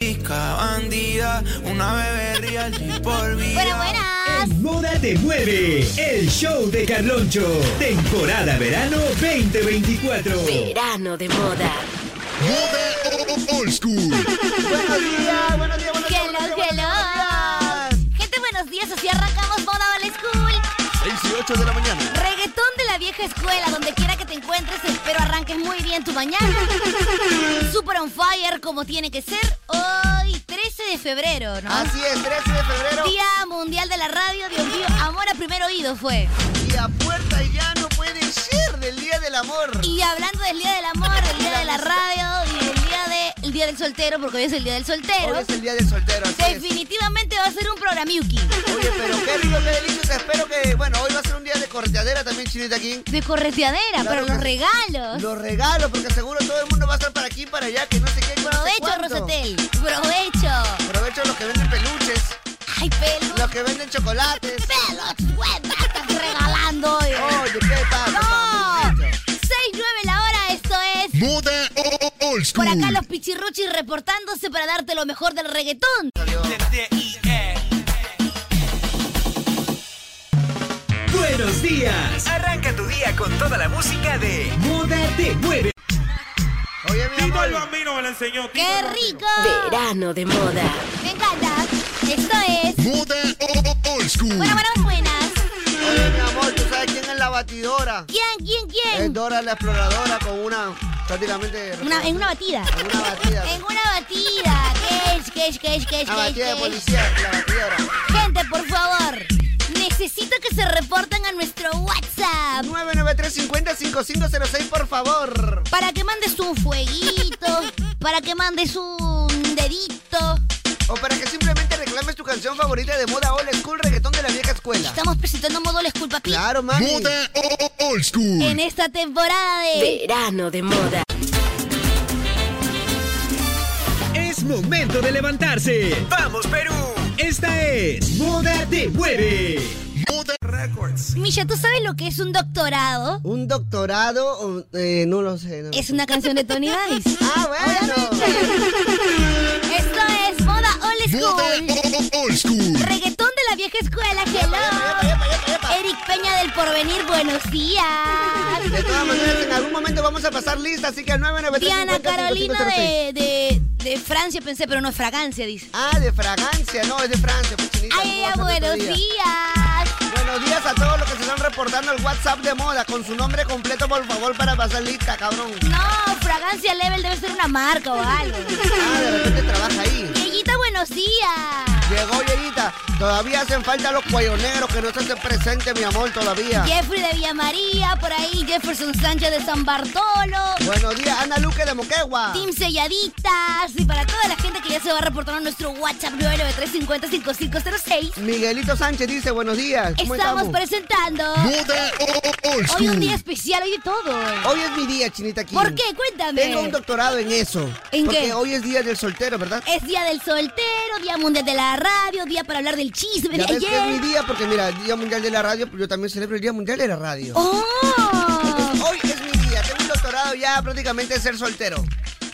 Chica bandida, una bebé real y por vida. Buenas, buenas. En Moda Te Mueve, el show de Carloncho. Temporada verano 2024. Verano de moda. Hello, hello. Gente, buenos días. Así arrancamos Moda Old School. 6 y 8 de la mañana. Reggaetón de la vieja escuela, donde quiera que te encuentres, espero arranques muy bien tu mañana. Super on fire, como tiene que ser. Hoy, 13 de febrero, ¿no? Así es, 13 de febrero. Día Mundial de la Radio, Dios mío, amor a primer oído fue. Y a puerta ya no puede ser del Día del Amor. Y hablando del Día del Amor, del Día de la Radio y del Día, de, el día del Soltero, porque hoy es el Día del Soltero, Hoy es el Día del Soltero, así es. definitivamente va a ser un programiuki. Oye, pero qué rico, qué delicioso. Espero que, bueno, hoy va a ser un día de correteadera también, Chinita, aquí. De correteadera, Claro pero que los sí. regalos. Los regalos, porque seguro todo el mundo va a estar para aquí, para allá, que no sé qué. que no sé Provecho, cuánto. Rosatel. Provecho. Aprovecho los que venden peluches, Ay, pelo. los que venden chocolates. Pelos, güey, me estás regalando hoy. Oye, qué pasa, No. papito. 6, 9 la hora, esto es. Moda o- o- Old Por School. acá los pichirruchis reportándose para darte lo mejor del reggaetón. D-D-I-E. Buenos días. Arranca tu día con toda la música de Moda Te Mueve. Oye, mi Tito el amor. bambino me la enseñó. Tito ¡Qué el Bambino. rico! Verano de moda. Me encanta. Esto es. Moda o- o- Old School. Buenas, buenas, buenas. Oye, mi amor, ¿tú sabes quién es la batidora? ¿Quién, quién, Es quién? Dora la exploradora con una prácticamente Una- en una batida. con una batida. En una batida. ¿Qué es, qué es, qué es, qué es, La qué es, batida de qué es? Ah, policía, la batidora. Gente, por favor. Necesito que se reporten a nuestro WhatsApp. 993-50-5506, por favor. Para que mandes un fueguito, para que mandes un dedito. O para que simplemente reclames tu canción favorita de moda old school reggaetón de la vieja escuela. Estamos presentando Modo Les Culpa Pi Claro, mami. Moda o- o- Old School. en esta temporada de Verano de moda. Es momento de levantarse. Vamos Perú. Esta es Moda Te Mueve. Moda Records. Misha, ¿tú sabes lo que es un doctorado? Un doctorado, o, eh, no lo sé. no lo Es sé. una canción de Tony Dice. Ah, bueno. Esto es Moda Old Moda School. o- o- Old School. Reggaetón de la vieja escuela, Epa, hello. epa, epa, epa. Eric Peña del Porvenir, buenos días. De todas maneras, en algún momento vamos a pasar lista, así que al 993 Diana 50 Carolina 5506. de, de, de Francia, pensé, pero no es fragancia, dice. Ah, de fragancia, no, es de Francia, pues, chinita, Ay, hermosa, buenos otro día. días. Buenos días a todos los que se están reportando al WhatsApp de moda con su nombre completo, por favor, para pasar lista, cabrón. No, Fragancia Level debe ser una marca o algo. Ah, de repente trabaja ahí. Yeyita, buenos días. Llegó Yerita. Todavía hacen falta los cuellos negros que no se hacen presentes, mi amor, todavía. Jeffrey de Villa María, por ahí Jefferson Sánchez de San Bartolo. Buenos días, Ana Luque de Moquegua. Team Selladitas. Y para toda la gente que ya se va a reportar a nuestro WhatsApp 993505506, Miguelito Sánchez dice, buenos días. ¿Cómo estamos? estamos presentando Moda o- o- Old hoy un School. día especial, hoy de todo. Hoy es mi día, Chinita Kim. ¿Por qué? Cuéntame. Tengo un doctorado en eso. ¿En porque qué? hoy es día del soltero, ¿verdad? Es día del soltero, día mundial de la radio, día para hablar del chisme de Ya ves que es mi ayer. día, porque mira, Día Mundial de la Radio, pues yo también celebro el Día Mundial de la Radio. ¡Oh! Hoy es mi día, tengo un doctorado ya prácticamente de ser soltero.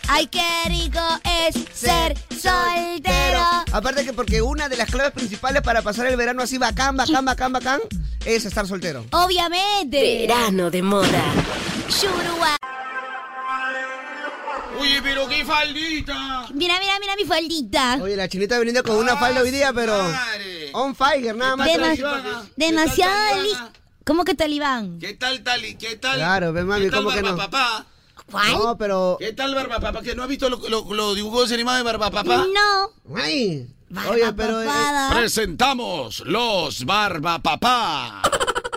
Ay, qué rico es ser soltero. Aparte que porque una de las claves principales para pasar el verano así bacán, bacán, bacán, bacán, es estar soltero. Obviamente. Verano de moda. Shurua. Oye, pero qué faldita. Mira, mira, mira mi faldita. Oye, la chinita viniendo con una falda hoy día, pero... Madre. On fire, nada más. Dema- talibana. demasiado Está li- talibana. ¿Cómo que talibán? ¿Qué tal, Tali? ¿Qué tal? Claro, ve, mami, ¿Qué tal ¿cómo que no? Barbapapá? ¿Cuál? No, pero... ¿Qué tal Barbapapá? ¿Que no has visto los dibujos animados de Barbapapá? No. Ay, Barba oye, pero... eh, papada. Presentamos los Barbapapá.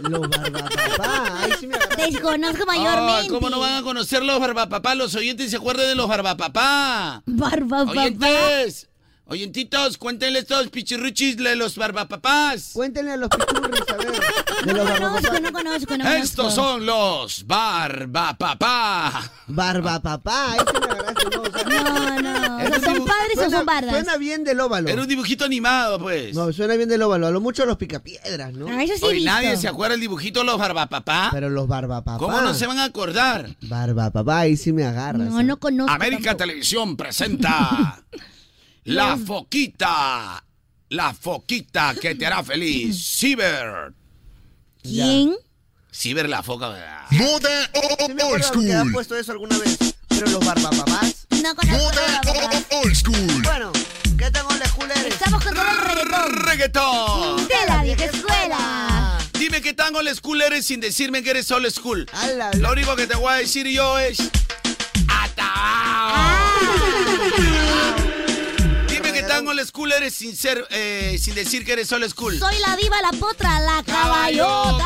Los barbapapá, ahí sí me agarraste. Desconozco Ah, mayormente. ¿Cómo no van a conocer los Barbapapá? Los oyentes se acuerdan de los Barbapapá. Barba papá. Oyentes, Oyentitos, cuéntenle estos pichirruchis de los barbapapás. Cuéntenle a los pichurris, a ver. De los Conozco, no barbapapá. conozco, no conozco. Estos son los barbapapá. Barbapapá, este me agarraste, no, o sea, No, no. O sea, Eres ¿Son un- padres o suena- son bardas? Suena bien del óvalo. Era un dibujito animado, pues. No, suena bien del óvalo. A lo mucho los picapiedras, ¿no? A eso sí he Hoy visto. nadie se acuerda el dibujito de los barbapapá. Pero los barbapapá. ¿Cómo no se van a acordar? Barbapapá, ahí sí me agarras. No, ¿eh? no conozco. América tampoco. Televisión presenta La Foquita. La Foquita que te hará feliz. Ciber. ¿Quién? Ciber la foca, ¿verdad? Moda Sí me old acuerdo que han school. puesto eso alguna vez. Pero los barbapapás. No conozco. Moda la barba. old school. Bueno, ¿qué tengo les culeres? Estamos con todo el reggaetón. ¡Reggaetón! De la vieja escuela. Dime que tango old school eres sin decirme que eres old school. A la- Lo único que te voy a decir yo es. ¡Atao! Ah. Dime que tango old school eres sin ser. eh, sin decir que eres old school. Soy la diva, la potra, la caballota.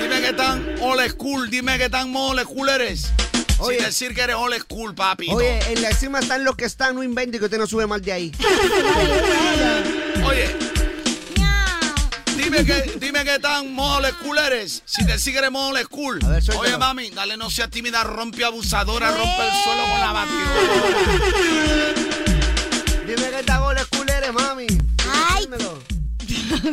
Dime que tan old school, dime que tan old school eres. Oye. Sin decir que eres old school, papi. Oye, en la cima están los que están, no inventen que usted no sube mal de ahí. Oye, Ñau. dime que, dime que tan old school eres. Sin decir que eres old school. A ver, suéltalo. Oye, mami, dale, no seas tímida, rompe abusadora, rompe el suelo con la Buena. batidora. Dime que están los culeres, mami. Ay. Dímelo.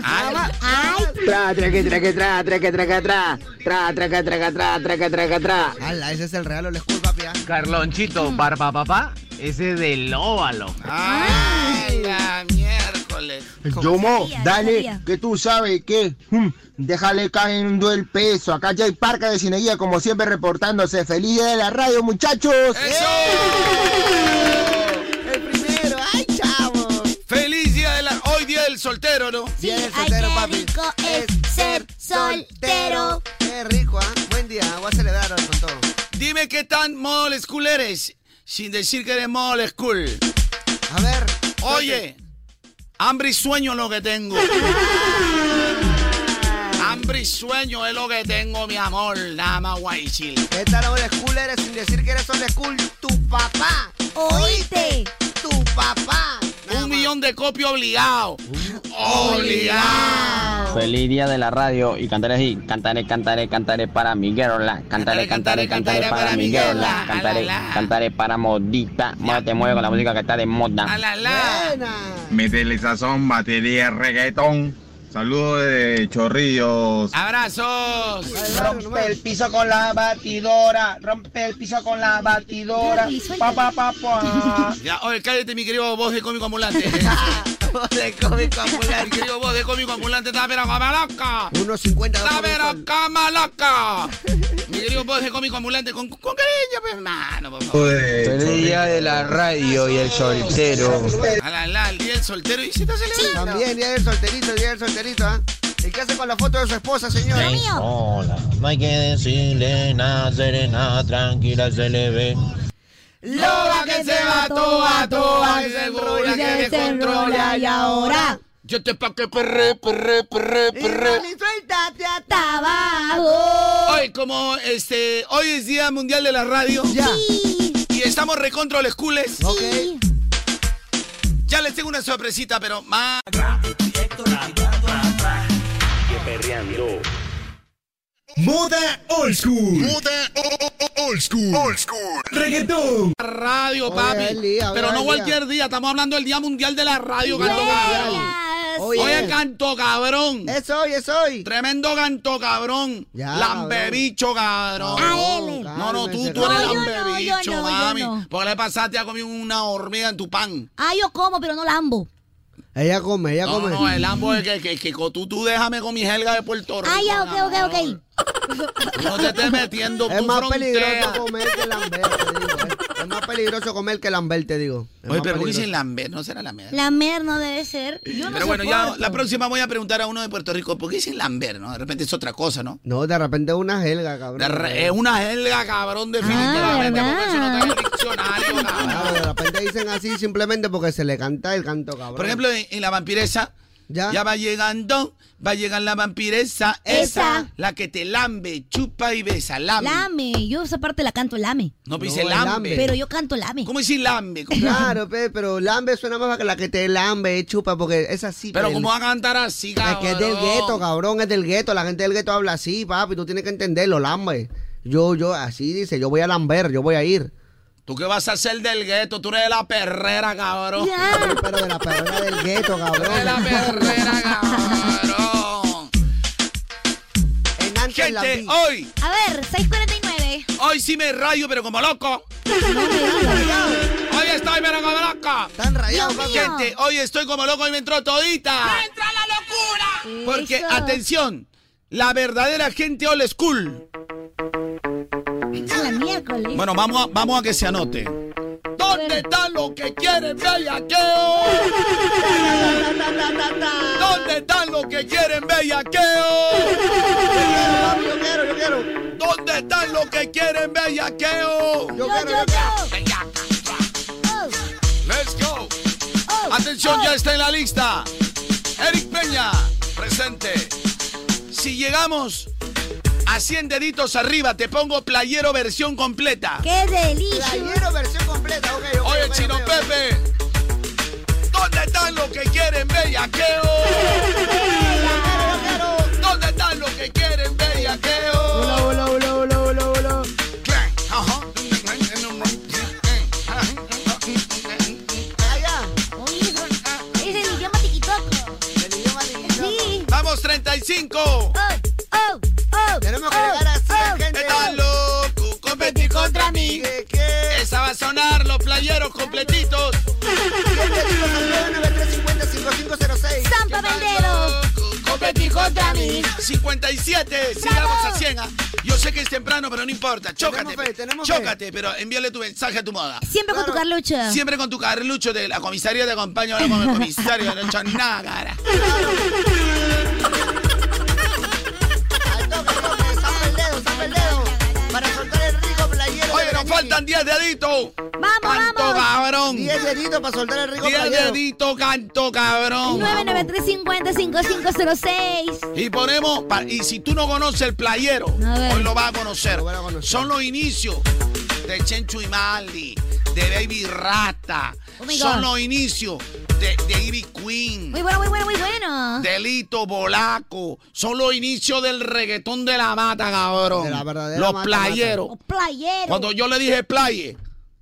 Ay, Ay, Tra, tra, que, tra, que, tra, tra, que, tra, que, tra. Tra, tra, que, tra, que, tra, tra, que, tra, que, tra. Ala, ese es el real old school, papi. ah. Carlonchito, barba papá, ese del óvalo. ay, la miércoles. Oh, Yomo, sabía, dale, sabía. que tú sabes que mm, déjale cayendo el peso. Acá ya hay Parca de Cineguía, como siempre, reportándose. ¡Feliz día de la radio, muchachos! ¡Eso! El primero, ay, chavo. ¡Feliz día de la. Hoy día del soltero, ¿no? Sí, Día del ay, soltero, qué papi. rico es ser soltero. Qué rico, ¿ah? Buen día, voy a celebrar hoy con todo. Dime qué tan mole school eres, sin decir que eres mole school. A ver. Oye, hambre y sueño es lo que tengo. hambre y sueño es lo que tengo, mi amor, dama guaychil. ¿Qué tal old school eres sin decir que eres old school? Tu papá. Oíste. Tu papá. Nada Un más. millón de copias obligado. Obligado. Feliz día de la radio y cantaré así, cantaré, cantaré, cantaré para Miguelola, Cantaré, cantaré, cantaré, cantaré cantaré, cantaré para para Miguelola, Miguelola, cantaré, alalá. cantaré para modita, te mueve con la música que está de A moda. la la. Buena. Métele sazón, batería, reggaetón. Saludos de Chorrillos. Abrazos. Rompe el piso con la batidora, rompe el piso con la batidora. Pa, pa, pa, pa. Ya, oye, cállate, mi querido voz de cómico ambulante. De cómico mi ambulante. querido voz de cómico ambulante, está pero loca. 1.50. dos por Dame el la sol. cama loca. Mi querido voz de cómico ambulante, con, con cariño, pues, hermano, por favor. Feliz día de la radio y el soltero. A la la, el día del soltero. ¿Y si está celebrando? También, día del solterito, día del solterito, ¿ah? ¿Y qué hace con la foto de su esposa, señor? Dios mío. Hola, no hay que decirle nada, serena, tranquila, se le ve. Loba que se va toa, toa, que segura que te controla. y ahora. Yo te pa' que perre, perre, perre, perre. suéltate a Tabaco. Hoy, como este, hoy es Día Mundial de la Radio Ya. Sí, y estamos recontra los cules, Ok. sí. ya les tengo una sorpresita, pero más. Moda old school. Moda old school. Old school. Reggaetón. Radio, Hoy papi. es el día, hoy pero es no el cualquier día, estamos hablando del Día Mundial de la Radio, canto cabrón. Gracias. Oye, Oye, canto cabrón. es hoy, es hoy. Tremendo canto cabrón. Ya, Lambebicho, cabrón. A él. No, no, tú, Cálmese, tú eres No, yo un no, yo bebicho, no, yo mami. no. Porque le pasaste a comer una hormiga en tu pan. Ah, yo como, pero no lambo. Ella come, ella No, come. no, el ambo es que, que, que co- tú, tú déjame con mi helga de Puerto Rico. Ah, ya, ok, ok, cabrón. ok. No te estés metiendo es tu más frontera. peligroso comer que lamber, te digo. eh. Es, es más peligroso comer que lamber, te digo. Oye, Es más pero ¿por qué peligroso. dicen lamber? No será lamber. Lamer no debe ser. Yo no pero bueno, ya soporto. la próxima voy a preguntar a uno de Puerto Rico, ¿por qué dicen lamber, no? De repente es otra cosa, ¿no? No, de repente una helga, De cabrón. Eh, re- es una helga, cabrón, definitivamente. Ah, ¿verdad? porque eso no está en el diccionario, cabrón. Claro, de repente dicen así simplemente porque se le canta el canto, cabrón. Por ejemplo, en, en La Vampiresa Ya. va llegando, va a llegar la vampiresa. Esa. La que te lambe, chupa y besa. Lambe. Lame. Yo esa parte la canto lame. No, dice No, lambe. lambe. Pero yo canto lame. ¿Cómo dice lambe? ¿Cómo- Claro, pe, pero lambe suena más que la que te lambe, eh, chupa, porque es así. Pero pe, como el- va a cantar así, Es que es del cabrón? gueto, cabrón, es del gueto. La gente del gueto habla así, papi. Tú tienes que entenderlo, lambe. Yo, yo, así dice, yo voy a lamber, yo voy a ir. ¿Tú qué vas a hacer del gueto? Tú eres de la perrera, cabrón. Ya. Pero de la perrera del gueto, Tú eres de cabrón. la perrera, cabrón. Enanche en la Gente, vida. hoy, A ver, 649. hoy sí me rayo, pero como loco. Hoy estoy, pero como loco. Están rayados, Dios papi. mío. Gente, hoy estoy como loco y me entró todita. ¡Me entra la locura! Porque, Eso. atención, la verdadera gente old school. A la miércoles. Bueno, vamos a, vamos a que se anote. ¿Dónde están los que quieren bellaqueo? ¿Dónde están los que quieren bellaqueo? Papi, Yo quiero, yo quiero. ¿Dónde están los que quieren bellaqueo? Yo Yo, quiero, yo, yo quiero. yo. Oh, Let's go. oh, Atención, oh. ya está en la lista. Eric Peña, presente. Si llegamos a 100 deditos arriba, te pongo playero versión completa. ¡Qué delicia! Playero versión completa, ok. ok, Oye, ok, Chino ok, ok. Pepe. ¿Dónde están los que quieren bellaqueo? ¿Dónde están los que quieren bellaqueo? Ulo, ulo, ulo, ulo, ulo, ulo. Allá. Oye, es el idioma tiquitoco. El idioma divino. Sí. Vamos, 35. Oh, oh, oh. Tenemos que oh, llegar a 100, gente. Está loco, competir contra mí. ¿Qué, qué? Esa va a sonar, los playeros completitos. ¿Quién te dijo campeón? 350-5506. ¡Zampa Vendero! Competí contra mí. 57, sigamos a 100. ah. Yo sé que es temprano, pero no importa. Chócate. Tenemos fe, tenemos chócate, pero envíale tu mensaje a tu moda. Siempre con tu Carlucha. Siempre con tu carlucho de la comisaría te acompaño ahora con el comisario de hecho nada, cara. Al toque, al toque, zampa el dedo, zampa el dedo. Para soltar el rico playero. Oye, de nos Bereniki. faltan 10 deditos. ¡Vamos, Canto vamos! cabrón. 10 10 deditos para soltar el rico playero. deditos, canto cabrón. 993505506. Y ponemos, pa- y si tú no conoces el playero, A ver. hoy lo vas a conocer. Lo van a conocer. Son los inicios de Chencho y Maldi, de Baby Rata. Oh my Son God. los inicios de, de Ivy Queen, Muy bueno, muy bueno, muy bueno. de Lito Bolaco. Son los inicios del reggaetón de la mata, cabrón. De la verdadera los mata, playeros. Oh, playero. Cuando yo le dije playe,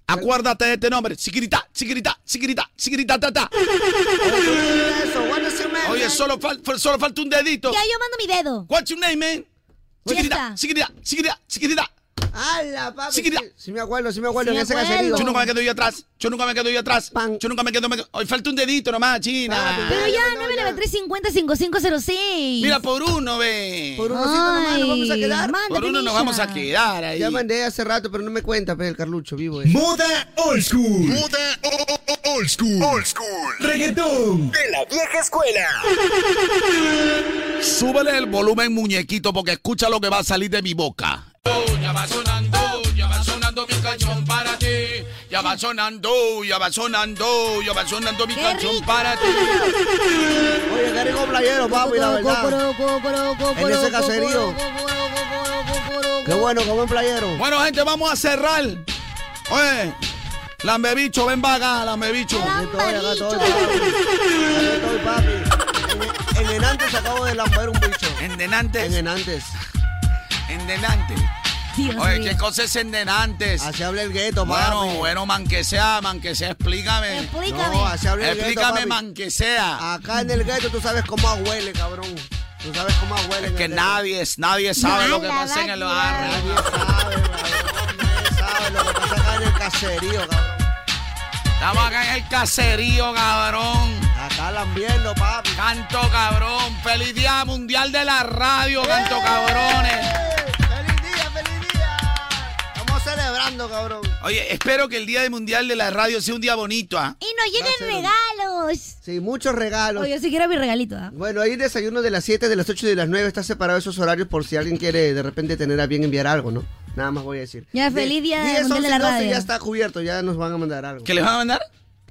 acuérdate de este nombre. Sigrita, sigrita, sigrita, sigrita, ta, ta. Eso, what is your name, Oye, man? solo, fal- solo falta un dedito. Ya yo mando mi dedo. What's your name, man? Chiquitita, Fiesta. chiquitita, chiquitita, chiquitita. ¡Hala, papi! Sigrita. Sí, sí me acuerdo, sí me acuerdo. Sí en me ese acuerdo. caserío. Yo nunca me quedo yo atrás. Yo nunca me quedo yo atrás. Pan. Yo nunca me quedo. Me quedo- Hoy falta un dedito nomás, China. Papi. Pero ya, ya, ya. 993505506. Mira, por uno, ve. Por unos cinco nomás nos vamos a Ay, quedar. man. Por uno nos vamos a quedar ahí. Ya mandé hace rato, pero no me cuenta, pe, el Carlucho vivo. eh. Moda old school. Moda o- o- o- old school. Old school. Reggaetón. De la vieja escuela. Súbele el volumen, muñequito, porque escucha lo que va a salir de mi boca. Ya va sonando, ya va sonando mi canción para ti. Ya va sonando, ya va sonando, ya va sonando mi ¡Qué canción rico! para ti. Oye, qué rico playero, papi, la verdad. En ese caserío. Qué bueno, qué buen playero. Bueno, gente, vamos a cerrar. Oye, lambebicho, ven para acá, lambebicho. Aquí estoy, acá estoy, papi. Aquí estoy, papi. En, en Enantes acabo de lamber un bicho. En Endenantes, Enantes. endenantes. Dios Oye, mío. ¿qué cosa es endenantes? Así habla el gueto, papi. Bueno, bueno, man que sea, man que sea, explícame. Explícame. No, así habla el gueto, Explícame, papi. Ah, man que sea. Acá en el gueto tú sabes cómo huele, cabrón. Tú sabes cómo huele. Es en que el gueto. nadie, es- nadie sabe lo que Mala pasa en el vaca. barrio. Nadie sabe, cabrón. Nadie sabe lo que pasa acá en el caserío, cabrón. Estamos acá en el caserío, cabrón. Acá lambiendo, papi. Canto cabrón. Feliz Día Mundial de la Radio, ¡Eh! canto cabrones. ¡Feliz día, feliz día! Estamos celebrando, cabrón. Oye, espero que el Día Mundial de la Radio sea un día bonito, ¿ah? Y nos lleguen Gracias. regalos. Sí, muchos regalos. Oye, si quiero mi regalito. ¿ah? Bueno, hay desayuno de las 7, de las 8 y de las 9. Está separado esos horarios por si alguien quiere de repente tener a bien enviar algo, ¿no? Nada más voy a decir. Ya, feliz día De- Mundial de 11 y la 12 Radio. ya está cubierto, ya nos van a mandar algo. ¿Qué les van a mandar?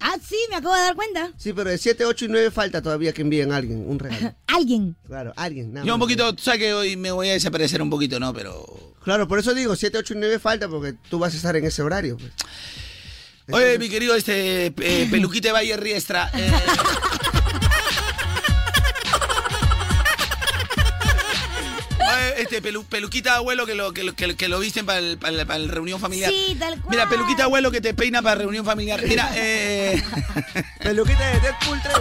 Ah, sí, me acabo de dar cuenta. Sí, pero de 7, 8 y 9 falta todavía que envíen a alguien un regalo. Alguien. Claro, alguien. nada Yo un más. poquito, tú sabes que hoy me voy a desaparecer un poquito, ¿no? Pero. Claro, por eso digo, 7, 8 y 9 falta porque tú vas a estar en ese horario. pues. Oye, mi querido este eh, Peluquita de Valle Riestra. eh, oye, Este pelu- peluquita abuelo que lo, que lo, que lo- que lo visten para el- para la para la reunión familiar. Sí, tal cual. Mira, peluquita abuelo que te peina para reunión familiar. Mira, eh. peluquita de Deadpool 3.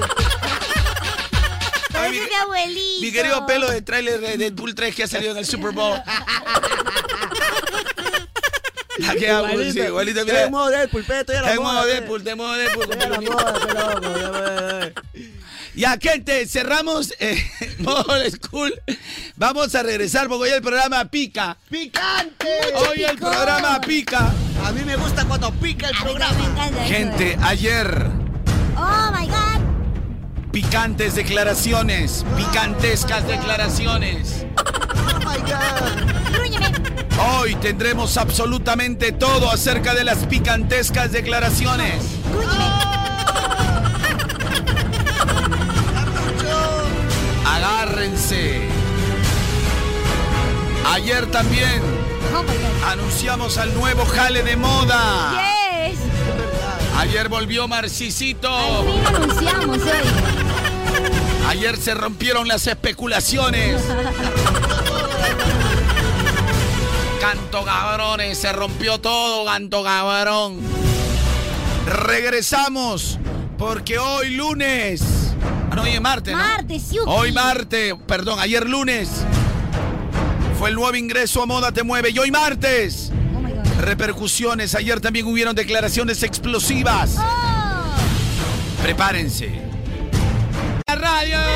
Ay, mi, Parece mi abuelito. mi querido pelo de tráiler de Deadpool 3 que ha salido en el Super Bowl. Ah, La que hago, Igualito. sí, igualito, Está mira. en modo Deadpool, pero estoy a la Te moda, modo pe. Deadpool, te modo Deadpool. Estoy a la moda, pe, loco, ya, ya, ya. Ya, gente, cerramos eh, Modo School. Vamos a regresar porque hoy el programa pica. ¡Picante! Hoy el programa pica. A mí me gusta cuando pica el programa. Gente, ayer, Oh my god. picantes declaraciones, picantescas declaraciones. Oh my god. Rúñeme. Hoy tendremos absolutamente todo acerca de las picantescas declaraciones. Agárrense. Ayer también Oh my god. anunciamos al nuevo jale de moda. Yes. Ayer volvió Marcisito. Al fin anunciamos hoy. Ayer se rompieron las especulaciones. Canto cabrones, se rompió todo, canto cabrón. Regresamos porque hoy lunes. Ah, no, hoy es martes, ¿no? Martes, Yuki. Hoy martes, perdón, ayer lunes. Fue el nuevo ingreso a Moda Te Mueve y hoy martes. Oh my god. Repercusiones. Ayer también hubieron declaraciones explosivas. Oh. Prepárense. La radio. Eh,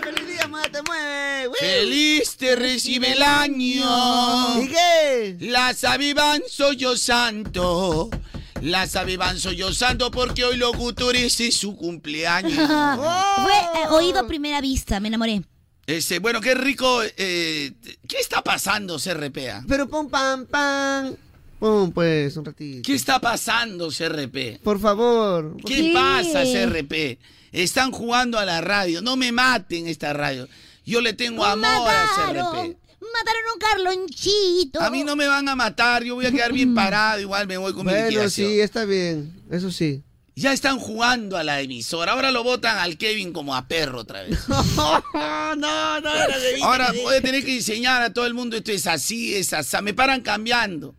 ¡Feliz día, madre, te mueve! ¡Woo! Feliz te recibe el año. ¿Y qué? Las avivan soy yo santo. Las avivan soy yo santo porque hoy lo guturice su cumpleaños. Fue eh, oído a primera vista, me enamoré. Este, bueno, qué rico. eh, ¿Qué está pasando, CRPA? Pero pum, pam, pam. Pum, pues, un ratito. ¿Qué está pasando, CRP? Por favor. ¿Qué Sí. pasa, CRP? Están jugando a la radio. No me maten esta radio. Yo le tengo amor a CRP. Mataron, mataron a un Carlonchito. A mí no me van a matar, yo voy a quedar bien parado, igual me voy con mi Bueno, liquidación. sí, está bien. Eso sí. Ya están jugando a la emisora, ahora lo votan al Kevin como a perro otra vez. no, no, no. Ahora voy a tener que enseñar a todo el mundo esto es así, es así. Me paran cambiando.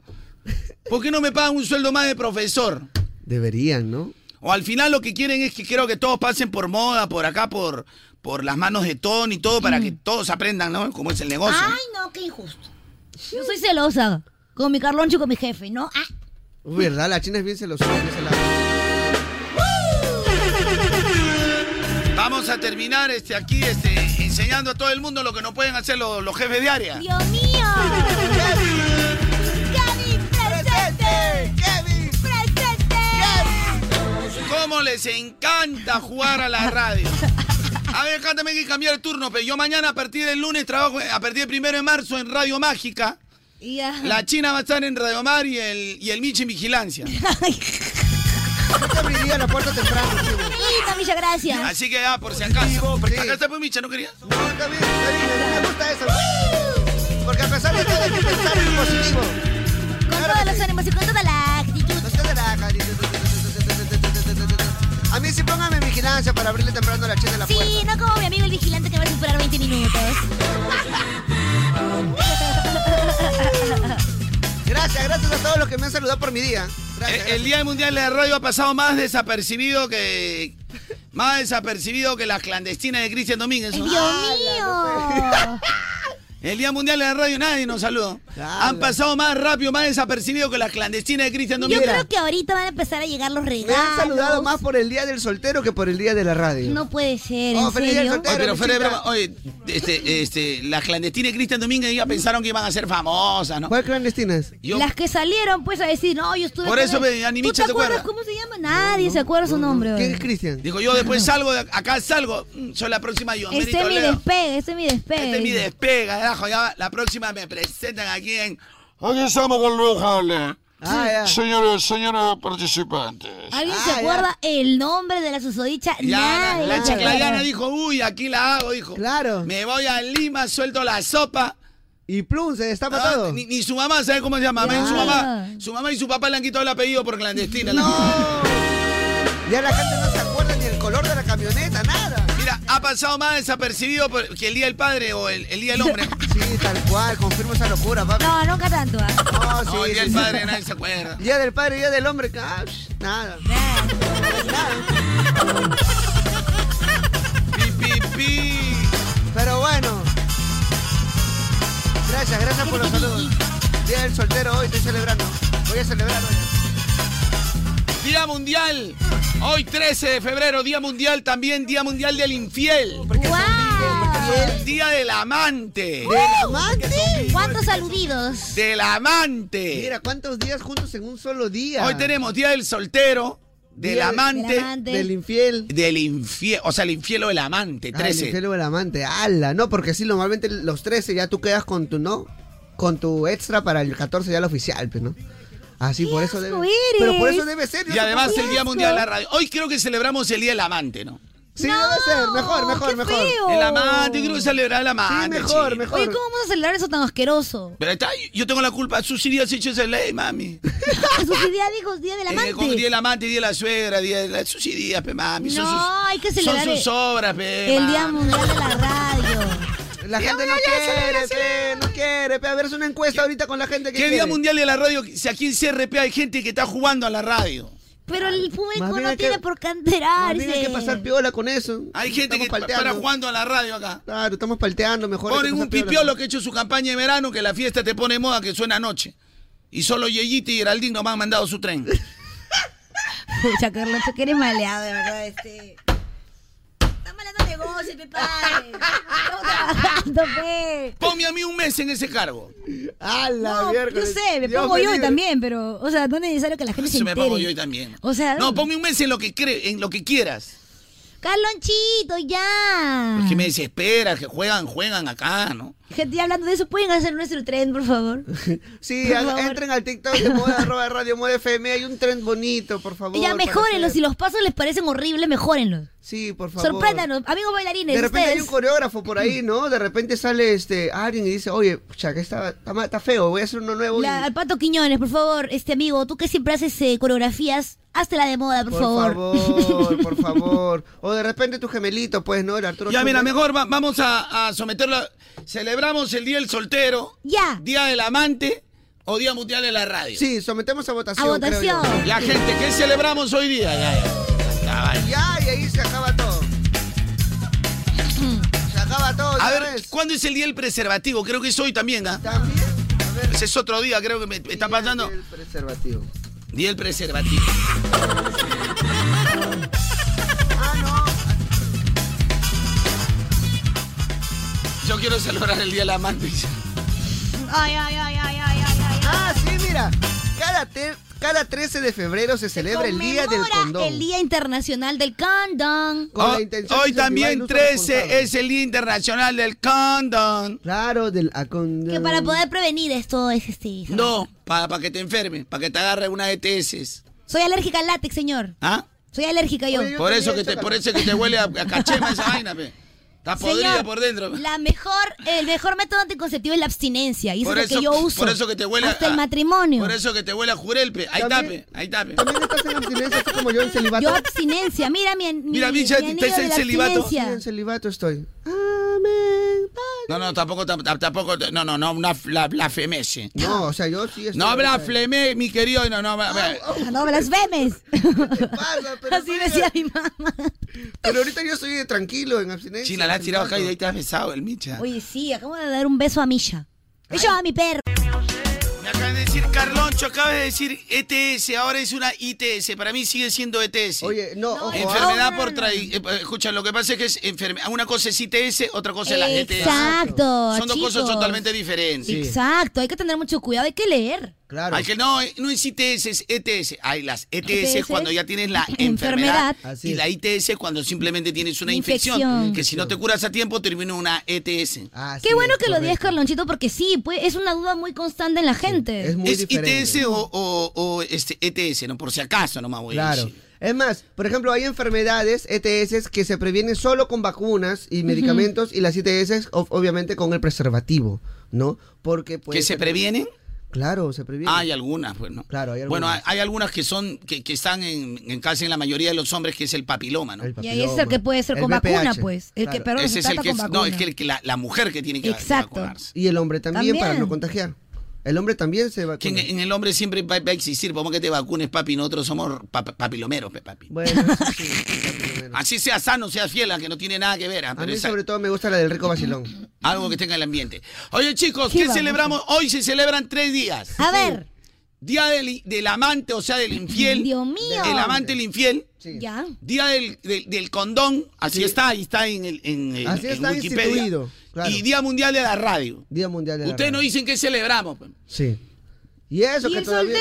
¿Por qué no me pagan un sueldo más de profesor? Deberían, ¿no? O al final lo que quieren es que creo que todos pasen por moda, por acá, por, por las manos de Tony y todo, para Mm. que todos aprendan, ¿no? Cómo es el negocio. Ay, no, qué injusto. Yo soy celosa con mi Carloncho y con mi jefe, ¿no? Ah. Uy, ¿Verdad? La China es bien celosa. en ese lado. Vamos a terminar este, aquí este, enseñando a todo el mundo lo que no pueden hacer los, los jefes de área. Dios mío. Kevin, presente. Kevin, presente. ¿Cómo les encanta jugar a la radio? A ver, acá también hay que cambiar el turno, pero yo mañana a partir del lunes trabajo, a partir del primero de marzo en Radio Mágica. Ya. La China va a estar en Radio Mar y el, y el Michi en Vigilancia. Yo te abriría la puerta temprano, tío. Listo, muchas gracias. Así que ya, por si acaso. Porque acá está pues Micha, ¿no quería? No, está bien, está bien, me gusta eso. Porque a pesar de todo hay que pensar en positivo. Con todos los ánimos y con toda la actitud. No se relaja. A mí sí póngame vigilancia para abrirle temprano la china de la Sí, puerta. no como mi amigo el vigilante que va a superar 20 minutos. Gracias, gracias a todos los que me han saludado por mi día. Gracias. Eh, El, el Día Mundial de la Radio ha pasado más desapercibido que. Más desapercibido que las clandestinas de Cristian Domínguez. Dios ¿no? mío. El Día Mundial de la Radio nadie nos saludó. Nada. Han pasado más rápido, más desapercibido que las clandestinas de Cristian Yo Domínguez. creo que ahorita van a empezar a llegar los Me han saludado regalos. más por el día del soltero que por el día de la radio. No puede ser, Oh, en feliz día del serio. soltero. Oye, pero fuera de Michita. broma, oye, este, este, las clandestinas de Cristian Domínguez ya pensaron que iban a ser famosas, ¿no? ¿Cuál clandestinas? Yo- Las que salieron, pues, a decir, no, yo estuve. Por con eso él. me- ya ni ¿Tú Micha te se acuerda. acuerdas cómo se llama? Nadie se acuerda su nombre. ¿Quién es oye. Cristian? Digo, yo después salgo, de acá salgo, mm, soy la próxima yo. Este es mi despegue, este es mi despegue. Este es mi despega, carajo, ya la próxima me presentan aquí en... Aquí estamos con Luis Jale. Ah, ya. Señores, señores participantes. ¿Alguien se acuerda el nombre de la susodicha? Ah, Ya, Nadie. la chiclayana dijo, uy, aquí la hago, dijo. Claro. Me voy a Lima, suelto la sopa. Y plum, se está matado. ni, ni su mamá sabe cómo se llama. amén, Su, Ya. mamá, su mamá y su papá le han quitado el apellido por clandestina. Ya la gente no se acuerda ni el color de la camioneta, nada. Mira, ha pasado más desapercibido por- que el Día del Padre o el, el Día del Hombre. Sí, tal cual, confirmo esa locura, papi. No, nunca tanto. ¿ah? No, sí, No, el Día sí, del sí. Padre nadie se acuerda. Día del padre, día del hombre, ah, psh, nada. Pero bueno. Gracias, gracias por los saludos. Día del soltero hoy, estoy celebrando. Voy a celebrar hoy. Día Mundial. Hoy 13 de febrero, Día Mundial también, Día Mundial del Infiel. Día del Amante. ¿Cuántos aludidos? Del Amante. Mira, ¿cuántos días juntos en un solo día? Hoy tenemos Día del Soltero, del, Día del- amante, del amante. Del infiel. Del infiel, o sea, el infiel o el amante, Ah, el 13. infierno del amante, ala, no, porque sí, normalmente los 13 ya tú quedas con tu no, con tu extra para el 14 ya el oficial, pues, ¿no? Así por eso debe. Pero por eso debe ser. yo Y no además sé por el qué. Día Mundial de la Radio. Hoy creo que celebramos el Día del Amante, ¿no? Sí, debe ser, mejor, mejor, mejor. El amante, yo creo que celebrar el amante. chico. Oye, ¿cómo vamos a celebrar eso tan asqueroso? Pero está, yo tengo la culpa. Susi Díaz hecho esa ley, mami. Susi Díaz dijo Día del Eh, con Amante. día del amante, día de la suegra, día de la Susi Díaz, pe mami. son No, sus, hay que celebrar Son sus el- obras, pe. el mami. Día Mundial de la Radio. La gente no quiere, pe, no quiere, pe. A ver, es una encuesta ahorita con la gente que ¿Qué quiere. día mundial de la radio? Si aquí en CRP hay gente que está jugando a la radio. Pero el público Más bien no hay que- tiene por qué Más enterarse. bien hay que pasar piola con eso. Hay gente que palteando. para jugando a la radio acá. Claro, estamos palteando mejor. hay que Ponen un pasar piola. pipiolo que ha hecho su campaña de verano, que la fiesta te pone moda, que suena anoche. Y solo Yeyita y Geraldine nos han mandado su tren. Pucha, Carlos, tú que eres maleado, de verdad, este. Estás malando negocios, mi padre. Estamos trabajando, pe. Ponme a mí un mes en ese cargo. Ah, No, yo sé, me pongo yo también, pero, o sea, no es necesario que la gente se Eso me entere. pongo yo también. O sea, no, ponme un mes en lo que cre en lo que quieras. Carlonchito, ya. Que me desespera, que juegan, juegan acá, ¿no? Gente, ya hablando de eso, ¿pueden hacer nuestro tren, por favor? Sí, Por a- favor. entren al TikTok de moda, arroba radio moda FM. Hay un tren bonito, por favor. ya, para mejórenlo. hacer. Si los pasos les parecen horribles, mejórenlos. Sí, por favor. Sorpréndanos. Amigos bailarines, De repente hay ustedes. un coreógrafo por ahí, ¿no? De repente sale este alguien y dice, oye, pucha, que está, está, ma- está feo, voy a hacer uno nuevo. y- La- al Pato Quiñones, por favor, este amigo, tú que siempre haces eh, coreografías, hazte la de moda, por, por favor, por favor. O de repente tu gemelito, pues, ¿no? El Arturo. Ya, mira, Chumel. mejor va- vamos a, a someterlo. a- Celebramos el Día del Soltero. Ya. Día del Amante o Día Mundial de la Radio. Sí, sometemos a votación. A creo yo. votación. La gente, ¿qué celebramos hoy día? Ya, ya. Ya, vale. Ya, y ahí se acaba todo. Se acaba todo. A Pues ya ver, ves. ¿cuándo es el día del preservativo? Creo que es hoy también, ¿ah? ¿También? Ese es otro día, creo que me, me está pasando. Preservativo. Día del preservativo. Ah, Yo quiero celebrar el día del amante. Ay, ay, ay, ay, ay, ay, ay. Ah, sí, mira. Cada, te- cada 13 de febrero se celebra el Día del Conmemora Condón. El Día Internacional del Condón. Con la Hoy- intención Ah, hoy de incentivar el también uso 13 responsable. es el Día Internacional del Condón. Claro, del a condón. Que para poder prevenir esto es este. No, para que te enferme, para que te agarre una ETS. Soy alérgica al látex, señor. ¿Ah? Soy alérgica yo. Por eso que te, por eso que te huele a, a cachema esa vaina, pe. Está podrida Señor, por dentro. pe. La mejor, el mejor método anticonceptivo es la abstinencia. Y eso Por es eso- lo que yo uso. por eso que te huele Hasta a- el matrimonio. Por eso que te huele a jurel, pe. Ahí tape, ahí tape. También estás en abstinencia, así como yo en celibato. Yo abstinencia. Mira mi, mi Mira, bicha, mi ¿estás anillo de en la celibato? Sí, abstinencia. en celibato estoy. No, no, tampoco, tam- tam- tampoco, no, no, no, una fla- la, blasfemese. No, o sea, yo sí estoy. No blasfeme, mi querido, no, no, bla- Ah, No blasfemes. pasa? Pero, Así decía mi mamá. pero ahorita yo estoy tranquilo en abstinencia. China, la has tirado acá y de ahí celibato. te has besado el micha. Oye, sí, acabo de dar un beso a Misha. Beso a mi perro. Me acaban de decir, Carloncho, acabas de decir ETS, ahora es una ITS, para mí sigue siendo ETS. Oye, no, ojo. ah. Enfermedad por traí. eh, eh, Escucha, lo que pasa es que es enfermedad. Una cosa es ITS, otra cosa es la ETS. Exacto, Son dos cosas chicos. totalmente diferentes. Exacto, hay que tener mucho cuidado, hay que leer. Claro. Hay que, no, eh, no es ITS, es ETS. Hay las E ETS, ETS, cuando ya tienes la enfermedad, enfermedad. Así y es. la ITS cuando simplemente tienes una infección, Infección. Que si no te curas a tiempo, termina una E ETS. Así Qué bueno Ah, es, que lo digas, correcto. Carlonchito, porque sí, pues, es una duda muy constante en la gente. Es muy es diferente. ITS o, o- o, este, ETS, ¿no? Por si acaso nomás voy a Claro. decir. Es más, por ejemplo, hay enfermedades ETS que se previenen solo con vacunas y medicamentos y las ETS ob- obviamente con el preservativo, ¿no? Porque puede ¿Que se ser- previenen? Claro, se previene. Hay algunas, pues, ¿no? Claro, hay Bueno, hay, algunas. hay algunas que son, que, que están en, en casi en la mayoría de los hombres, que es el papiloma, ¿no? Y ahí es el que puede ser con vacuna, pues. El que, pero Ese se es el trata que con es, no, es vacuna. que, el que la, la mujer que tiene que Exacto. Y el hombre también, También. para no contagiar. El hombre también se vacuna. Que en, en el hombre siempre va, va a existir, vamos que te vacunes, papi, nosotros somos pa- pa- papilomeros, pe, papi. Bueno, Así sea sano, sea fiel, a que no tiene nada que ver. ah, A pero mí esa- sobre todo me gusta la del rico vacilón. Algo que tenga el ambiente. Oye, chicos, Sí, ¿qué vamos. celebramos? Hoy se celebran tres días. A ver. Día del, del amante, o sea, del infiel. Dios mío. El amante, el infiel. Ya. Día del, del- del condón. Así está, ahí está en, el, en, el- Así en está Wikipedia. instituido. claro. Y Día Mundial de la Radio. Día Mundial de la Ustedes Radio. no dicen qué celebramos. pues. pe. Sí. Y eso ¿Y que el todavía...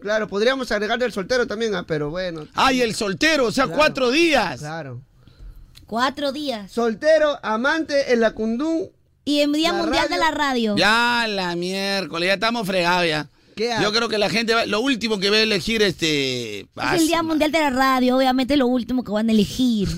Claro, podríamos agregar del soltero también, ah, pero bueno. Ay, el soltero, o sea, cuatro días. Claro. Cuatro días. Soltero, amante, en la cundú. Y en Día La Mundial de la Radio. Ya la miércoles, ya estamos fregados ya. Yo creo que la gente, va- lo último que va a elegir este... Es el Día Mundial de la Radio, obviamente es lo último que van a elegir.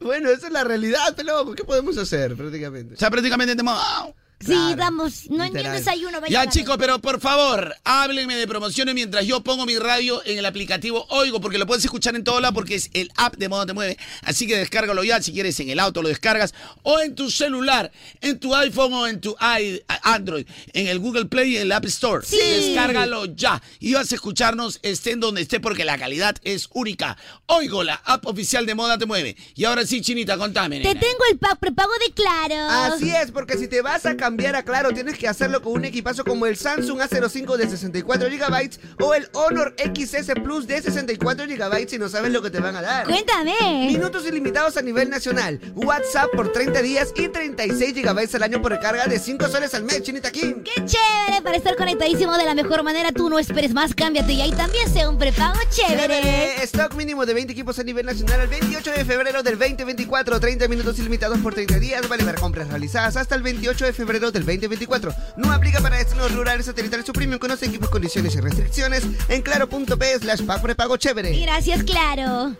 Bueno, esa es la realidad, pe loco. ¿Qué podemos hacer prácticamente? O sea, prácticamente "Ah, tenemos... sí, vamos, no entiendo desayuno, vaya. Ya chicos, pero por favor, háblenme de promociones mientras yo pongo mi radio en el aplicativo Oigo, porque lo puedes escuchar en todo lado porque es el app de Modo Te Mueve. Así que descárgalo ya, si quieres en el auto lo descargas, o en tu celular, en tu iPhone o en tu i- Android, en el Google Play y en el App Store. Sí. Descárgalo ya y vas a escucharnos estén donde esté porque la calidad es única. Oigo, la app oficial de Moda Te Mueve. Y ahora sí, Chinita, contame. Te nena. tengo el pack prepago de Claro. Así es, porque si te vas a cambiar a Claro, tienes que hacerlo con un equipazo como el Samsung A05 de 64 GB o el Honor XS Plus de 64 GB si no sabes lo que te van a dar. Cuéntame. Minutos ilimitados a nivel nacional, WhatsApp por 30 días y 36 GB al año por recarga de 5 soles al mes, Chinita King. ¡Qué chévere! Para estar conectadísimo de la mejor manera, tú no esperes más, cámbiate y ahí también sea un prepago chévere. Chévere. Stock mínimo de 20 equipos a nivel nacional el 28 de febrero del 2024. 30 minutos ilimitados por 30 días. Vale para compras realizadas hasta el 28 de febrero del 2024. No aplica para destinos rurales satelitales su premium. Conoce equipos, condiciones y restricciones en claro.p slash pack prepago chévere. Gracias, Claro.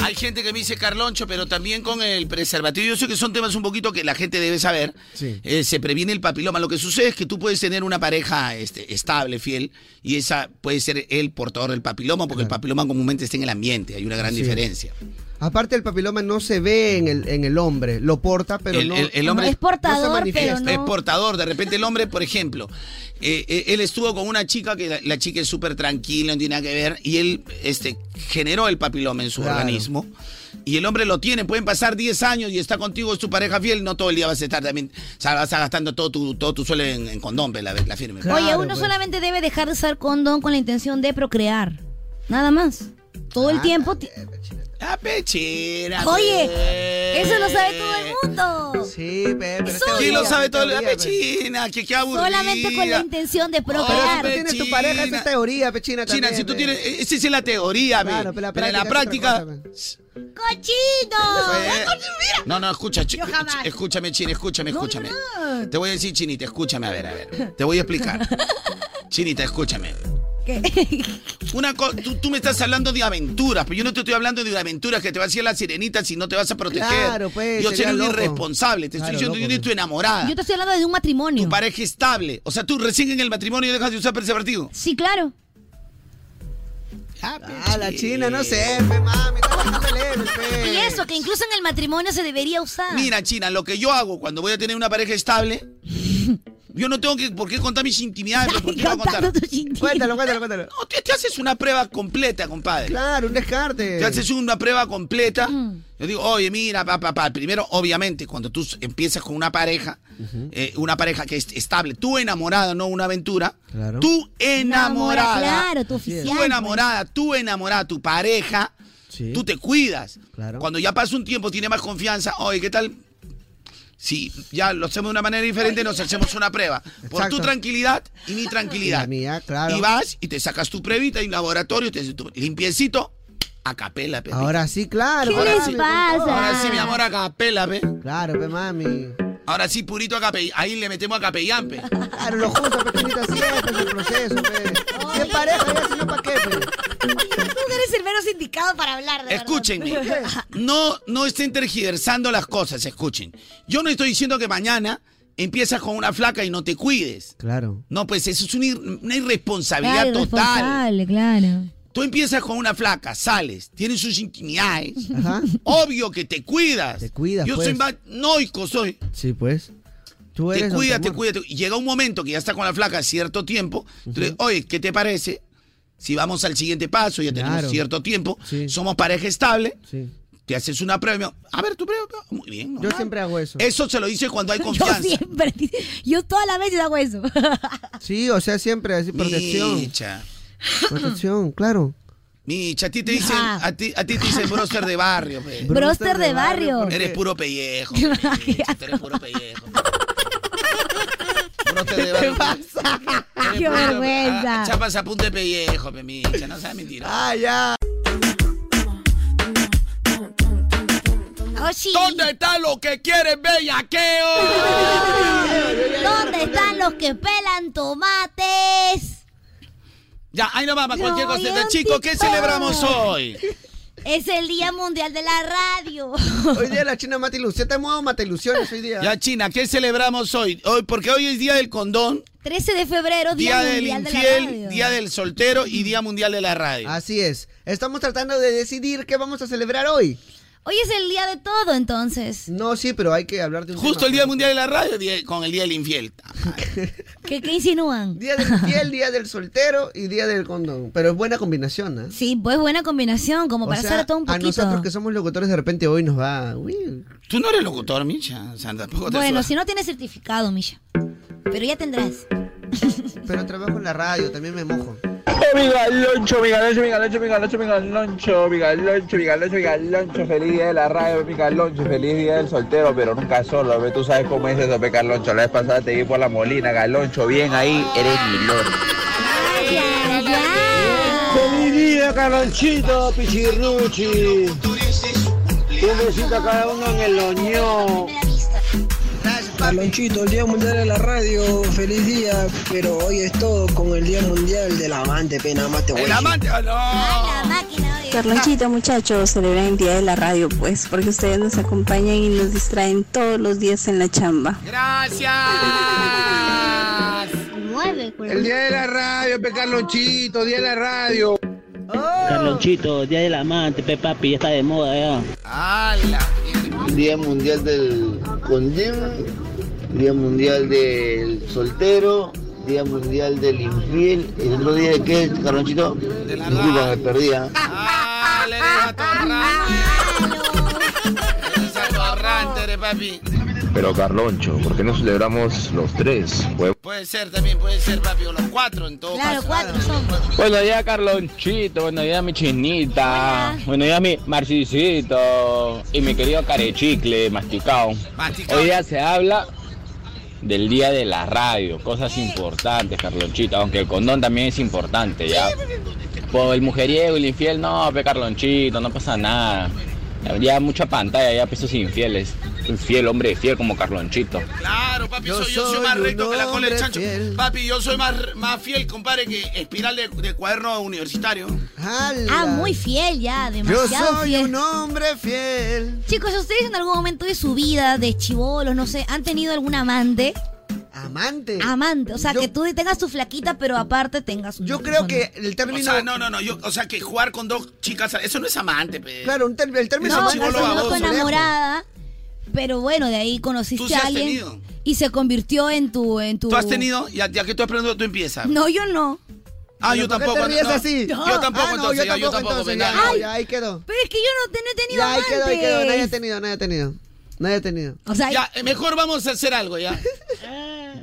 Hay gente que me dice Carloncho, pero también con el preservativo. Yo sé que son temas un poquito que la gente debe saber. Eh, se previene el papiloma. Lo que sucede es que tú puedes tener una pareja este, estable, fiel, y esa puede ser el portador del papiloma, porque el papiloma comúnmente está en el ambiente. Hay una gran Así es. diferencia. Aparte el papiloma no se ve en el, en el hombre. Lo porta, pero el, no. el- el hombre no se manifiesta. Es portador. De repente el hombre, por ejemplo, eh, eh, él estuvo con una chica que la, la chica es súper tranquila, no tiene nada que ver, y él este, generó el papiloma en su Claro. organismo. Y el hombre lo tiene, pueden pasar 10 años y está contigo, es tu pareja fiel, no todo el día vas a estar también, o sea, vas a estar gastando todo tu, todo tu suelo en, en condón, pe, la, la firme. Oye, uno solamente debe dejar de usar condón con la intención de procrear. Nada más. Todo el tiempo. ti- La pechera. eh, pues. Oye, eso lo sabe todo el mundo. Sí, pero. Es ¿Quién obvio. lo sabe todo? Ah, La pechina, que qué aburrida. Solamente con la intención de procrear. Pero si tú tienes tu pareja, esa es teoría, pechina. China, si tú tienes, pues. esa es la teoría, pe. Claro, pero la pero en la práctica es práctica, otra Eh, ¡Cochino! No, no, escucha, chi- Yo jamás. escúchame, Chini, escúchame, escúchame. Te voy a decir, Chinita, escúchame, a ver, a ver. Te voy a explicar. Chinita, escúchame. Una co- tú, tú me estás hablando de aventuras, pero yo no te estoy hablando de aventuras que te va a hacer la sirenita si no te vas a proteger. Claro, pues, yo soy sería un loco. irresponsable, te estoy Claro, diciendo loco, yo pues. soy tu enamorada. Yo te estoy hablando de un matrimonio. Tu pareja estable. O sea, tú recién en el matrimonio dejas de usar preservativo. Sí, claro. Ah, la china, no sé, pe, mami. Y eso, que incluso en el matrimonio se debería usar. Eh. Mira, China, lo que yo hago cuando voy a tener una pareja estable, yo no tengo que, por qué contar mis intimidades. pues, ¿por qué voy a contar? Cuéntalo, cuéntalo, cuéntalo. No, te, te haces una prueba completa, compadre. Claro, un descarte. Te haces una prueba completa. Yo digo, oye, mira, papá, primero, obviamente, cuando tú empiezas con una pareja, eh, una pareja que es estable, tú enamorada, no una aventura, Claro. tú enamorada, Claro, tu tú oficial. enamorada, tú enamorada, tu pareja, Sí. tú te cuidas. Claro. Cuando ya pasa un tiempo, tiene más confianza. Oye, ¿qué tal? Si ya lo hacemos de una manera diferente, nos hacemos una prueba. Por tu Exacto. tranquilidad y mi tranquilidad. Y la mía, claro. Y vas y te sacas tu previta en laboratorio, te haces tu limpiecito, a capela, pe. Ahora sí, claro. Ahora ahora sí. sí. Ahora sí, mi amor, a capela, pe. Claro, pe, mami. Ahora sí, purito a capellán. Ahí le metemos a capellán, pe. Claro, lo junto, pero tú siempre es el proceso, pe. Si es pareja, ya si no, ¿para qué, Tú eres el menos indicado para hablar, de Escúchenme, verdad. no, no estén tergiversando las cosas, escuchen. Yo no estoy diciendo que mañana empiezas con una flaca y no te cuides. Claro. No, pues eso es una, ir- una irresponsabilidad Claro, total. responsable, claro. Tú empiezas con una flaca, sales, tienes sus intimidades. Obvio que te cuidas. Te cuidas, Yo soy pues. más noico, soy. Sí, pues. Tú eres te don cuidas, Ramón. te cuidas. te- y Llega un momento que ya está con la flaca cierto tiempo. Entonces, oye, ¿qué te parece? Si vamos al siguiente paso, ya tenemos Claro. cierto tiempo, somos pareja estable, Sí. te haces una prueba. A ver, tu prueba. Muy bien. Yo normal. siempre hago eso. Eso se lo dice cuando hay Yo confianza. siempre, yo todas las veces hago eso. Sí, o sea, siempre así, protección. Micha, Protección, claro. Micha, a ti te dicen, a ti, a ti te dicen broster de barrio. pe. Broster de barrio. ¿por qué? Eres puro pellejo. pe, Micha, tú eres puro pellejo. Broster de barrio. Eres Qué puro- vergüenza. ah, Chapas a punta de pellejo, pe, Micha, no seas mentira. Ah, ya. ¿Dónde está lo que quiere bellaqueo? ¿Dónde están los que pelan tomates? Ya, ahí nomás, para cualquier No, cosita. ya Chicos, ¿qué empezó. celebramos hoy? Es el Día Mundial de la Radio. Hoy día la China mata ilusión. Te hemos dado mata ilusiones hoy día. Ya, China, ¿qué celebramos hoy? hoy? Porque hoy es Día del Condón, 13 de febrero, Día Día, del Mundial de la Infiel, Radio. Día del Soltero y Día Mundial de la Radio. Así es. Estamos tratando de decidir qué vamos a celebrar hoy. Hoy es el día de todo, entonces. No, sí, pero hay que hablar de un Justo el Día Mundial de la Radio día- con el Día del Infiel. ¿Qué, qué insinúan? Día del infiel, día del soltero y día del condón. Pero es buena combinación, ¿no? Sí, pues buena combinación, como O para sea, hacer todo un A nosotros poquito. que somos locutores de repente hoy nos va. uy. Tú no eres locutor, Micha. O sea, tampoco te Bueno, subas. si no tienes certificado, Misha. Pero ya tendrás. Eh, Pero trabajo en la radio, también me mojo. Mi galoncho, mi galoncho, mi galoncho, mi galoncho, mi galoncho, mi galoncho, mi galoncho, mi galoncho, feliz día de la radio, mi galoncho, feliz día del soltero, pero nunca solo, ve, tú sabes cómo es eso, pe galoncho, la vez pasada te vi por la molina, galoncho, bien ahí, eres mi loro. eh, Feliz día, Carlonchito, Pichirruchi. Un besito a cada uno en el oñón. Carlonchito, el Día Mundial de la Radio, feliz día, pero hoy es todo con el Día Mundial del Amante, pena más te voy a El decir. amante. ah, no. Carlonchito, muchachos, celebren el Día de la Radio, pues, porque ustedes nos acompañan y nos distraen todos los días en la chamba. Gracias. El día de la radio, pe Carlonchito, día de la radio. Carlonchito, día del amante, pe papi, ya está de moda ya. Día Mundial del Condón, Día Mundial del Soltero, Día Mundial del Infiel. ¿El otro día de qué, Carlonchito? Disculpa, me perdí. ¿ah? Eres atorrante, eres, papi. Pero Carloncho, ¿por qué no celebramos los tres? Puede ser también, puede ser, papi, o los cuatro en todo Claro, caso. cuatro son. Buenos días, Carlonchito. Buenos días, mi chinita. Buenos días, mi marcisito. Y mi querido carechicle, masticado. Masticao. Hoy día se habla del día de la radio. Cosas importantes, Carlonchito. Aunque el condón también es importante, ¿ya? Por el mujeriego y el infiel, no, pe Carlonchito, no pasa nada. Habría mucha pantalla, ya pesos infieles. Infiel, hombre fiel como Carlonchito. Claro, papi, soy, yo soy más recto que la cola del chancho. Papi, yo soy más, más fiel, compadre, que espiral de, de cuaderno universitario. Ah, muy fiel ya, Yo demasiado soy fiel. un hombre fiel. Chicos, ¿ustedes en algún momento de su vida, de chivolos, no sé, han tenido algún amante? Amante. Amante, o sea, que tú tengas tu flaquita, pero aparte tengas Yo creo que el O sea, no, no, no, yo, o sea, que jugar con dos chicas, eso no es amante, pe. Claro, un ter- el término No, amante eso es no amante. con lejos. enamorada, pero bueno, de ahí conociste Tú sí a has alguien tenido. y se convirtió en tu en tu ¿Tú has tenido? Ya, ya que tú has aprendido, tú empiezas. No, yo no. Ah, Pero yo ¿por qué tampoco. te ríes no. así? Yo tampoco, Ah, no, entonces, ya, yo tampoco. entonces, venga. ya, ya, ahí quedó. Pero es que yo no, te- no he tenido Ya, ahí amantes. quedó, ahí quedó. Nadie ha tenido, nadie ha tenido. Nadie ha tenido. ya, eh, mejor vamos a hacer algo, ya.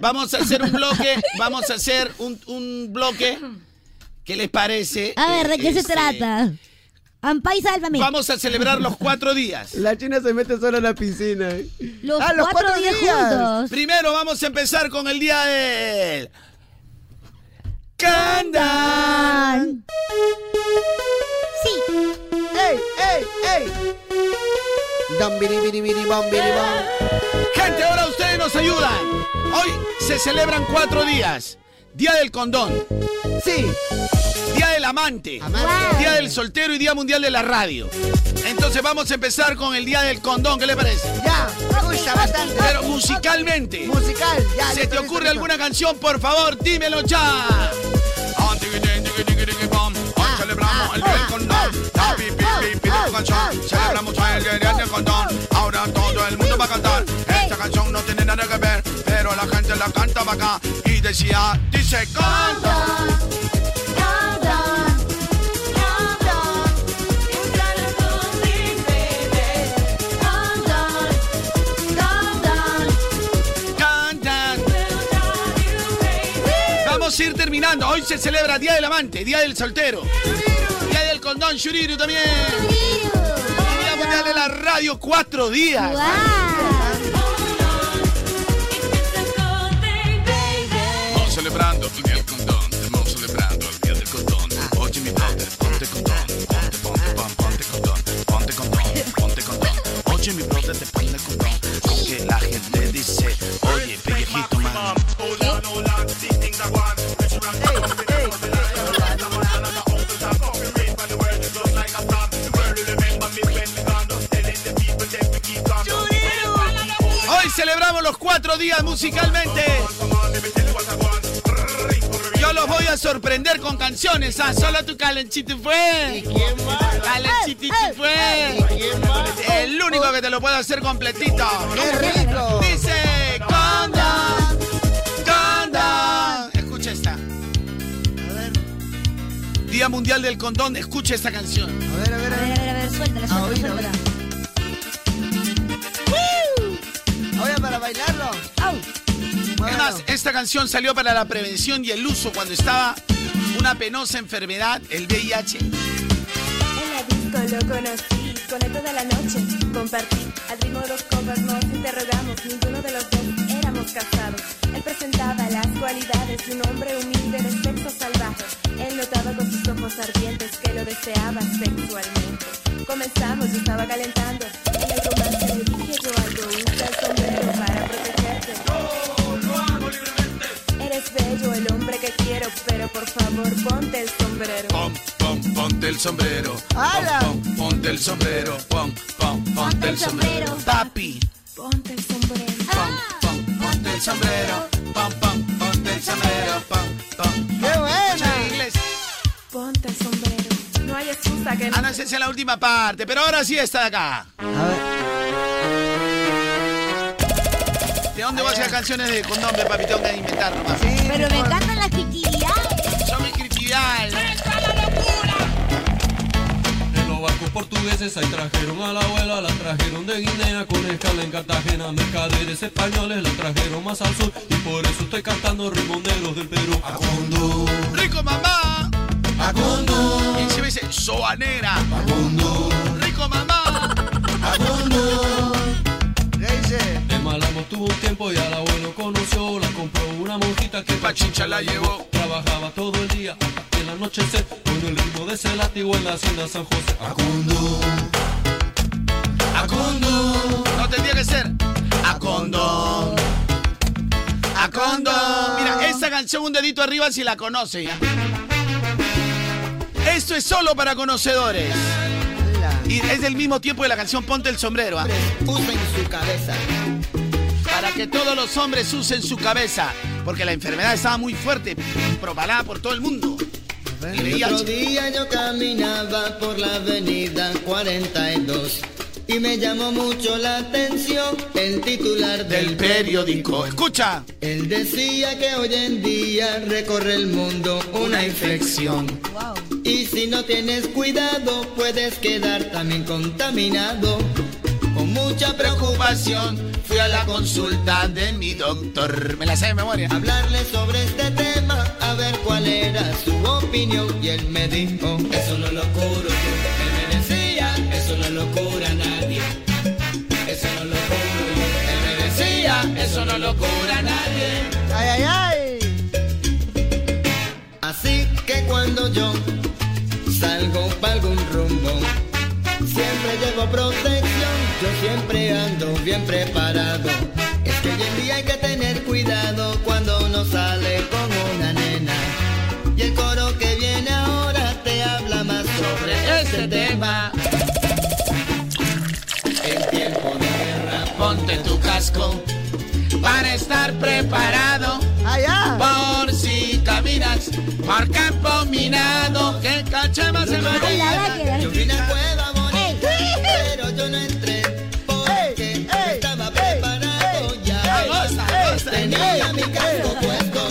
Vamos a hacer un bloque, vamos a hacer un, un bloque. ¿Qué les parece? A ver, ¿de qué se Este, trata? Ampay, sálvame. Vamos a celebrar los cuatro días. La China se mete sola a la piscina. ¿eh? Los Ah, los cuatro cuatro días días. juntos. Primero vamos a empezar con el día del... ¡Candan! Sí. ¡Ey, ey, ey! Dam, biri, biri, biri, bam, biri, bam. Gente, ahora ustedes nos ayudan. Hoy se celebran cuatro días. Día del condón. Sí. Día del amante. Día del soltero y Día Mundial de la Radio. Entonces vamos a empezar con el Día del condón. ¿Qué les parece? Ya, me gusta bastante. Pero musicalmente. Musical, ya. ¿Se te listo, listo, ocurre listo. alguna canción? Por favor, dímelo ya. Celebramos el día del condón. Ya, pi, pi, pi, pi, tu canción. Celebramos el día del condón. Ahora todo el mundo va a cantar. Esta canción no tiene nada que ver, pero la gente la cantaba acá y decía, dice condón. Cantan. Vamos a ir terminando. Hoy se celebra Día del Amante, Día del Soltero. Día del Condón, Shuriru también. Y Día Mundial de la Radio, cuatro días. Estamos celebrando el Día del Condón. Estamos celebrando el Día del Condón. Oye, mi brother, ponte condón. Ponte, ponte, pon, ponte condón. Ponte condón, ponte condón. Oye, mi brother, te pone condón. Aunque la gente dice, oye, pellejito, man. Hoy celebramos los cuatro días musicalmente. Yo los voy a sorprender con canciones. Ah, solo tu calenchito fue. Calenchito fue. El único que te lo puedo hacer completito. Dice, condón, condón. Escucha esta. Día Mundial del Condón. Escucha esta canción. A ver, a ver, a ver. A ver, suéltala, A suéltala, oír, a oír. suéltala. Ahora para bailarlo. Además, esta canción salió para la prevención y el uso cuando estaba una penosa enfermedad, el VIH. En la disco lo conocí, con él toda la noche compartí. Al ritmo dos copas nos interrogamos, ninguno de los dos éramos casados. Él presentaba las cualidades de un hombre humilde de sexo salvaje. Él notaba con sus ojos ardientes que lo deseaba sexualmente. Comenzamos, yo estaba calentando. En el combate le dije yo algo, usa el sombrero para protegerte. Eres bello, el hombre que quiero, pero por favor ponte el sombrero. Pom, pom, ponte el sombrero. ¡Hala! Pom, pom, ponte el sombrero. Pom, pom, ponte el sombrero. Papi. Ponte el sombrero. Ponte el sombrero. Pom, pom, ponte el sombrero. Pom, pom. ¡Qué Escucha en inglés. Ponte el sombrero. No hay excusa que no. Ah, no, esa es la última parte, pero ahora sí está de acá. ¿De dónde vas a sacar canciones de condón, de papi? Tengo que inventar nomás. Pero me encantan las fictividades. Son mis creatividades. En los barcos portugueses ahí trajeron a la abuela, la trajeron de Guinea con escala en Cartagena. Mercaderes españoles la trajeron más al sur y por eso estoy cantando rimoneros del Perú. A condón, Rico mamá. a condón, Y se me dice, sobanera. Rico mamá. a condón. El malambo tuvo un tiempo y al abuelo conoció, la compró una monjita que pachincha la llevó. Trabajaba todo el día hasta que en la noche se con el ritmo de ese látigo en la hacienda San José. A condón, A condón. No tendría que ser. A condón. A condón. Mira, esta canción un dedito arriba si la conoce ya. Esto es solo para conocedores. Y es del mismo tiempo de la canción Ponte el sombrero. ¿ah? Usen su cabeza. Para que todos los hombres usen su cabeza. Porque la enfermedad estaba muy fuerte, propalada por todo el mundo. El El VIH. otro día yo caminaba por la avenida 42 y me llamó mucho la atención el titular del periódico. Escucha. Él decía que hoy en día recorre el mundo una infección. Y si no tienes cuidado puedes quedar también contaminado. Con mucha preocupación Fui a la consulta de mi doctor. Me la sé de memoria. hablarle sobre este tema, a ver cuál era su opinión. Y él me dijo, eso no lo curo yo. Él me decía, eso no lo cura nadie. Eso no lo curo yo. Él me decía, eso no lo cura nadie. Ay, ay, ay. Así que cuando yo salgo para algún rumbo, siempre llevo protección Yo siempre ando bien preparado. Es que hoy en día hay que tener cuidado cuando uno sale con una nena. Y el coro que viene ahora te habla más sobre este tema. En tiempo de guerra, ponte tu casco para estar preparado. Por si caminas por campo minado, que cachema se maneja. Yo vine a cueva bonita, pero yo no entré porque no estaba preparado ya. Tenía mi casco puesto.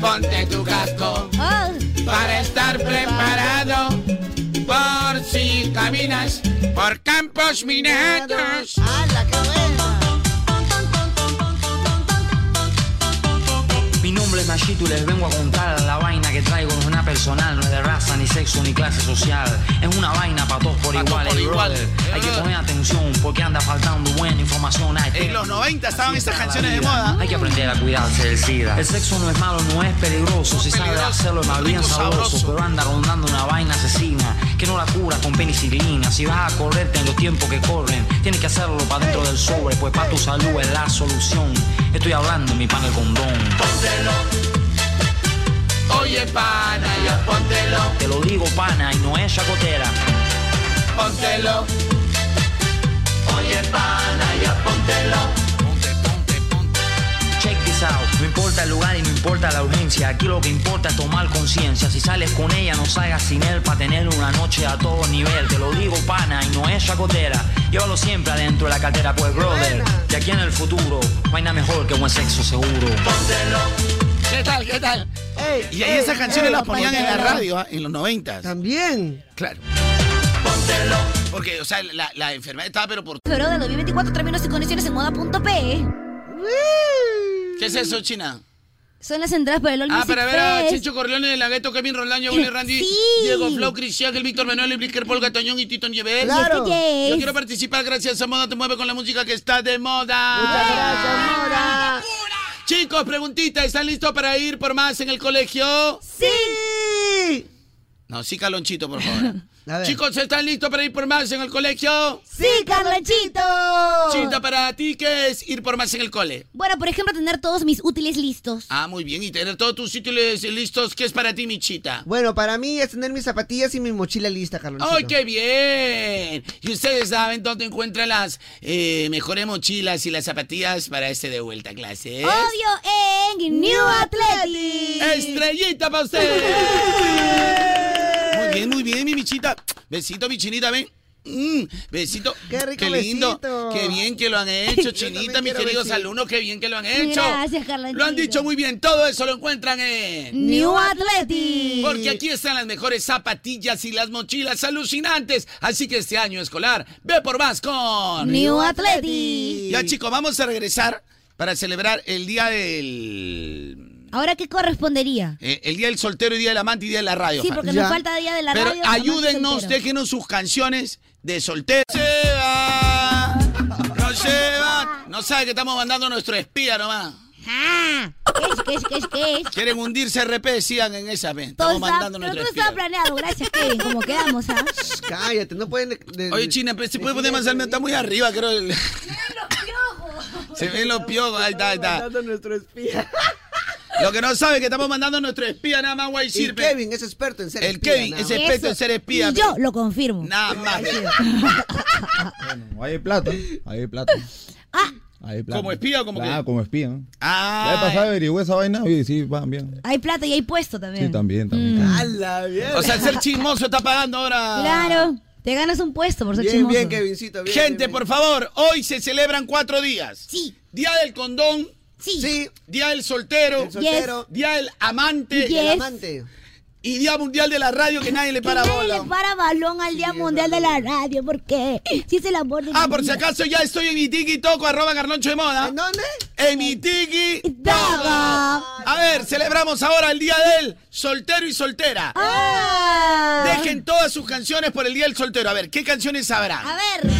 Ponte tu casco para estar preparado. Por si caminas por campos minados. Mi nombre es Machito y les vengo a contar la vaina que traigo no es una personal, no es de raza, ni sexo, ni clase social. Es una vaina para todos por Pa' todos igual. por eh, igual, brother. eh, Hay que brother. poner atención porque anda faltando buena información. Ay, En pero- los 90 estaban estas está la canciones de vida. moda. Hay que aprender a cuidarse del SIDA. El sexo no es malo, no es peligroso. si sabes hacerlo es más bien rico, sabroso, sabroso. Pero anda rondando una vaina asesina que no la cura con penicilina. Si vas a correrte en los tiempos que corren, tienes que hacerlo para dentro del sobre. Pues para tu salud es la solución. Estoy hablando, mi pan, el condón. Póntelo. Oye, pana, ya póntelo. Te lo digo, pana, y no es chacotera. Póntelo. Oye, pana, ya póntelo. Check this out, no importa el lugar y no importa la urgencia, aquí lo que importa es tomar conciencia, si sales con ella no salgas sin él para tener una noche a todo nivel, te lo digo pana y no es chacotera, llévalo siempre adentro de la cartera pues brother, de aquí en el futuro, no hay nada mejor que buen sexo seguro. ¿Qué tal? ¿Qué tal? y ahí esas canciones las ponían en la radio, ¿ah? en los 90. También. Claro. Póntelo. Porque, o sea, la, la enfermedad estaba pero por... Pero de 2024 términos y condiciones en moda.pe. ¿Qué es eso, China? Son las entradas para el All Ah, Music para ver a Fest. Chicho Corleone de la Gueto, Kevin Roldaño, Willy Randy, Diego Flow, Chris el Víctor Manuel, el Blicker, Paul Gatañón y Tito Nieves. Claro. Yes, yes. Yo quiero participar gracias a Moda Te Mueve con la música que está de moda. Muchas gracias, Moda. Chicos, preguntita, ¿están listos para ir por más en el colegio? ¡Sí! No, sí, Calonchito, por favor. Chicos, ¿están listos para ir por más en el colegio? ¡Sí, Carlanchito! Chita, para ti, ¿qué es ir por más en el cole? Bueno, por ejemplo, tener todos mis útiles listos. Ah, muy bien. Y tener todos tus sitios listos, ¿qué es para ti, mi chita? Bueno, para mí es tener mis zapatillas y mi mochila lista, Carlos. ¡Ay, qué bien! Y ustedes saben dónde encuentran las eh, mejores mochilas y las zapatillas para este de vuelta a clase. Obvio en New Athletic. ¡Estrellita para ustedes! Muy bien, muy bien, mi michita. Besito, mi chinita, ven. Mm, besito. Qué rico lindo. besito. Qué bien que lo han hecho, Yo chinita, también mis quiero queridos besito. alumnos. Qué bien que lo han hecho. Gracias, Carlanchito. Lo han dicho muy bien. Todo eso lo encuentran en New Athletic. Porque aquí están las mejores zapatillas y las mochilas alucinantes. Así que este año escolar, ve por más con New Athletic. Ya, chicos, vamos a regresar para celebrar el día del. Ahora, ¿qué correspondería? eh, el día del soltero y día del amante y día de la radio. Sí, Fan. porque nos falta día de la Pero radio. jamás ayúdennos, soltero. déjenos sus canciones de soltero. Se va, no se va. No sabe que estamos mandando a nuestro espía nomás. Ah, ¿Qué es, qué es, qué es, qué es? Quieren hundirse RP, sigan en esa, ven. Todo Estamos está, mandando a pero nuestro todo espía. estaba planeado, gracias, Kevin, como quedamos, ¿ah? Cállate, no pueden. Oye, China, pero se puede poner más alma, está muy arriba, creo. el- Se ven los piojos, ahí está, ahí está. nuestro espía. Lo que no sabe es que estamos mandando a nuestro espía nada más, Guay Sirpe. El Kevin es experto en ser el espía, Kevin nada es más. experto en Eso, ser espía. y pe. Yo lo confirmo. Nada más. Ahí hay plata, ahí hay plata. Ah, Ahí hay plata. ¿Como espía o como Claro, qué? como espía. ¿no? Ah. La vez pasada averigüé esa vaina y sí, van bien. Hay plata y hay puesto también. Sí, también, también. Mm. O sea, ser chismoso está pagando ahora. Claro, te ganas un puesto por ser Ah. Bien, chismoso. bien, Kevincito, bien, Gente, pues. por favor, hoy se celebran cuatro días. Sí. Día del condón. Sí. Día del soltero. El soltero. Día del amante. Yes. El amante. Y Día Mundial de la Radio que nadie le para Nadie bola. le para balón al Día Mundial de la Radio, porque si es el amor de Ah, mi por si vida. acaso ya estoy en mi tiki toco, arroba garnoncho de moda. ¿En dónde? En mi tiki toco. Toco. A ver, celebramos ahora el día del soltero y soltera. Ah. Dejen todas sus canciones por el día del soltero. A ver, ¿qué canciones habrá? A ver.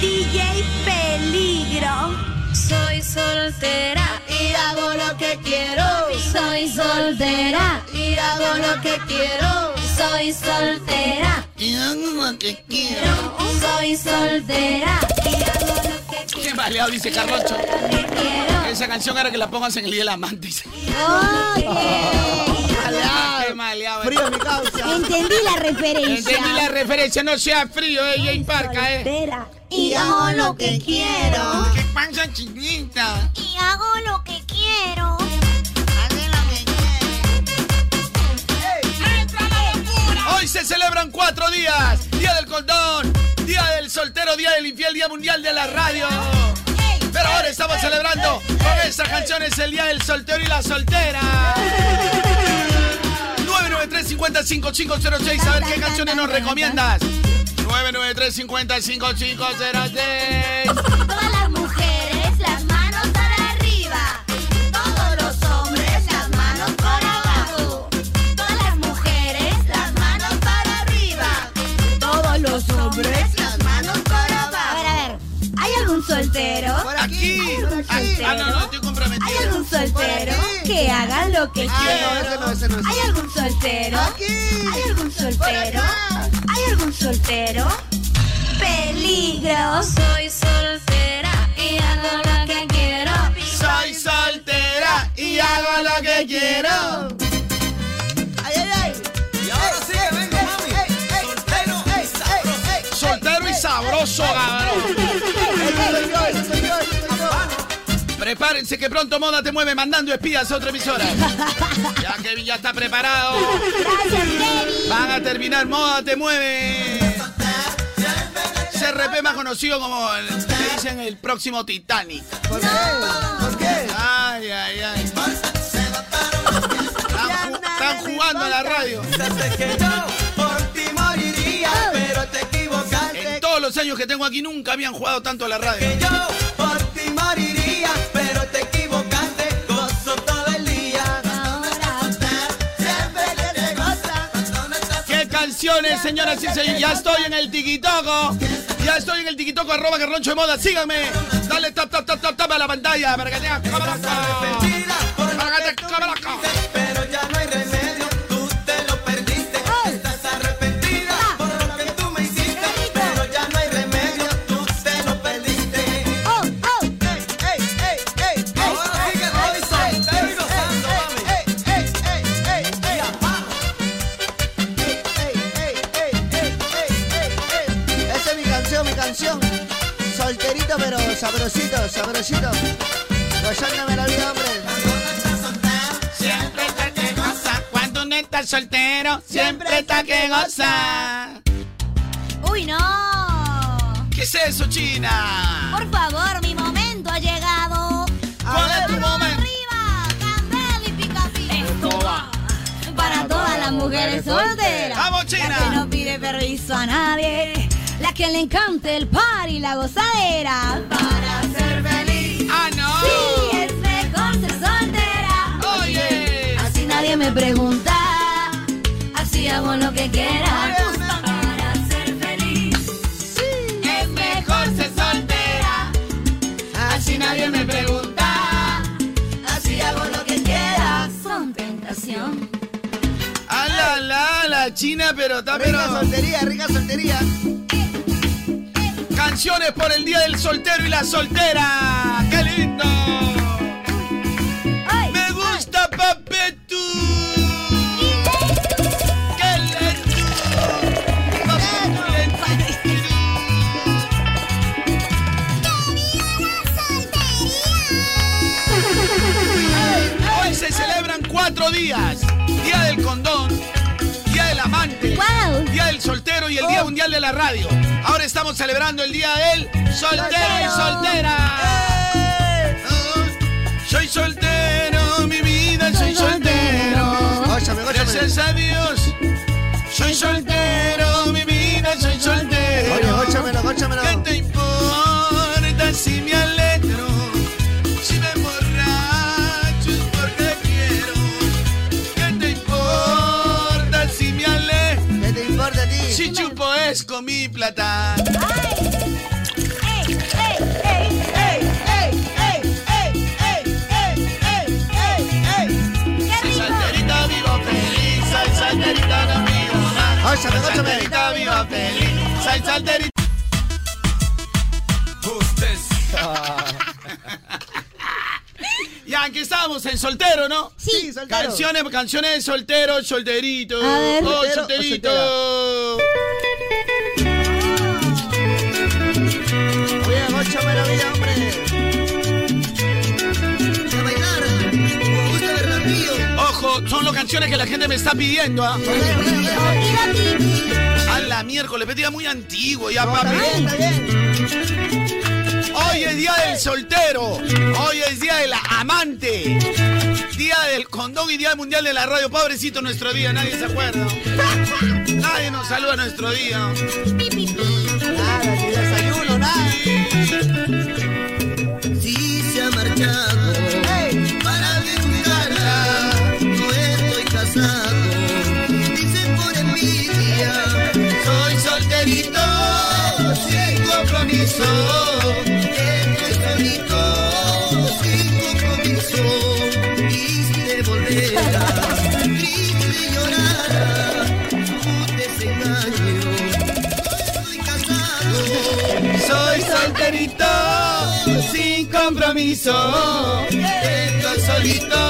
DJ Peligro. Soy soltera y hago lo que quiero. Soy soltera y hago lo que quiero. Soy soltera y hago lo que quiero. Soy soltera. Qué maleado dice Carloncho. Esa canción era que la pongas en el día del amante. Maleado, eh. qué maleado. Frío mi causa. Entendí la referencia. Entendí la referencia. No sea frío, eh, Jay Parca, eh. Y hago lo que quiero. Qué panza chiquita. Y hago lo que quiero. Hoy se celebran cuatro días. Día del condón, día del soltero, día del infiel, día mundial de la radio. Pero ahora estamos celebrando con estas canciones el día del soltero y la soltera. 993-50-5506, a ver qué canciones nos recomiendas. 993-50-5506. Todas las mujeres, las manos para arriba. Todos los hombres, las manos para abajo. Todas las mujeres, las manos para arriba. Todos los hombres, las manos para abajo. A ver, a ver. ¿Hay algún soltero? Por aquí. ¿Hay algún soltero? Ah, no, no, estoy comprometido. ¿Hay algún soltero que haga lo Ah, que quiera? ¿Hay algún soltero? ¿Hay algún soltero? ¿Hay algún soltero? Peligro. Soy soltera y hago lo que quiero. Soy soltera y hago lo que quiero. Ay, ay, ay. Y ahora sí, venga, mami. Soltero y sabroso. Soltero y sabroso, cabrón. Prepárense que pronto Moda te mueve mandando espías a otra emisora. Ya Kevin ya está preparado. Van a terminar Moda te mueve. CRP más conocido como el, le dicen el próximo Titanic. ¿Por qué? ¿Por qué? Ay, ay, ay. Están, ju- están jugando a la radio. En todos los años que tengo aquí nunca habían jugado tanto a la radio. pero te equivocaste. Gozo todo el día. ¿Qué canciones, señoras y señores? Ya estoy en el tiquitoco. Ya estoy en el tiquitoco, arroba carroncho de moda. Síganme. Dale tap, tap, tap, tap, tap a la pantalla para que tengas cámara acá. Para que tengas cámara acá. Pero ya no hay remedio, tú te lo perdiste. Estás arrepentida por lo que tú me hiciste. Pero ya no hay remedio, tú te lo perdiste. Oh, oh, ey, ey, ey, ey. Ahora sí que estoy soltero y gozando, mami. Ey, ey, ey, ey, ey. Ey, ey, ey, ey, ey, ey, ey. Esa es mi canción, mi canción. Solterito pero sabrosito, sabrosito. Gozándome la vida, hombre. Siempre está que goza. Cuando uno está soltero, siempre está que goza. ¡Uy, no! ¿Qué es eso, China? Por favor, mi momento ha llegado. ¿Cuál es tu momento? Para todas las mujeres solteras. ¡Vamos, China! La que no pide permiso a nadie. La que le encanta el par y la gozadera. Para ser feliz. ¡Ah, no! Sí, es mejor ser soltera. ¡Oye! Así nadie me pregunta. Así hago lo que quiera. Para ser feliz. Es mejor ser soltera. Así nadie me pregunta. Así hago lo que quiera. Son tentación. ¡A Ah, la, la, la China, pero está Rica pero- soltería, rica soltería. Canciones por el Día del Soltero y la Soltera. ¡Qué lindo! ¡Me gusta Papetú! ¡Qué lindo! Papetú, lindo. Hoy se celebran cuatro días. Día del condón, día del amante, día del soltero y el día mundial de la radio. Ahora estamos celebrando el día del soltero, y soltera. Soy soltero, mi vida, soy soltero. Gracias a Dios. Soy soltero, mi vida, soy soltero. Oye, góchamelo, ¿Qué te importa si me alegro? Si me emborracho es porque quiero. ¿Qué te importa si me alegro? ¿Qué te importa a ti? Si chupo es con mi plata. Soy solterita, vivo feliz. Soy solterita, no vivo más. Óchame, óchame. Salterita viva feliz. Sal, salterita. Ya, aquí estamos, en soltero, ¿no? Sí, soltero. Canciones, canciones de soltero, solterito. A ver. Oh, Soltero o solterito. Bien, óchame la vida, hombre. Ojo, son las canciones que la gente me está pidiendo, ¿ah? A la miércoles, pedía muy antiguo ya, papi. Hoy es día del soltero. Hoy es día de la amante. Día del condón y día mundial de la radio. Pobrecito nuestro día, nadie se acuerda. Nadie nos saluda nuestro día. Nada, ni desayuno, nada. Si se ha marchado para buscarla, no estoy casado. Dicen por envidia, soy solterito, sin compromiso. Estoy solito, sin compromiso. Triste volverá, triste llorará, un desengaño. Soy solterito, sin compromiso. Estoy solito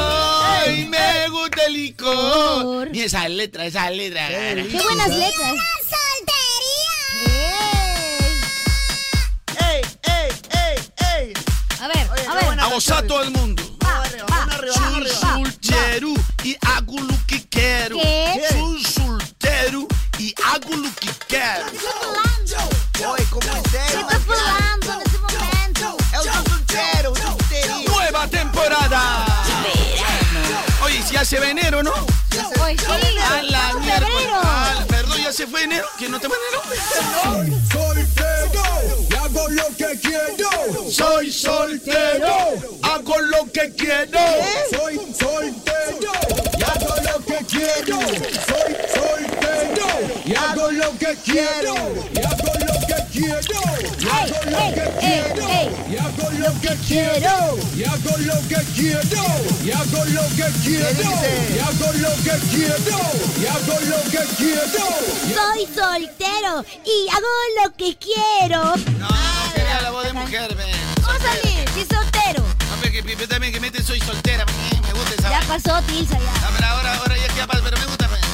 y me gusta el licor. Y esa letra, esa letra. Qué buenas letras. ¡Ey, ey, ey, ey! A ver, a ver. A gozar todo el mundo. Soltero y hago lo que quiero. ¿Qué? Soy soltero y hago lo que quiero. Oye, ¿cómo es eso? volando en este momento. Eu sou soltero, solterito. Nueva temporada. Oye, si ya se va enero, ¿no? Pues sí, A la estamos en miércoles. febrero. A la- Perdón, ya se fue enero. Que no te va enero. Soltero, y hago lo que quiero. Soy soltero, hago lo que quiero. Soy soltero, y hago lo que quiero. Soy soltero, y hago lo que quiero. Y hago lo que quiero. Y hago lo que quiero. Y hago lo que quiero. Y hago lo que quiero. Y hago lo que quiero. Y hago lo que quiero. Y hago lo que quiero. Soy soltero y hago lo que quiero. Ah, Quería la voz de mujer, ve. ¿Cómo salir? Si es soltero. No, pero que- pero también que mete soy soltera. Me me gusta esa. Ya vaina. pasó, Tilsa, ya. Ah, pero ahora, ahora ya queda paz, pero me gusta. pues.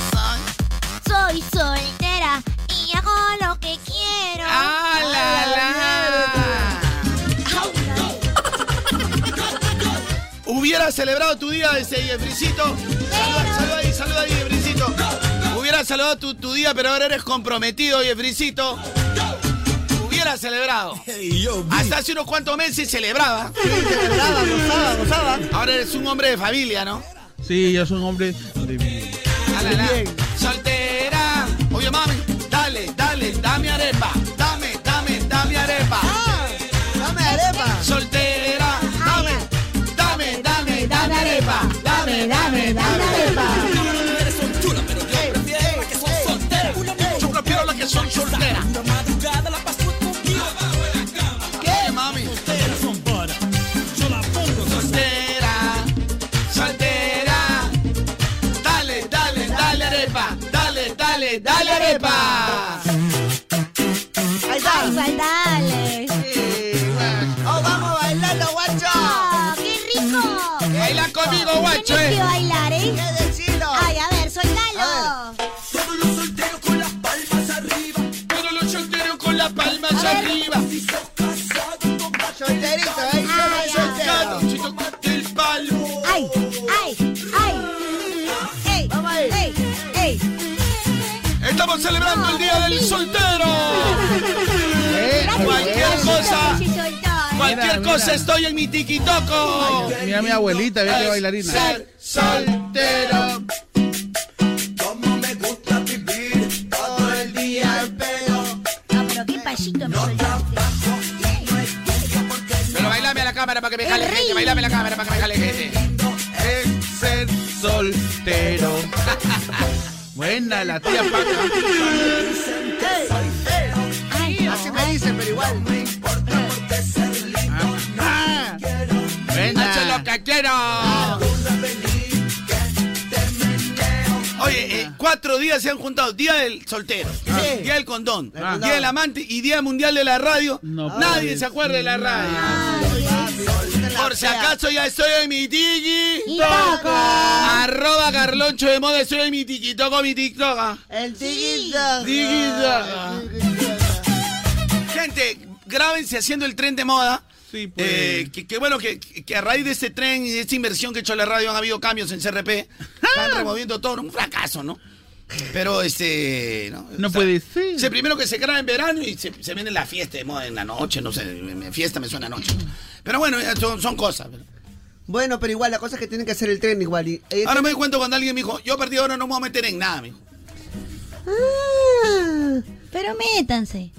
Soy soltera y hago lo que quiero. ¡Ah, la, Hubiera celebrado tu día ese Jeffreycito. Saluda, saluda ahí, saluda ahí, Jeffreycito. Hubiera celebrado tu, tu día, pero ahora eres comprometido, Jeffreycito. Hubiera celebrado. Hasta hace unos cuantos meses celebraba. celebraba, gozaba, gozaba. Ahora eres un hombre de familia, ¿no? Ah, Sí, ya soy un hombre de... Soltera. Oye, mami, dale, dale, dame arepa. Dame, dame, dame arepa. dame arepa. Soltera. Dame, dame, dame, dame arepa. Dame, dame, dame arepa. Mujeres son chulas, pero yo prefiero las que son solteras. Yo prefiero las que son solteras. La madrugada la paso contigo. ¿Qué, mami? Solteras son buenas. Yo la pongo soltera. Soltera. Dale, dale, dale arepa. Dale, dale, dale arepa. Ahí está. Ay, dale. ¡Oh, vamos a bailarlo, guacho! Oh, ¡Qué rico! Baila conmigo, guacho, Tienes que eh. bailar, ¿eh? ¡Qué decirlo! Ay, a ver, suéltalo. Todos los solteros con las palmas arriba. Todos los solteros con las palmas arriba. Si sos casado, Solterito, ¿eh? Soy soltero. Si tocaste el palo. ¡Ay, ay, ay! ¡Ey, ey, ey! Estamos celebrando el día del soltero. Eh, Gracias, Cualquier gracias, cosa, sí, soltó, ¿eh? cualquier cosa estoy en mi tiquitoco. Mira a mi abuelita, mira que Es bailarina. Ser soltero. como me gusta vivir todo el día al pelo. No, pero qué pasito me soltaste. Pero bailame a la cámara para que me jale El gente. rey. Bailame a la cámara para que me jale gente. Es ser soltero. Buena la tía Paca. Así me dicen, pero igual. Buena. Hace lo que quiero. Oye, Ah. eh, cuatro días se han juntado. Día del soltero, día del condón, Ah. día del amante y día mundial de la radio. Nadie se acuerda de la radio. Ah. Por si acaso ya estoy en mi tiki. toco. Arroba Carloncho de moda, estoy en mi tiki toco, mi tiktoka. El tiki Tiki toca. Gente, grábense haciendo el tren de moda. Eh, que, que bueno, que, que a raíz de este tren y de esta inversión que ha hecho la radio han habido cambios en CRP. Están removiendo todo, un fracaso, ¿no? Pero este. No, No puede ser. primero que se graba en verano y se, se viene la fiesta de moda en la noche, no sé, me- me- fiesta me suena a noche. Pero bueno, ya son, son cosas. Bueno, pero igual, la cosa es que tienen que hacer el tren igual. Y, eh, Ahora me doy cuenta cuando alguien me dijo, yo a partir de ahora no me voy a meter en nada, mijo. Ah, pero métanse.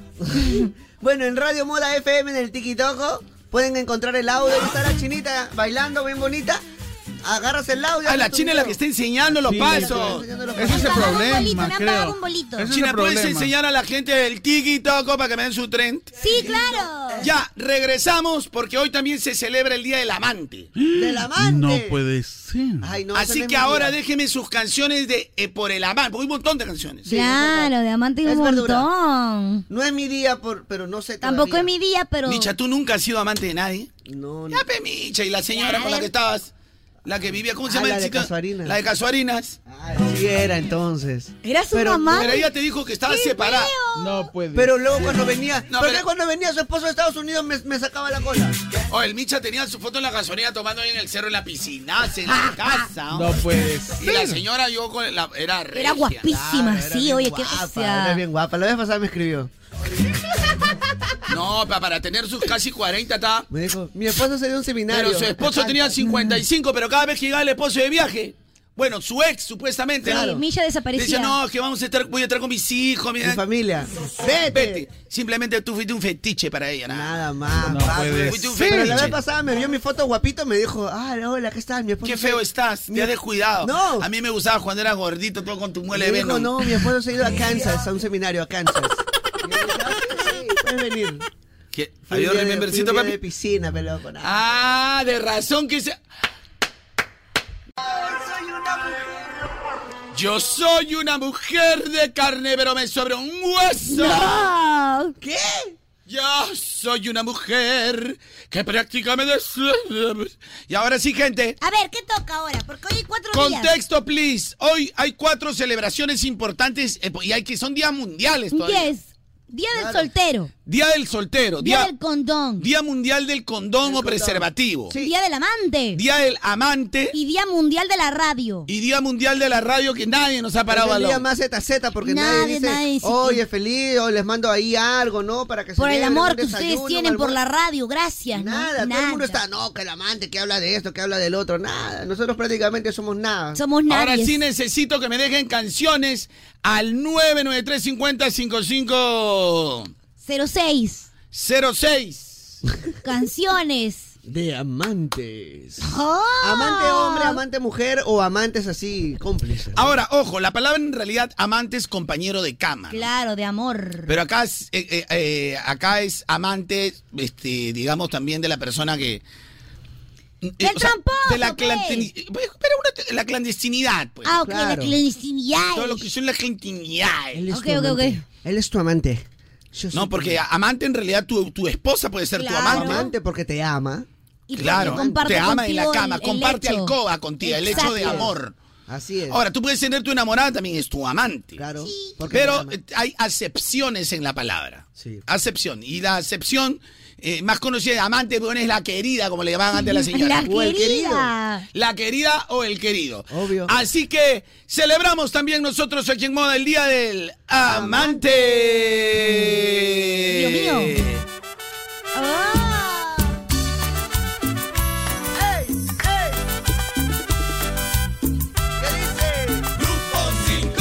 bueno, en Radio Moda FM, en el TikTok, pueden encontrar el audio. Ahí Está la chinita bailando bien bonita. Agarras el audio. Ah, la China es la que está enseñando los Sí, la pasos. que está enseñando los Ese pasos. es el Me han pagado un problema, bolito, me han creo. pagado un bolito. Ese es el China, ¿puedes problema. enseñar a la gente el tiki toco para que me den su tren? Sí, claro. Ya, regresamos porque hoy también se celebra el Día del Amante. Del amante. No puede ser. Así que ahora déjenme sus canciones de eh, Por el Amante, porque hay un montón de canciones. claro, de amante es un montón. No es mi día, por, pero no sé Tampoco todavía. es mi día, pero. Micha, ¿tú nunca has sido amante de nadie? No, Ya, pe, Micha, y la señora con la que estabas, la que vivía, ¿cómo se Ah, llama la de chica? Casuarinas. La de Casuarinas. Sí era entonces. Era su mamá. Pero ella te dijo que estaba ¡Qué separada. No puede. Pero luego cuando venía, No, porque pero- cuando venía su esposo de Estados Unidos me, me sacaba la cola. O Oh, el Micha tenía su foto en la gasolina tomando ahí en el cerro, en la piscina, en la casa. No puede Y la señora yo con la, era regia. Era guapísima, sí, oye, qué Ah, Era bestia. bien guapa. La vez pasada me escribió. No, pa- para tener sus casi 40 está. Me dijo, mi esposo se dio un seminario. Pero su esposo tenía 55, pero cada vez que llegaba el esposo de viaje, bueno, su ex supuestamente. Sí, Claro. Decía, Milla desaparecía. no, es que vamos a estar, voy a estar con mis hijos, mi, Mi familia. Vete. Simplemente tú fuiste un fetiche para ella, nada. más. No puede fuiste un Sí, pero la vez fetiche. pasada me vio mi foto guapito me dijo, ah, hola, ¿qué tal? Mi esposo Qué se- feo estás, te has descuidado. No. A mí me gustaba cuando era gordito, todo con tu muela Me de dijo, veneno. no, mi esposo se ha ido a Kansas, a un seminario a Kansas. Y yo dije, "Ah, sí, Puedes venir. ¿Qué? Fui un ¿Había un día de- fui un remembercito, día papi? de piscina, pelado, con Ah, de razón que se... Yo soy una mujer de carne, pero me sobra un hueso. ¿Qué? Yo soy una mujer que prácticamente... Y ahora sí, gente. A ver, ¿qué toca ahora? Porque hoy hay cuatro días. Contexto, please. Hoy hay cuatro celebraciones importantes eh, y hay que son días mundiales todavía. Yes. Día del soltero. Día del soltero, Día día, del condón. día mundial del condón o preservativo, Día del amante. día del amante Y Día Mundial de la Radio. y día mundial de la radio que nadie nos ha parado Es el balón. día más ZZ porque nadie, Nadie, dice, nadie dice oye, feliz, o les mando ahí algo, ¿no? Para que Por el celebren, amor un que ustedes desayuno, tienen un por la almuerzo. radio, gracias. ¿no? Nada, todo el mundo está, no, que el amante, que habla de esto, que habla del otro, nada. Nosotros prácticamente somos nada. Somos Ahora sí necesito que me dejen canciones al 993-50-5506. 06. Canciones. De amantes. Oh. Amante hombre, amante mujer o amantes así, cómplices. Ahora, ojo, la palabra en realidad amante es compañero de cama. Claro, de amor. Pero acá es, eh, eh, eh, acá es amante, este, digamos, también de la persona que... eh, ¡Del o sea, tramposo, de la, pues! clandestin- pues, pero una- la clandestinidad, pues. Ah, ok, la clandestinidad. Todo lo que son las clandestinidades. Él es tu amante. Él es tu amante. Yo soy No, tu porque amante en realidad tu, tu esposa puede ser tu Tu amante. amante porque te ama. claro, comparte te ama en contigo la el- cama, el comparte hecho. alcoba contigo, el hecho de Exacto. amor. Así es. Ahora, tú puedes tener tu enamorada, también es tu amante. Claro. Pero eh, hay acepciones en la palabra. Acepción. Y la acepción eh, más conocida de amante bueno, es la querida, como le llamaban antes a la señora. La O el querido. querida. La querida o el querido. Obvio. Así que celebramos también nosotros aquí en Moda el Día del Amante. Dios mío. Ah. Grupo 5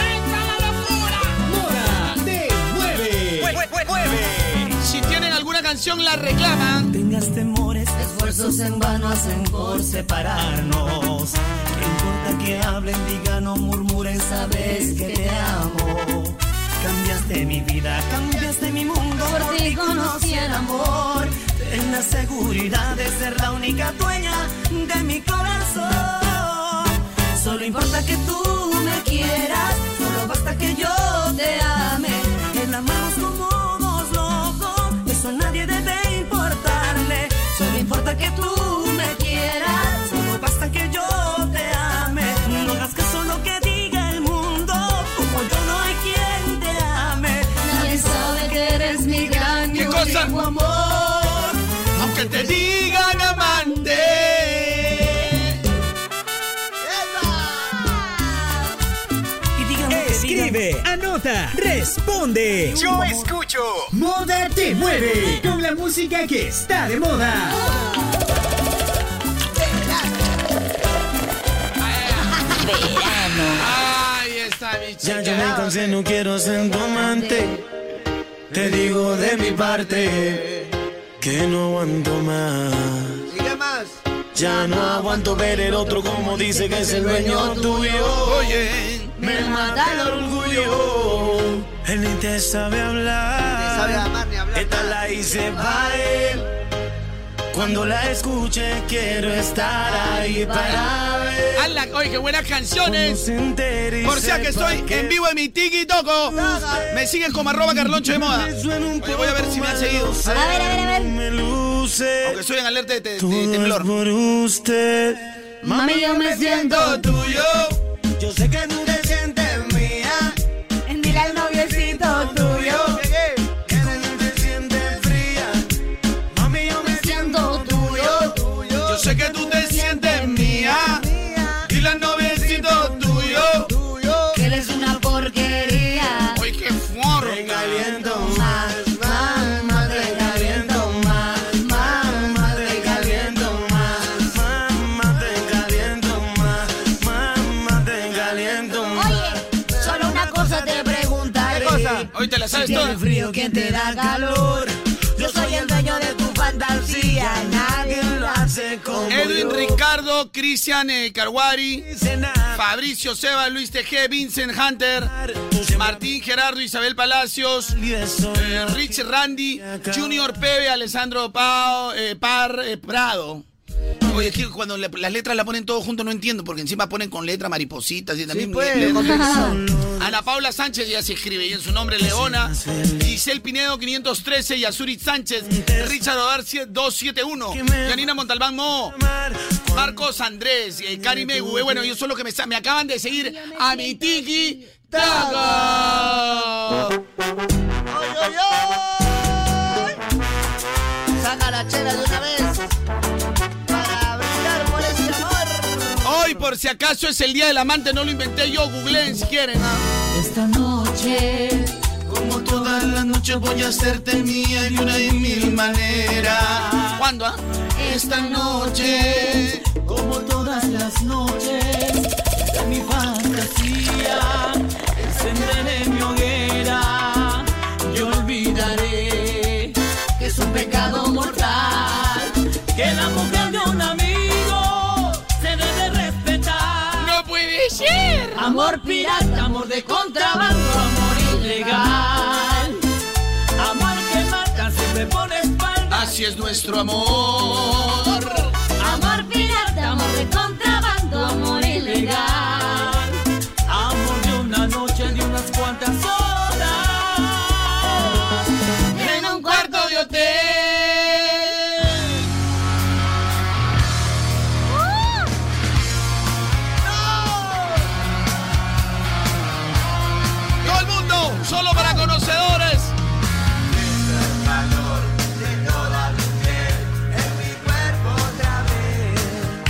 Entra la locura Moda te mueve. Si tienen alguna canción, la reclaman. Tengas temores, esfuerzos en vano hacen por separarnos. No importa que hablen, digan o murmuren, sabes que te amo. Cambiaste mi vida, cambiaste mi mundo, por ti conocí el amor. Ten la seguridad de ser la única dueña de mi corazón. Escribe, anota, responde. Yo escucho. Moda te mueve con la música que está de moda. Ahí está mi Ya chica. yo me cansé, no quiero ser tu amante. Te digo de mi parte que no aguanto más. Sigue más. Ya no aguanto ver el otro como dice que es el dueño tuyo. Oye, me mata el orgullo. Él ni te sabe hablar. Ni sabe amar, Esta la hice para él. Cuando la escuche quiero estar ahí para ver. ¡Hala! ¡Oye, qué buenas canciones! y Por si que sepa estoy que en vivo en mi tiki toco. Me siguen como arroba carloncho de moda. Oye, voy a ver si me han seguido. A ver, a ver, a ver. Aunque estoy en alerta de, de- de Todo temblor. es por usted. Mami, yo me siento tuyo. Yo sé que tú te sientes mía. Dile al noviecito tuyo. Que tú te sientes fría. Mami, yo me siento tuyo. Yo sé que tú te sientes mía. Dile al noviecito tuyo. Que eres una porquería. Uy, qué forro. Te caliento más, más, más. Te caliento más, más, más. Te caliento más, más, más. Te caliento más, más, más. Te caliento más. Oye, solo una cosa te preguntaré. ¿Qué cosa? Hoy te la sabes si tienes toda. frío, ¿quién te da calor? Yo soy el dueño de tu fantasía. Nadie lo hace como Edwin yo. Ricardo, Cristian eh, Carguari, Fabricio Seba, Luis TG, Vincent Hunter, Martín Gerardo, Isabel Palacios, eh, Rich Randy, Junior Pebe, Alessandro Pao, eh, Par eh, Prado. Oye, es que cuando le- las letras las ponen todo junto no entiendo, porque encima ponen con letra maripositas y también... pues. le- le- Ajá. Ana Paula Sánchez ya se escribe y en su nombre Leona, Giselle Pinedo 513, Yasurit Sánchez, Richard Odarcia 271, Janina Montalbán Mo, Marcos Andrés, eh, Karim Egue. Bueno, yo solo que me, sa- me acaban de seguir a mi Tiki Taco. Saca la chela de una vez para brindar por ese amor. Hoy, por si acaso es el día del amante, no lo inventé yo, googleen si quieren. ah. Esta noche, como todas las noches, voy a hacerte mía de una y mil maneras. ¿Cuándo? ah? Esta noche, como todas las noches, en mi fantasía encenderé mi hoguera y olvidaré que es un pecado mortal que la mujer de un amigo se debe respetar. ¡No puede ser! Amor pirata, amor de contrabando, amor ilegal. Amor que mata, siempre pone espalda. Así es nuestro amor. Amor pirata, amor de contrabando, amor ilegal. Amor de una noche, de unas cuantas horas. En un cuarto de hotel. Todo el mundo, solo para conocedores.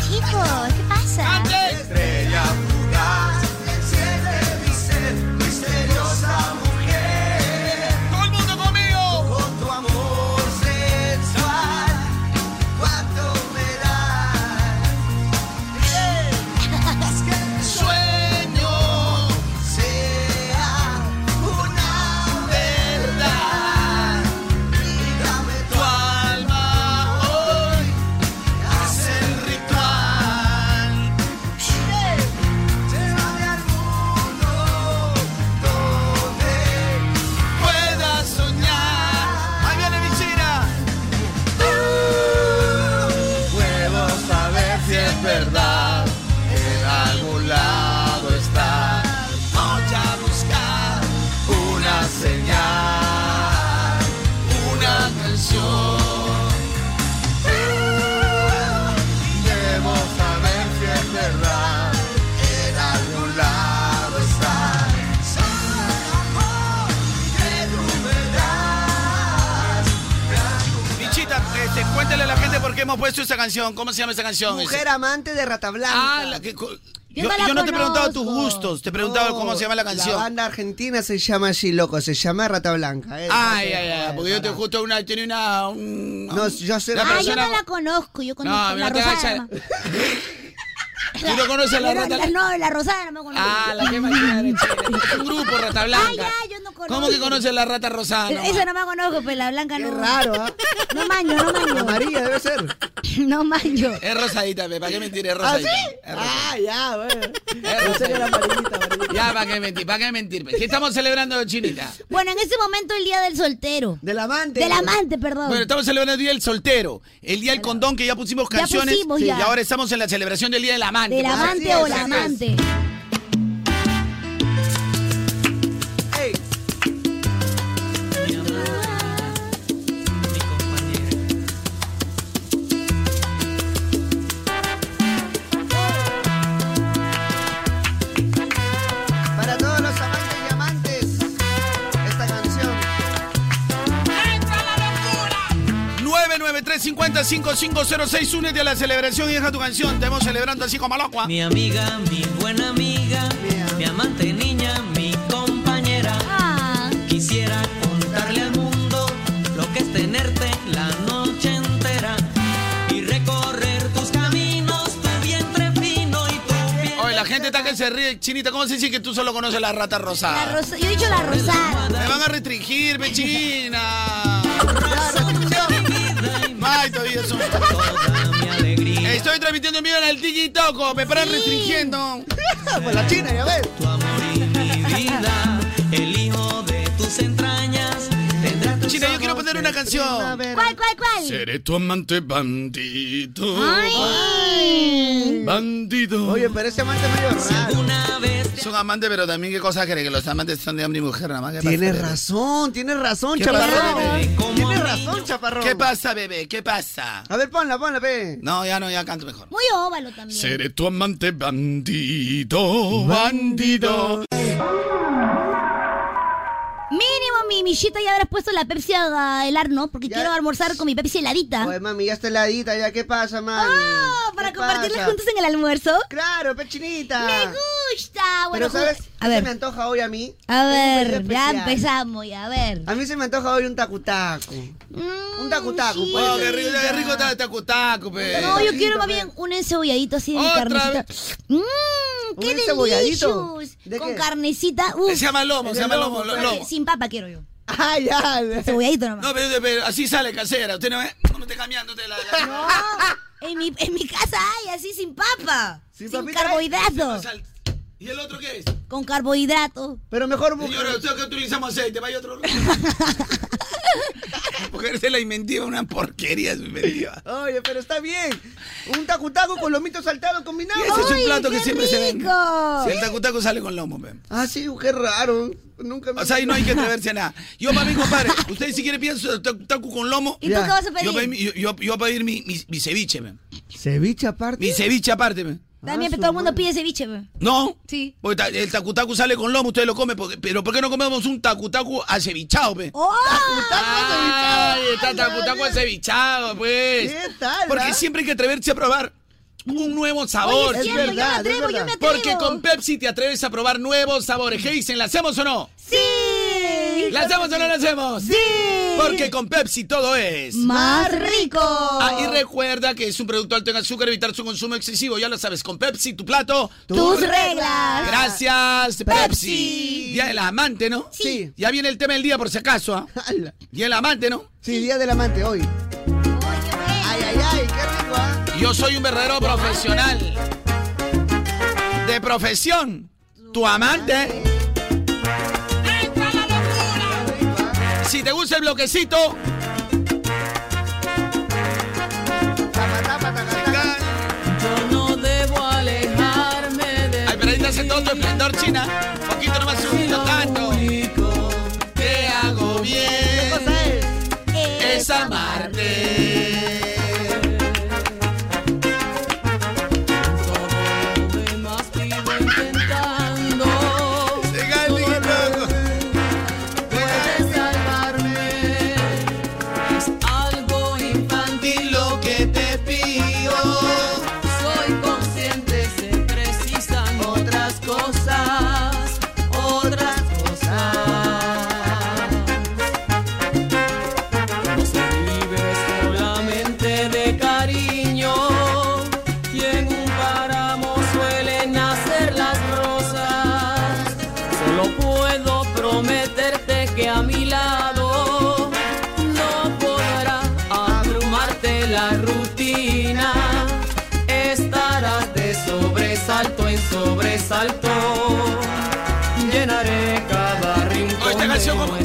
Chicos, ¿qué pasa? Ah, Estrella fugaz, enciende mi sed, misteriosa mujer. ¡Todo el mundo conmigo! Con tu amor sensual, cuánto me das. Que el sueño sea una verdad. Y dame tu alma hoy, haz el ritual. Llévame al mundo donde pueda soñar. Ahí viene mi china. Puedo saber si es verdad. En algún lado está. Voy a buscar Una señal. una canción. Debo saber si es verdad. En algún lado está. Michita, este, cuéntale a la gente por qué hemos puesto esa canción. ¿Cómo se llama esa canción? Mujer Ese- amante de rata blanca. Ah, la que co- Yo, yo no te he preguntado tus gustos, te he preguntado cómo se llama la canción. La banda argentina se llama así, loco, se llama Rata Blanca. eh. Ay, ay, ay, porque yo te justo una, tenía una, un- No, yo sé. La ah, yo persona- no la conozco, yo conozco No, la no te rosada. vayas. nomás. ¿Tú no conoces la Pero Rata la- No, la rosada no me conozco. Ah, la que más Un grupo, Rata Blanca. ¿Cómo que conoces la Rata Rosada? Eso nomás? Esa no me conozco, pero la blanca no. Es raro, ¿ah? No maño, no maño. María debe ser. No maño. Es rosadita, pe, ¿para qué mentir? Es rosadita. Ah, ya, bueno. Es rosadita. Ya, ¿para qué mentir? ¿Para qué mentir? pe? ¿Qué estamos celebrando, Chinita? Bueno, en ese momento el día del soltero. Del amante. Del amante, perdón. Bueno, estamos celebrando el Día del Soltero, el Día del Condón, que ya pusimos Ya canciones. pusimos, y ya. ahora estamos en la celebración del Día del Amante. del Pues, amante así o es, la así es. amante. Para todos los amantes y amantes, esta canción. 993-50-5506, únete a la celebración y deja tu canción. Te vamos celebrando así como loco. ¿ah? Mi amiga, mi buena amiga, mi amante niña, mi compañera. Ah, Quisiera contarle al mundo lo que es tenerte la noche entera y recorrer tus caminos, tu vientre fino y tu piel. Oye, la gente está que se ríe. Chinita, ¿cómo se dice que tú solo conoces la rata rosada? La rosa- yo he dicho la rosada. Me van a restringir, pe, China. Ay, todavía son. Estoy transmitiendo en vivo en el TikTok, me paran restringiendo. Pues la China, ya ves. vida, el hijo de tus entrañas. China, yo quiero poner una canción. ¿Cuál, cuál, cuál? Seré tu amante bandido. Ay. Bandido. Oye, pero ese amante medio raro. Son amantes, pero también qué cosa cree que los amantes son de hombre y mujer, nada más. Tienes razón, tienes razón, ¿Qué chaparrón. pasa, bebé? Tienes razón, chaparrón. ¿Qué pasa, bebé? ¿Qué pasa? A ver, ponla, ponla, ve. No, ya no, ya canto mejor. Muy óvalo también. Seré tu amante bandido, bandido. Mínimo mi michita ya habrás puesto la Pepsi a helar, ¿no? Porque quiero almorzar con mi Pepsi heladita. Oye, mami, ya está heladita, ya, ¿qué pasa, Pues, mami? Ah. Oh, para compartirla juntos en el almuerzo. Claro, pechinita. Me gusta. Bueno, Pero, ¿sabes? ju- A ver. se me antoja hoy a mí? A Tengo ver, un ya especial. empezamos, ya, a ver. A mí se me antoja hoy un tacutaco. un tacutaco, Mm, sí. pues. Oh, qué rico, qué rico está el tacutaco, pe. No, yo quiero más bien un encebolladito así de mi Otra carnecita. Mmm, qué encebolladito? delicios. Con carnecita. Eh, Se llama lomo, se llama De lomo, lo- porque lomo. Sin papa quiero yo. Ah, ya. Encebolladito nomás. No, pero, pero así sale casera. Usted no ve. No, Oh, en mi, en mi casa hay así sin papa. Sin, carbohidratos. ¿Y el otro qué es? Con carbohidratos. Pero mejor Señora, usted que utilizamos aceite, vaya otro. Porque se la inventiva una porquería, es inventiva. Oye, pero está bien. Un tacutaco con lomitos saltados combinados. Ese es un plato que siempre se vende. Si el Sí. tacutaco sale con lomo, pe. Ah, sí, qué raro. Nunca me O sea, ahí no hay que atreverse a nada. Yo, para mí, compadre, ustedes si quieren piden su tacu tacu con lomo. ¿Y tú Ya. qué vas a pedir? Yo, pa' mí- yo, yo- yo voy a pedir mi, mi, mi ceviche, pe. Ceviche aparte. Mi ceviche aparte, pe. También todo el mundo pide ceviche. pues. pe. ¿No? Sí. Porque ta- el tacutacu sale con lomo, ustedes lo comen. porque- pero ¿por qué no comemos un tacutacu acevichado, pe? ¡Oh! Ay, está tacutaco acevichado, pues. ¿Qué tal, Porque ah? siempre hay que atreverse a probar un nuevo sabor. Oye, es Es cierto, yo me verdad, atrevo, es verdad. yo me atrevo. Porque con Pepsi te atreves a probar nuevos sabores. Heisen, ¿la hacemos o no? ¡Sí! ¿La hacemos o no la hacemos? ¡Sí! Porque con Pepsi todo es... ¡Más rico! Ah, y recuerda que es un producto alto en azúcar, evitar su consumo excesivo. Ya lo sabes, con Pepsi, tu plato. Tus reglas. Gracias, Pepsi. Día del amante, ¿no? Sí. Ya viene el tema del día, por si acaso. ¿ah? Día del amante, ¿no? Sí, día del amante hoy. Ay, ay, ay, qué rico, ¿ah? Yo soy un verdadero profesional. De profesión, tu amante. Si te gusta el bloquecito. Yo no debo alejarme de Ay, pero ahí te hace todo tu esplendor, China. Poquito nomás, un poquito tanto. Te hago bien. Es amarte. más vivo intentando. Puedes salvarme. Es algo infantil lo que te pido. Soy consciente, se precisa sobresaltó. Llenaré cada rincón esta canción, ¿cómo,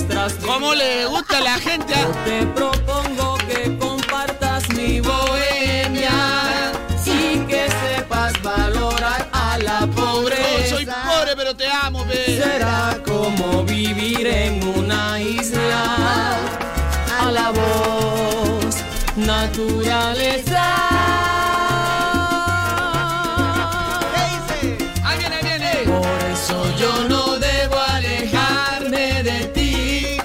cómo le gusta a la gente? ah? Te propongo que compartas mi bohemia y que sepas valorar a la pobreza. Oh, soy pobre, pero te amo, ve. Será como vivir en una isla a la voz naturaleza. Ahí viene, ahí viene. Por eso yo no debo alejarme de ti.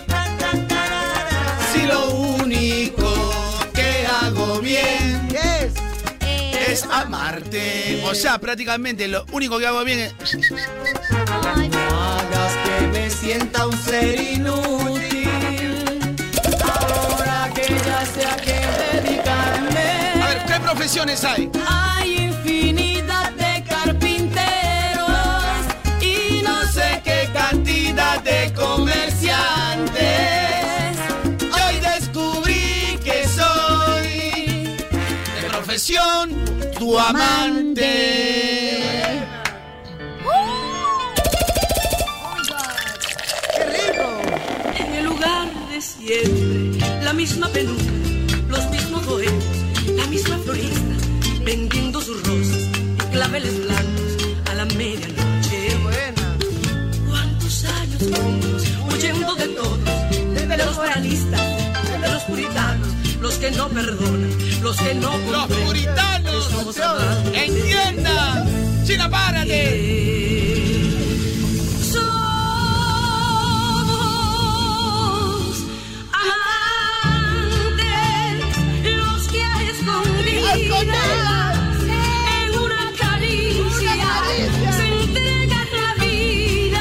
Si lo único que hago bien es amarte. O sea, prácticamente lo único que hago bien es. hagas que me sienta un ser inútil. Ahora que ya sé a qué dedicarme. A ver, ¿qué profesiones hay? Hay infinidad de carpinteros y no sé qué cantidad de comerciantes. Hoy descubrí que soy de profesión tu amante. En el lugar de siempre, la misma penumbra, los mismos bohemios, la misma florista, vendiendo sus rosas y claveles blancos a la medianoche. ¿Cuántos años juntos, huyendo de todos, de los moralistas, de los puritanos, los que no perdonan, los que no ¡Los comprenden? puritanos! Estamos hablando de- ¡Entienda! ¡China, párate! Somos amantes los que a escondidas en una caricia se entregan la vida.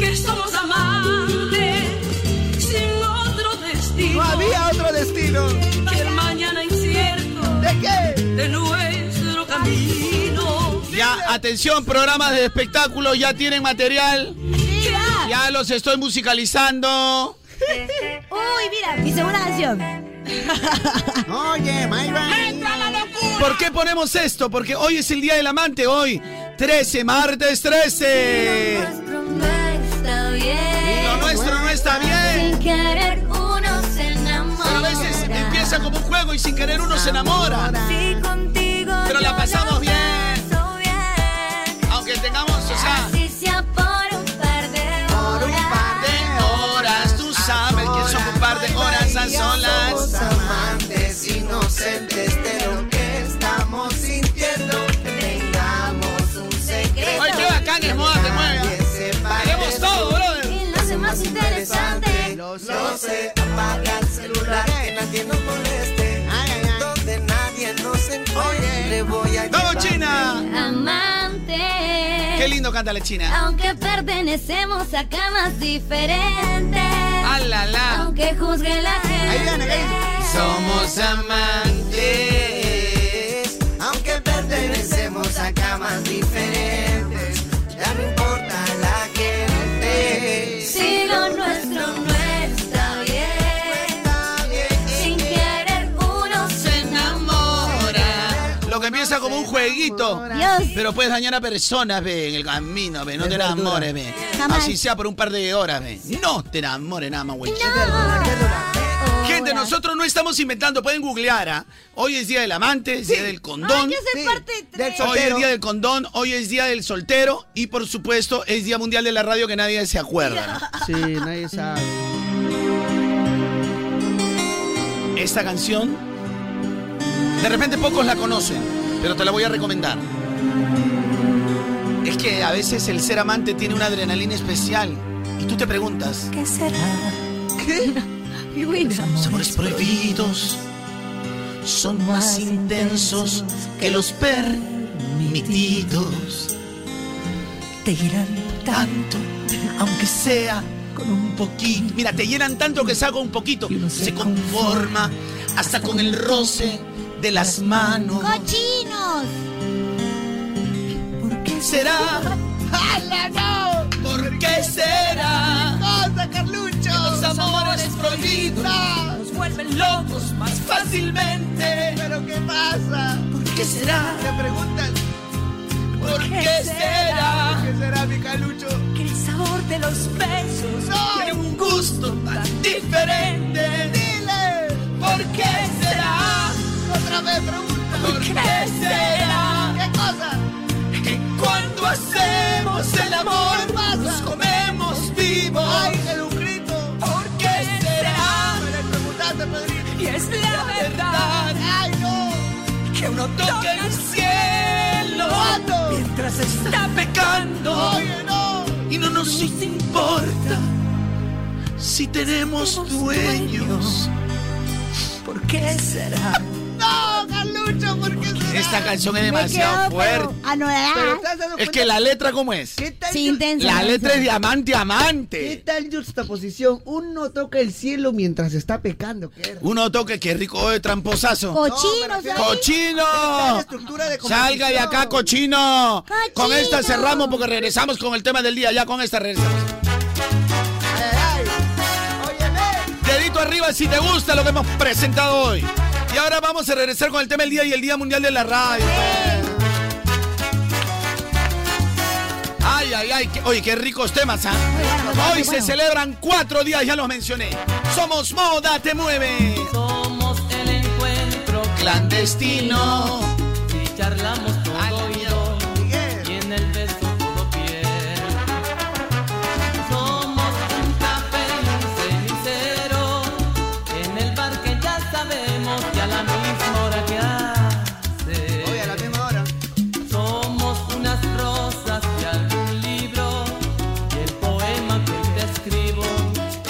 Que somos amantes sin otro destino. No había otro destino. Que el mañana incierto de qué? De nuestro camino. Ya, atención, programas de espectáculos ya tienen material. Ya los estoy musicalizando. Uy, mira, mi segunda canción. Oye, ¿Por qué ponemos esto? Porque hoy es el Día del Amante, hoy. 13, martes 13. Está bien. Lo nuestro no está bien. Sin querer uno se Pero enamora. a veces empieza como un juego y sin querer uno se enamora. Si contigo Pero la yo pasamos lo bien. paso bien. Aunque tengamos, o sea, Así sea por un par de horas. Por un par de horas, tú sabes que son un par de horas a solas. amantes inocentes de lo que estamos sintiendo. Tengamos un secreto. Ay, qué bacán es moda, te mueve. Queremos todo, brother. Y lo hace más interesante. Lo sé, apaga el celular, que nadie nos moleste. Donde nadie nos encuentre, voy a ¡Vamos, China! Amante. Qué lindo canta la China. Aunque pertenecemos a camas diferentes. Ah, la, la. Aunque juzgue la gente. Somos amantes, aunque pertenecemos a camas diferentes. Ya no importa la gente. Si lo nuestro no está bien. Sin querer uno se enamora. Lo que empieza como un jueguito. Pero puedes dañar a personas, ve, en el camino, ve. No te enamores, ve. Así sea por un par de horas, ve. No te enamores nada más, güey. Gente, nosotros no estamos inventando, pueden googlear, ¿ah? Hoy es día del amante, es día del condón. Hoy Del es soltero. día del condón, hoy es día del soltero y por supuesto es día mundial de la radio que nadie se acuerda. Sí, nadie sabe. ¿no? Esta canción, de repente pocos la conocen, pero te la voy a recomendar. Es que a veces el ser amante tiene una adrenalina especial y tú te preguntas, ¿Qué será? ¿Qué? Los amores prohibidos son más intensos que los permitidos. Te llenan tanto, aunque sea con un poquito. Mira, te llenan tanto que saco un poquito. Se conforma hasta con el roce de las manos. ¡Cochinos! ¿Por qué será? ¡Hala, no! ¿Por qué será? ¡Cosa, Carlucho! Los amores prohibidos nos vuelven locos más fácilmente. ¿Pero qué pasa? ¿Por qué será? Te preguntan. ¿Por ¿Qué será? ¿Qué será, mi calucho? Que el sabor de los besos tiene un gusto tan diferente. Dile, ¿por qué será? Otra vez pregunta. ¿Por qué será? ¿Qué cosa? Que cuando hacemos el amor nos comemos Oh. vivos. Ay, Jesucristo. ¿Por qué Ah. será? Y es la verdad. Ay, no. Que uno toca el cielo mientras está pecando. Y no nos importa si tenemos dueños. ¿Por qué será? no, Carlucho, ¿por qué será? Esta canción es Me demasiado quedo, pero fuerte. anodada. Pero ¿te has dado Es cuenta? que la letra, ¿cómo es? Sí, intensa. La letra es intensa. diamante, diamante. ¿Qué tal esta posición? Uno toca el cielo mientras está pecando. ¿Qué? Uno toque, qué rico, de tramposazo. Cochino, ¿sabes? ¡Cochino! Estructura de ¡Salga de acá, cochino! ¡Cochino! Con esta cerramos porque regresamos con el tema del día. Ya con esta regresamos. Dedito arriba si te gusta lo que hemos presentado hoy. Y ahora vamos a regresar con el tema del día y el Día Mundial de la Radio. Ay, ay, ay. qué- oye, qué ricos temas, ¿ah? Hoy se celebran cuatro días, ya los mencioné. Somos Moda Te Mueve. Somos el encuentro clandestino. Y charlamos todo oído. Y en el beso todo piel. Somos un café y un cenicero. En el bar que ya sabemos que a la misma hora que hace. Hoy a la misma hora. Somos unas rosas de algún libro. Y el poema que te escribo.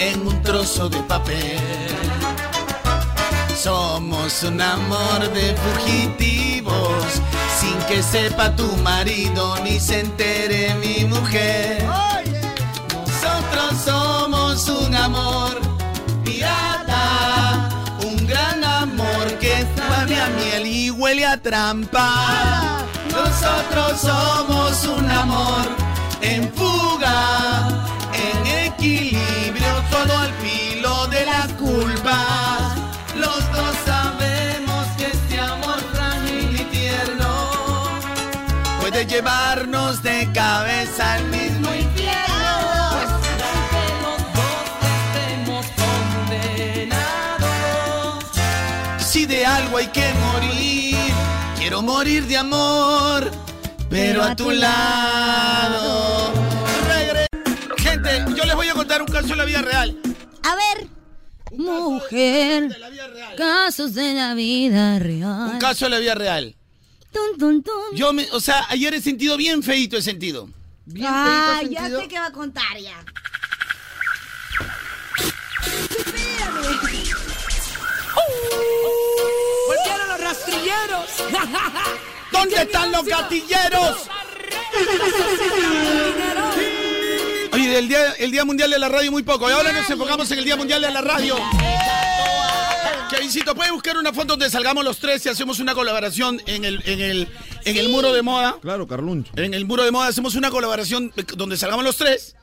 En un trozo de papel. Somos un amor de fugitivos. Sin que sepa tu marido ni se entere mi mujer. Nosotros somos un amor pirata, un gran amor que Huele a miel y huele a trampa. Nosotros somos un amor en fuga, en equilibrio, todo al filo de las culpas. Los dos sabemos que este amor frágil y tierno Puede llevarnos de cabeza al mismo infierno. Pues aunque los dos estemos condenados, Si de algo hay que morir, quiero morir de amor, pero a tu lado. Regre- Gente, yo les voy a contar un caso de la vida real. A ver. Mujer. Casos de la vida real. Un caso de la vida real. Tun, tun, tun. Yo me, o sea, ayer he sentido bien feito he sentido. ah, ya sé que va a contar ya. volvieron los rastrilleros. ¿Dónde están los gatilleros? Oye, el día, el día Mundial de la Radio muy poco. Y ahora nos enfocamos en el Día Mundial de la Radio. Que Isito, ¿puedes buscar una foto donde salgamos los tres y hacemos una colaboración en el, en el, en el muro de moda? Claro, Carluncho. En el muro de moda hacemos una colaboración donde salgamos los tres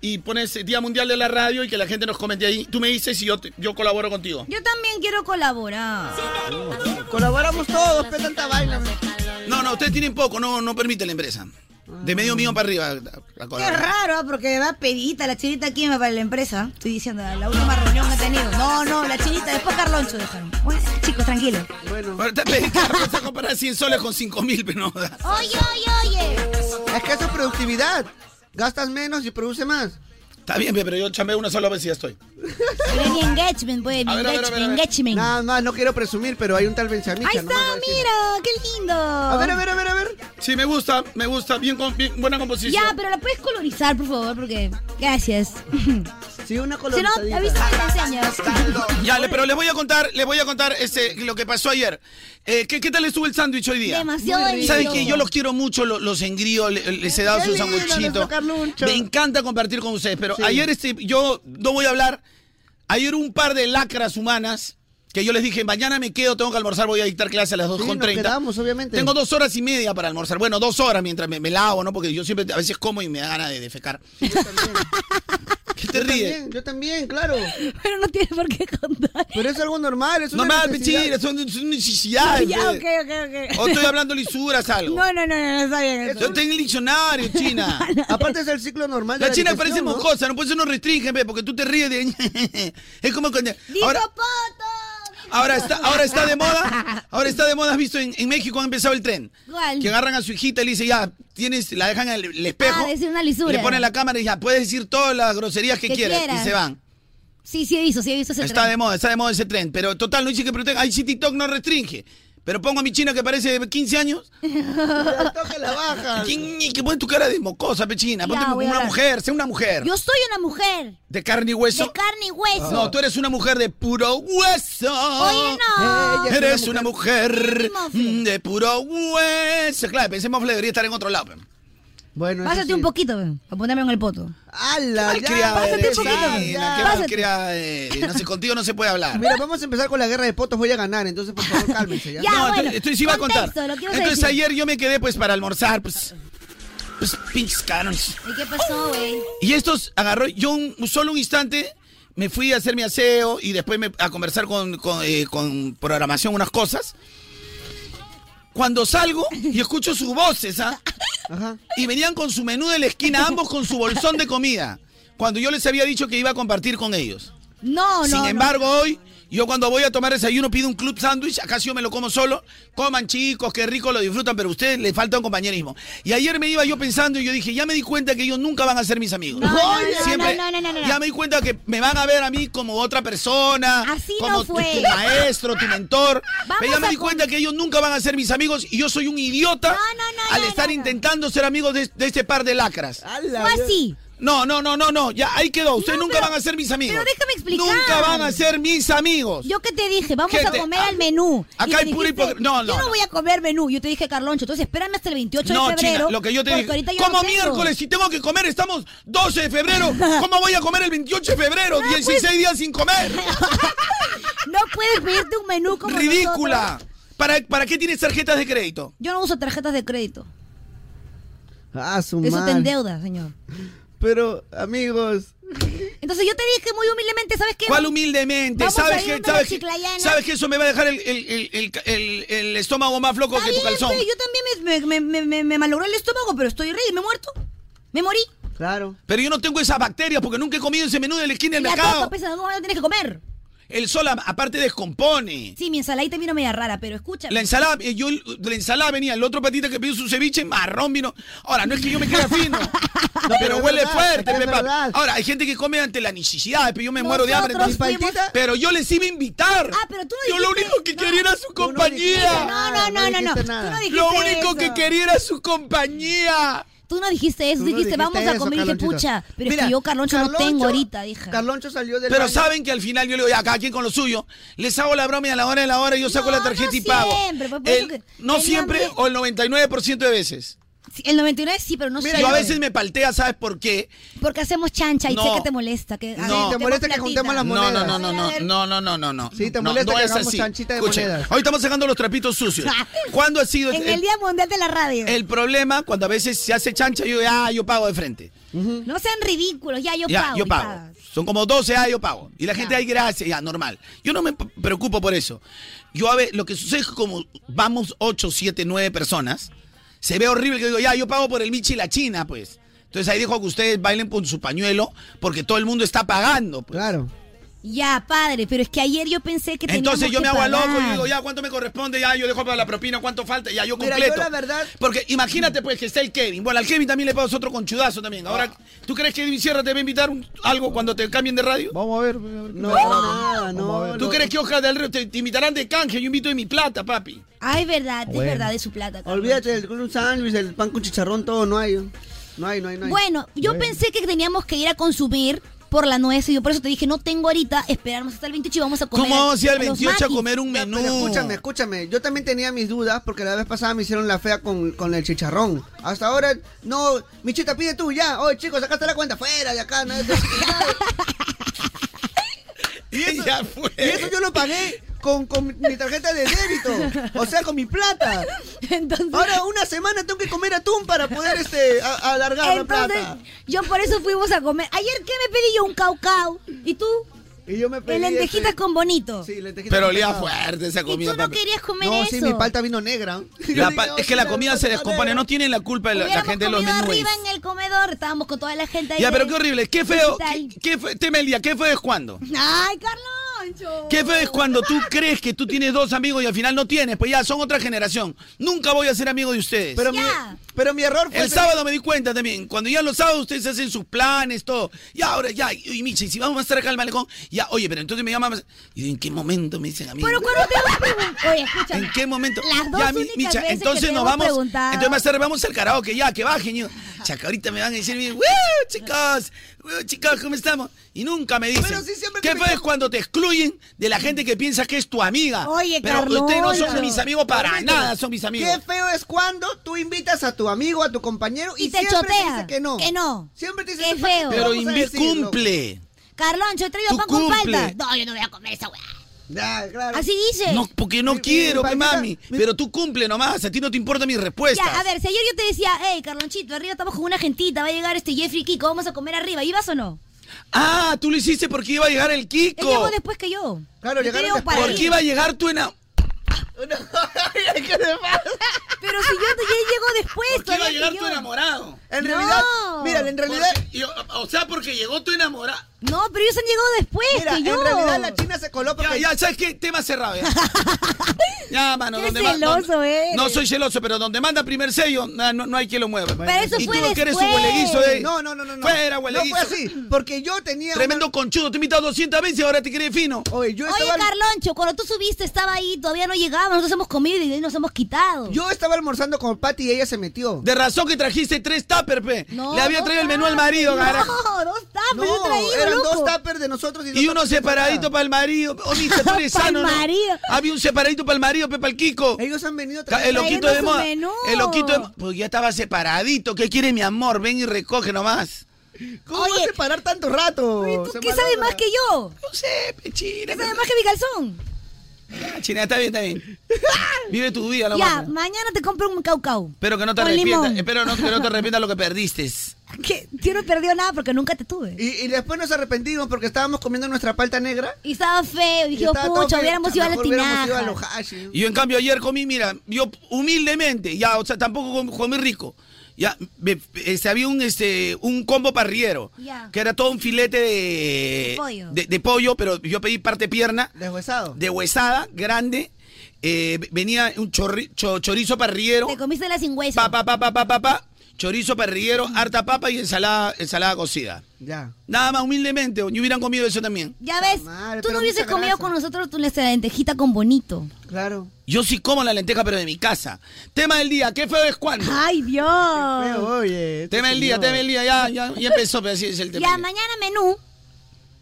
y pones el Día Mundial de la Radio y que la gente nos comente ahí. Tú me dices y yo, te- yo colaboro contigo. Yo también quiero colaborar. Colaboramos todos, pero tanta vaina. No, no, ustedes tienen poco, no, no permite la empresa. De medio millón para arriba la- la Qué colaboración. raro, ¿ah? porque va pedita la chinita aquí para la empresa. Estoy diciendo, la última reunión que he tenido. No, no, la chinita, después Carloncho dejaron. Bueno, chicos, tranquilo. Bueno, te pedí que vas a comparar 100 soles con 5 mil, pero no. da. Oye, oye, oye. Es que eso es productividad. Gastas menos y produce más. Está bien, pero yo chamé una sola vez y ya estoy. Pero mi engagement, pues, mi A ver, a ver, a ver, engagement, a ver. engagement. Nada más, no quiero presumir, pero hay un tal Benjamín. Ahí está, mira, qué lindo. A ver, a ver, a ver, a ver. Sí, me gusta, me gusta. Bien, con- bien- buena composición. Ya, pero la puedes colorizar, por favor, porque. Gracias. Sí, una Ah, Si no, colorizadita. avisa que te enseño. Ya, le- pero les voy a contar, les voy a contar este, lo que pasó ayer. Eh, ¿qué, qué tal estuvo el sándwich hoy día? Demasiado Muy rico. ¿Sabes qué? Yo los quiero mucho, lo- los engrío, le- les he dado Qué su lindo, nuestro sanguchito. Carluncho. Me encanta compartir con ustedes, pero Sí. ayer este, yo no voy a hablar. Ayer un par de lacras humanas que yo les dije, mañana me quedo, tengo que almorzar, voy a dictar clase a las 2.30. Sí, nos quedamos, obviamente. Tengo dos horas y media para almorzar. Bueno, dos horas mientras me, me lavo, ¿no? Porque yo siempre a veces como y me da ganas de defecar. ¿Qué te yo ríes? También, yo también, claro. Pero no tienes por qué contar. Pero es algo normal, es No una me hagas necesidad. mentiras, son, son necesidades. ya, pe. ok, ok, ok. O estoy hablando lisuras, algo. No, no, no, no, no, está bien. está Yo bien. tengo el diccionario, China. Aparte es el ciclo normal de La la China parece digestión, ¿no? mocosa, no por eso nos restringen, pe, porque tú te ríes de. es como cuando. Ahora, ahora está, ahora está de moda. Ahora está de moda, has visto en, en México han empezado el tren. ¿Cuál? Que agarran a su hijita y le dicen, ya, tienes, la dejan al el espejo. Ah, decir una lisura. Le ponen la cámara y ya, puedes decir todas las groserías que Que quieras. quieras. Y se van. Sí, sí he visto, sí he visto ese Está tren. de moda, está de moda ese tren. Pero total, no dice que proteja. Ay, si TikTok no restringe. Pero pongo a mi china que parece de 15 años. toca la baja. ¿Quién, y que pone tu cara de mocosa, pechina? Ponte Ah. voy a una hablar. mujer, sé una mujer. Yo soy una mujer. ¿De carne y hueso? De carne y hueso. No, tú eres una mujer de puro hueso. Oye, no. Ella es Eres una una mujer, mofle. de puro hueso. Claro, pensé mofle debería estar en otro lado. Bueno, Pásate un poquito, ven, para ponerme en el poto. ¡Hala! ya, Pásate un poquito. ya. Qué malcriada eres. No sé, contigo no se puede hablar. Mira, vamos a empezar con la guerra de potos, voy a ganar, entonces por favor cálmense. Ya, no, entonces, entonces iba a contar. Entonces ayer yo me quedé pues para almorzar, pues. Pues pinches carones. ¿Y qué pasó, güey? Y estos agarró, yo un, un- solo un instante me fui a hacer mi aseo y después me- a conversar con, con, eh, con programación unas cosas. Cuando salgo y escucho sus voces, ¿ah? Y venían con su menú de la esquina, ambos con su bolsón de comida. Cuando yo les había dicho que iba a compartir con ellos. No, no. Sin no. embargo, hoy, yo cuando voy a tomar desayuno pido un club sándwich, acá sí yo me lo como solo. Coman chicos, qué rico, lo disfrutan, pero a ustedes les falta un compañerismo. Y ayer me iba yo pensando y yo dije, ya me di cuenta que ellos nunca van a ser mis amigos. No, no, no, Oye, no, Siempre, no, no, no, no, no. Ya me di cuenta que me van a ver a mí como otra persona, como no tu- fue. Tu, maestro, tu mentor. Vamos pero ya me a di cuenta que ellos nunca van a ser mis amigos y yo soy un idiota al estar intentando ser amigos de, de este par de lacras. Fue así. No, no, no, no, no, ya ahí quedó. Ustedes nunca pero- van a ser mis amigos. pero déjame explicar. Nunca van a ser mis amigos. Yo que te dije, vamos ¿Qué a te- comer a- al menú. acá Y me hay pura dijiste, hipocr- no, no, Yo no no. voy a comer menú. Yo te dije, Carloncho, entonces espérame hasta el 28 No, de febrero. China, lo que yo te porque dije. ahorita yo no ¿Cómo tengo. miércoles? Si tengo que comer, estamos 12 de febrero. ¿Cómo voy a comer el 28 de Ah, febrero? pues. 16 días sin comer. No puedes pedirte un menú como Ridícula. nosotros. ¿Para, ¿Para qué tienes tarjetas de crédito? Yo no uso tarjetas de crédito. Ah, su Eso te madre. endeuda, señor. Pero, amigos, Entonces yo te dije muy humildemente, ¿sabes qué? ¿Cuál Vamos- humildemente? vamos a ¿Sabes ir que, donde la sabes, que, chiclayana. sabes que eso me va a dejar el, el- el- el- el- el estómago más floco Está que tu bien, calzón? pe, yo también me, me, me, me- me malogró el estómago, pero estoy rey, me he muerto. Me morí. Claro. Pero yo no tengo esas bacterias porque nunca he comido ese menú de la esquina del La mercado. coca pesa, no la tienes que comer. El sol a- aparte descompone. Sí, mi ensaladita vino media rara, pero escúchame. Ah, La ensalada, eh, yo de la ensalada venía el otro patita que pidió su ceviche, marrón vino. Ahora, no es que yo me quede fino, pero es huele verdad, fuerte, es pe, papi. verdad. Ahora, hay gente que come ante la necesidad, pero yo me muero de hambre. Nosotros entonces- fuimos- pero yo les iba a invitar. Ah, pero tú no yo lo dijiste- único que quería era su compañía. No, no, no, no, no. Tú no dijiste Lo único eso. que quería era su compañía. Tú no dijiste eso, Tú no dijiste, dijiste vamos a eso, comer. Y dije, Carlonchito. pucha, pero es Mira, que yo Carloncho, no Carloncho- tengo ahorita, dije. Carloncho salió del Pero baño. saben que al final yo le digo, ya, cada quien con lo suyo. Les hago la broma y a la hora de la hora yo saco la tarjeta y pago. siempre, pues, por eso El- que no tenía siempre hambre. o el 99% de veces. Sí, El 99 sí, pero no sé. yo a veces me paltea, ¿sabes por qué? Porque hacemos chancha y sé No. que te molesta. Que, No. a Sí, te más molesta que platita. juntemos las No, no, monedas. no, no, no, no, no, no, no, no. Sí, te No, molesta no que es hagamos así. chanchita de Escuchen, monedas. Hoy estamos sacando los trapitos sucios. ¿Cuándo ha sido En el, el Día Mundial de la Radio. el problema? Cuando a veces se hace chancha, yo, ah, yo pago de frente. No sean ridículos, ya yo ya, pago. yo y pago. pagas. Son como 12, ah, yo pago. Y la gente, ay, gracias, ya, normal. Yo no me p- preocupo por eso. Yo a ver, lo que sucede es que como vamos 8, 7, 9 personas, se ve horrible que digo, ya, yo pago por el Michi y la China, pues. Entonces ahí dijo que ustedes bailen con su pañuelo porque todo el mundo está pagando. pues. Claro. Ya, padre, pero es que ayer yo pensé que teníamos Entonces yo que me hago al pagar. loco y digo, ya, ¿cuánto me corresponde? Ya, yo dejo para la propina, ¿cuánto falta? Ya, yo Mira, completo. yo la verdad- Porque imagínate, pues, que está el Kevin. Bueno, al Kevin también le pagas otro conchudazo también. Ahora, ¿tú crees que Kevin Sierra te va a invitar un- algo cuando te cambien de radio? Vamos a ver. No, ¡Oh! nada, no. ¿Tú crees que Oscar del Río te, te invitarán de canje? Yo invito de mi plata, papi. Ah, es verdad, es Bueno. verdad, es su plata. Carlos. Olvídate del con un sándwich, del pan con chicharrón, todo, no hay. No hay, no hay, no hay. Bueno, yo pensé que teníamos que ir a consumir por la nuez y yo por eso te dije, no tengo ahorita, esperarnos hasta el 28 y vamos a comer. ¿Cómo vamos a ir al los 28 a maquis. comer un menú? Pero escúchame, escúchame. Yo también tenía mis dudas porque la vez pasada me hicieron la fea con, con el chicharrón. Hasta ahora, no. Michita, pide tú ya. Oye, chicos, acá está la cuenta. Fuera de acá. No, y, eso, ya fue. y eso yo lo pagué. con, con mi tarjeta de débito. O sea, con mi plata. Ahora una semana tengo que comer atún para poder este, a- alargar la Entonces, plata. yo por eso fuimos a comer. Ayer, ¿qué me pedí yo? Un caucao. ¿Y tú? Y yo me pedí lentejitas este- con bonito. Sí, lentejitas Pero con olía pescado. fuerte esa comida. papi. comer no, sí, eso? mi palta vino negra. La pa- es que la comida se descompone, no tienen la culpa de la, la Hubiéramos gente de los comido menús. arriba en el comedor. Estábamos con toda la gente ahí. Ya, de- pero qué horrible, qué feo, digital. qué, qué fe- tema del día, qué feo es cuando. Ay, Carloncho. Qué feo es cuando tú crees que tú tienes dos amigos y al final no tienes, pues ya son otra generación. Nunca voy a ser amigo de ustedes. Pero, mi, pero mi error fue. El sábado me di cuenta también. Cuando ya los sábados ustedes hacen sus planes, todo. Y ahora ya, y, y Michi, si vamos a estar acá al malecón, ya, oye, pero entonces me llaman. Y en qué momento me dicen a mí. Pero cuando te vas a preguntar. Oye, escúchame. ¿En qué momento? Las dos mi- únicas Micha, veces que entonces te nos hemos vamos. preguntado. Entonces más tarde vamos al karaoke, ya, que bajen. Yo, chaca, ahorita me van a decir, ¡Woo, chicos! ¡Woo, chicos, ¿cómo estamos? Y nunca me dicen. Pero sí, siempre ¿Qué que me fue cuando te excluyen de la gente que piensa que es tu amiga? Oye, Pero ustedes no son Carloncho. mis amigos para Permíteme. nada, son mis amigos. Qué feo es cuando tú invitas a tu amigo, a tu compañero y, Y te siempre chotea. te dice que no. Que no. Siempre te dice Qué "No, ¿para qué feo. te vamos a decir, loco?". Carloncho, he traído Tú pan con cumple. palta. No, yo no voy a comer esa weá. Ya, claro. Así dice. No, porque no Mi- mi quiero, que palpita- mami. Pero tú cumple nomás, a ti no te importa mi respuesta. Ya, a ver, si ayer yo te decía, hey, Carlonchito, arriba estamos con una gentita, va a llegar este Jeffrey Kiko, vamos a comer arriba, ¿ibas o no? Ah, tú lo hiciste porque iba a llegar el Él llegó Kiko. después que yo. Yo Claro, te llegaron digo después. para Porque ir. iba a llegar tu enamorada. Pero si yo ya llego después. Porque iba a todavía llegar que tu yo. enamorado. En No. realidad, mira, en realidad. Porque- y- o sea, porque llegó tu enamorada. No, pero ellos han llegado después Mira, que yo. en realidad la china se coló porque. Ya, ya, ¿sabes qué? Tema cerrado. Ya, Ya, mano. Qué donde celoso eres. No soy celoso, pero donde manda primer sello, na- no, no hay quien lo mueva. Pero eso y fue tú que eres un después. hueleguizo de... No, no, no, no. no. Fuera, no hueleguizo. fue así. Porque yo tenía. Tremendo conchudo. Te he invitado 200 veces y ahora te crees fino. Oye, yo Oye, estaba. Carloncho, cuando tú subiste estaba ahí, todavía no llegaba, nosotros hemos comido y de ahí nos hemos quitado. Yo estaba almorzando con Patty y ella se metió. De razón que trajiste tres tupper, pe. No, Le había dos traído el menú al tuppers, marido, carajo. No, dos tapas, No, yo he traído, eran loco. dos tuppers de nosotros y, dos Y uno tuppers de separadito ella. para el marido. O viste, tú eres Pa'l sano, ¿no? marido. Había un separadito para el marido, pe, para el Kiko. Ellos han venido Ca- El loquito de su moda. menú. El loquito de moda. Pues ya estaba separadito. ¿Qué quiere mi amor? Ven y recoge nomás. ¿Cómo vas a separar tanto rato? ¿Tú qué sabes más que yo? No sé, pechina. ¿Qué sabes más que mi calzón? Ya, China, está bien, está bien. Vive tu vida, lo Ya, más. mañana te compro un caucau. Espero que no te Con arrepientas. limón. Espero no, que no te arrepientas lo que perdiste. Que yo no perdió nada porque nunca te tuve. Y, y después nos arrepentimos porque estábamos comiendo nuestra palta negra. Y estaba feo, y y dije, estaba todo pucha, feo. hubiéramos ido a la Mejor hubiéramos tinaja. ido a los hashi. Y yo, en cambio, ayer comí, mira, yo humildemente, ya, o sea, tampoco com- comí rico. Ya, me- este, había un, este, un combo parrillero, Ya. que era todo un filete de, De pollo. de- de pollo, pero yo pedí parte pierna, Deshuesado. de huesada, grande, eh, venía un chorri- cho- chorizo parrillero, Te comiste la sin hueso. pa, pa, pa, pa, pa, pa, pa, chorizo parrillero, harta papa y ensalada, ensalada cocida. Ya. Nada más, humildemente, yo hubieran comido eso también. Ya ves, Madre, tú pero no hubieses mucha comido grasa. con nosotros tu nuestra lentejita con bonito. Claro. Yo sí como la lenteja, pero de mi casa. Tema del día, ¿qué feo es cuando? ¡Ay, Feo, Dios! oye. este Tema del día, señor. tema del día, ya, ya, ya empezó, pero así es el tema. Ya, mañana menú.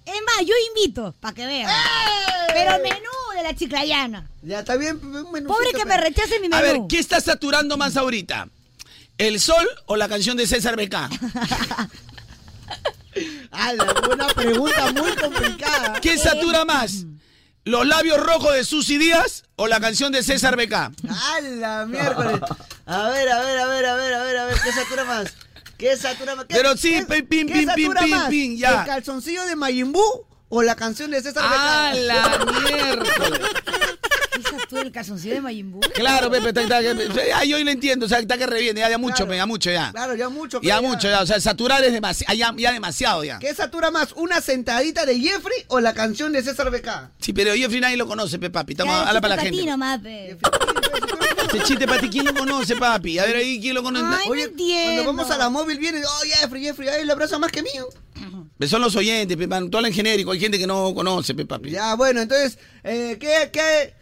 Es más, yo invito, para que vean. ¡Eh! Pero menú de la chiclayana. Ya, está bien. un menucito, Pobre que me pero- rechace mi menú. A ver, ¿qué está saturando más ahorita? ¿El sol o la canción de César Becá? Ala, Ah, una pregunta muy complicada. ¿Qué satura más? ¿Los labios rojos de Susy Díaz o la canción de César Becá? ¡Hala, Ah, miércoles! A ver, a ver, a ver, a ver, a ver, a ver, ¿qué satura más? ¿Qué satura más? ¿Qué- Pero sí, qué- pe- pim, qué pim, pim, satura pim, más? pim, ya. ¿El calzoncillo de Mayimbú o la canción de César ¡A Becaro? la mierda! ¿Pisas tú el calzoncillo de Mayimbu? Claro, Pepe, está, está- está- ah, yo hoy lo entiendo, o sea, está que reviene, ya, ya mucho, Claro. pe, ya mucho, ya. Claro, ya mucho. Ya pero mucho, ya, o sea, saturar es demasiado, ya, ya demasiado, ya. ¿Qué satura más? ¿Una sentadita de Jeffrey o la canción de César Becá? Sí, pero Jeffrey nadie lo conoce, pe, papi, estamos Ya, habla para la chiste gente. patino, más, pe. Ese chiste para ti, ¿quién lo conoce, papi? A ver ahí, ¿quién lo conoce? Ay, no entiendo. Cuando vamos a la móvil viene, oh Jeffrey, Jeffrey, ay, lo abraza más que mío. Son los oyentes, pe, man, tú hablas en genérico, hay gente que no conoce, pe, papi. Ya, bueno, entonces, eh, ¿qué, qué,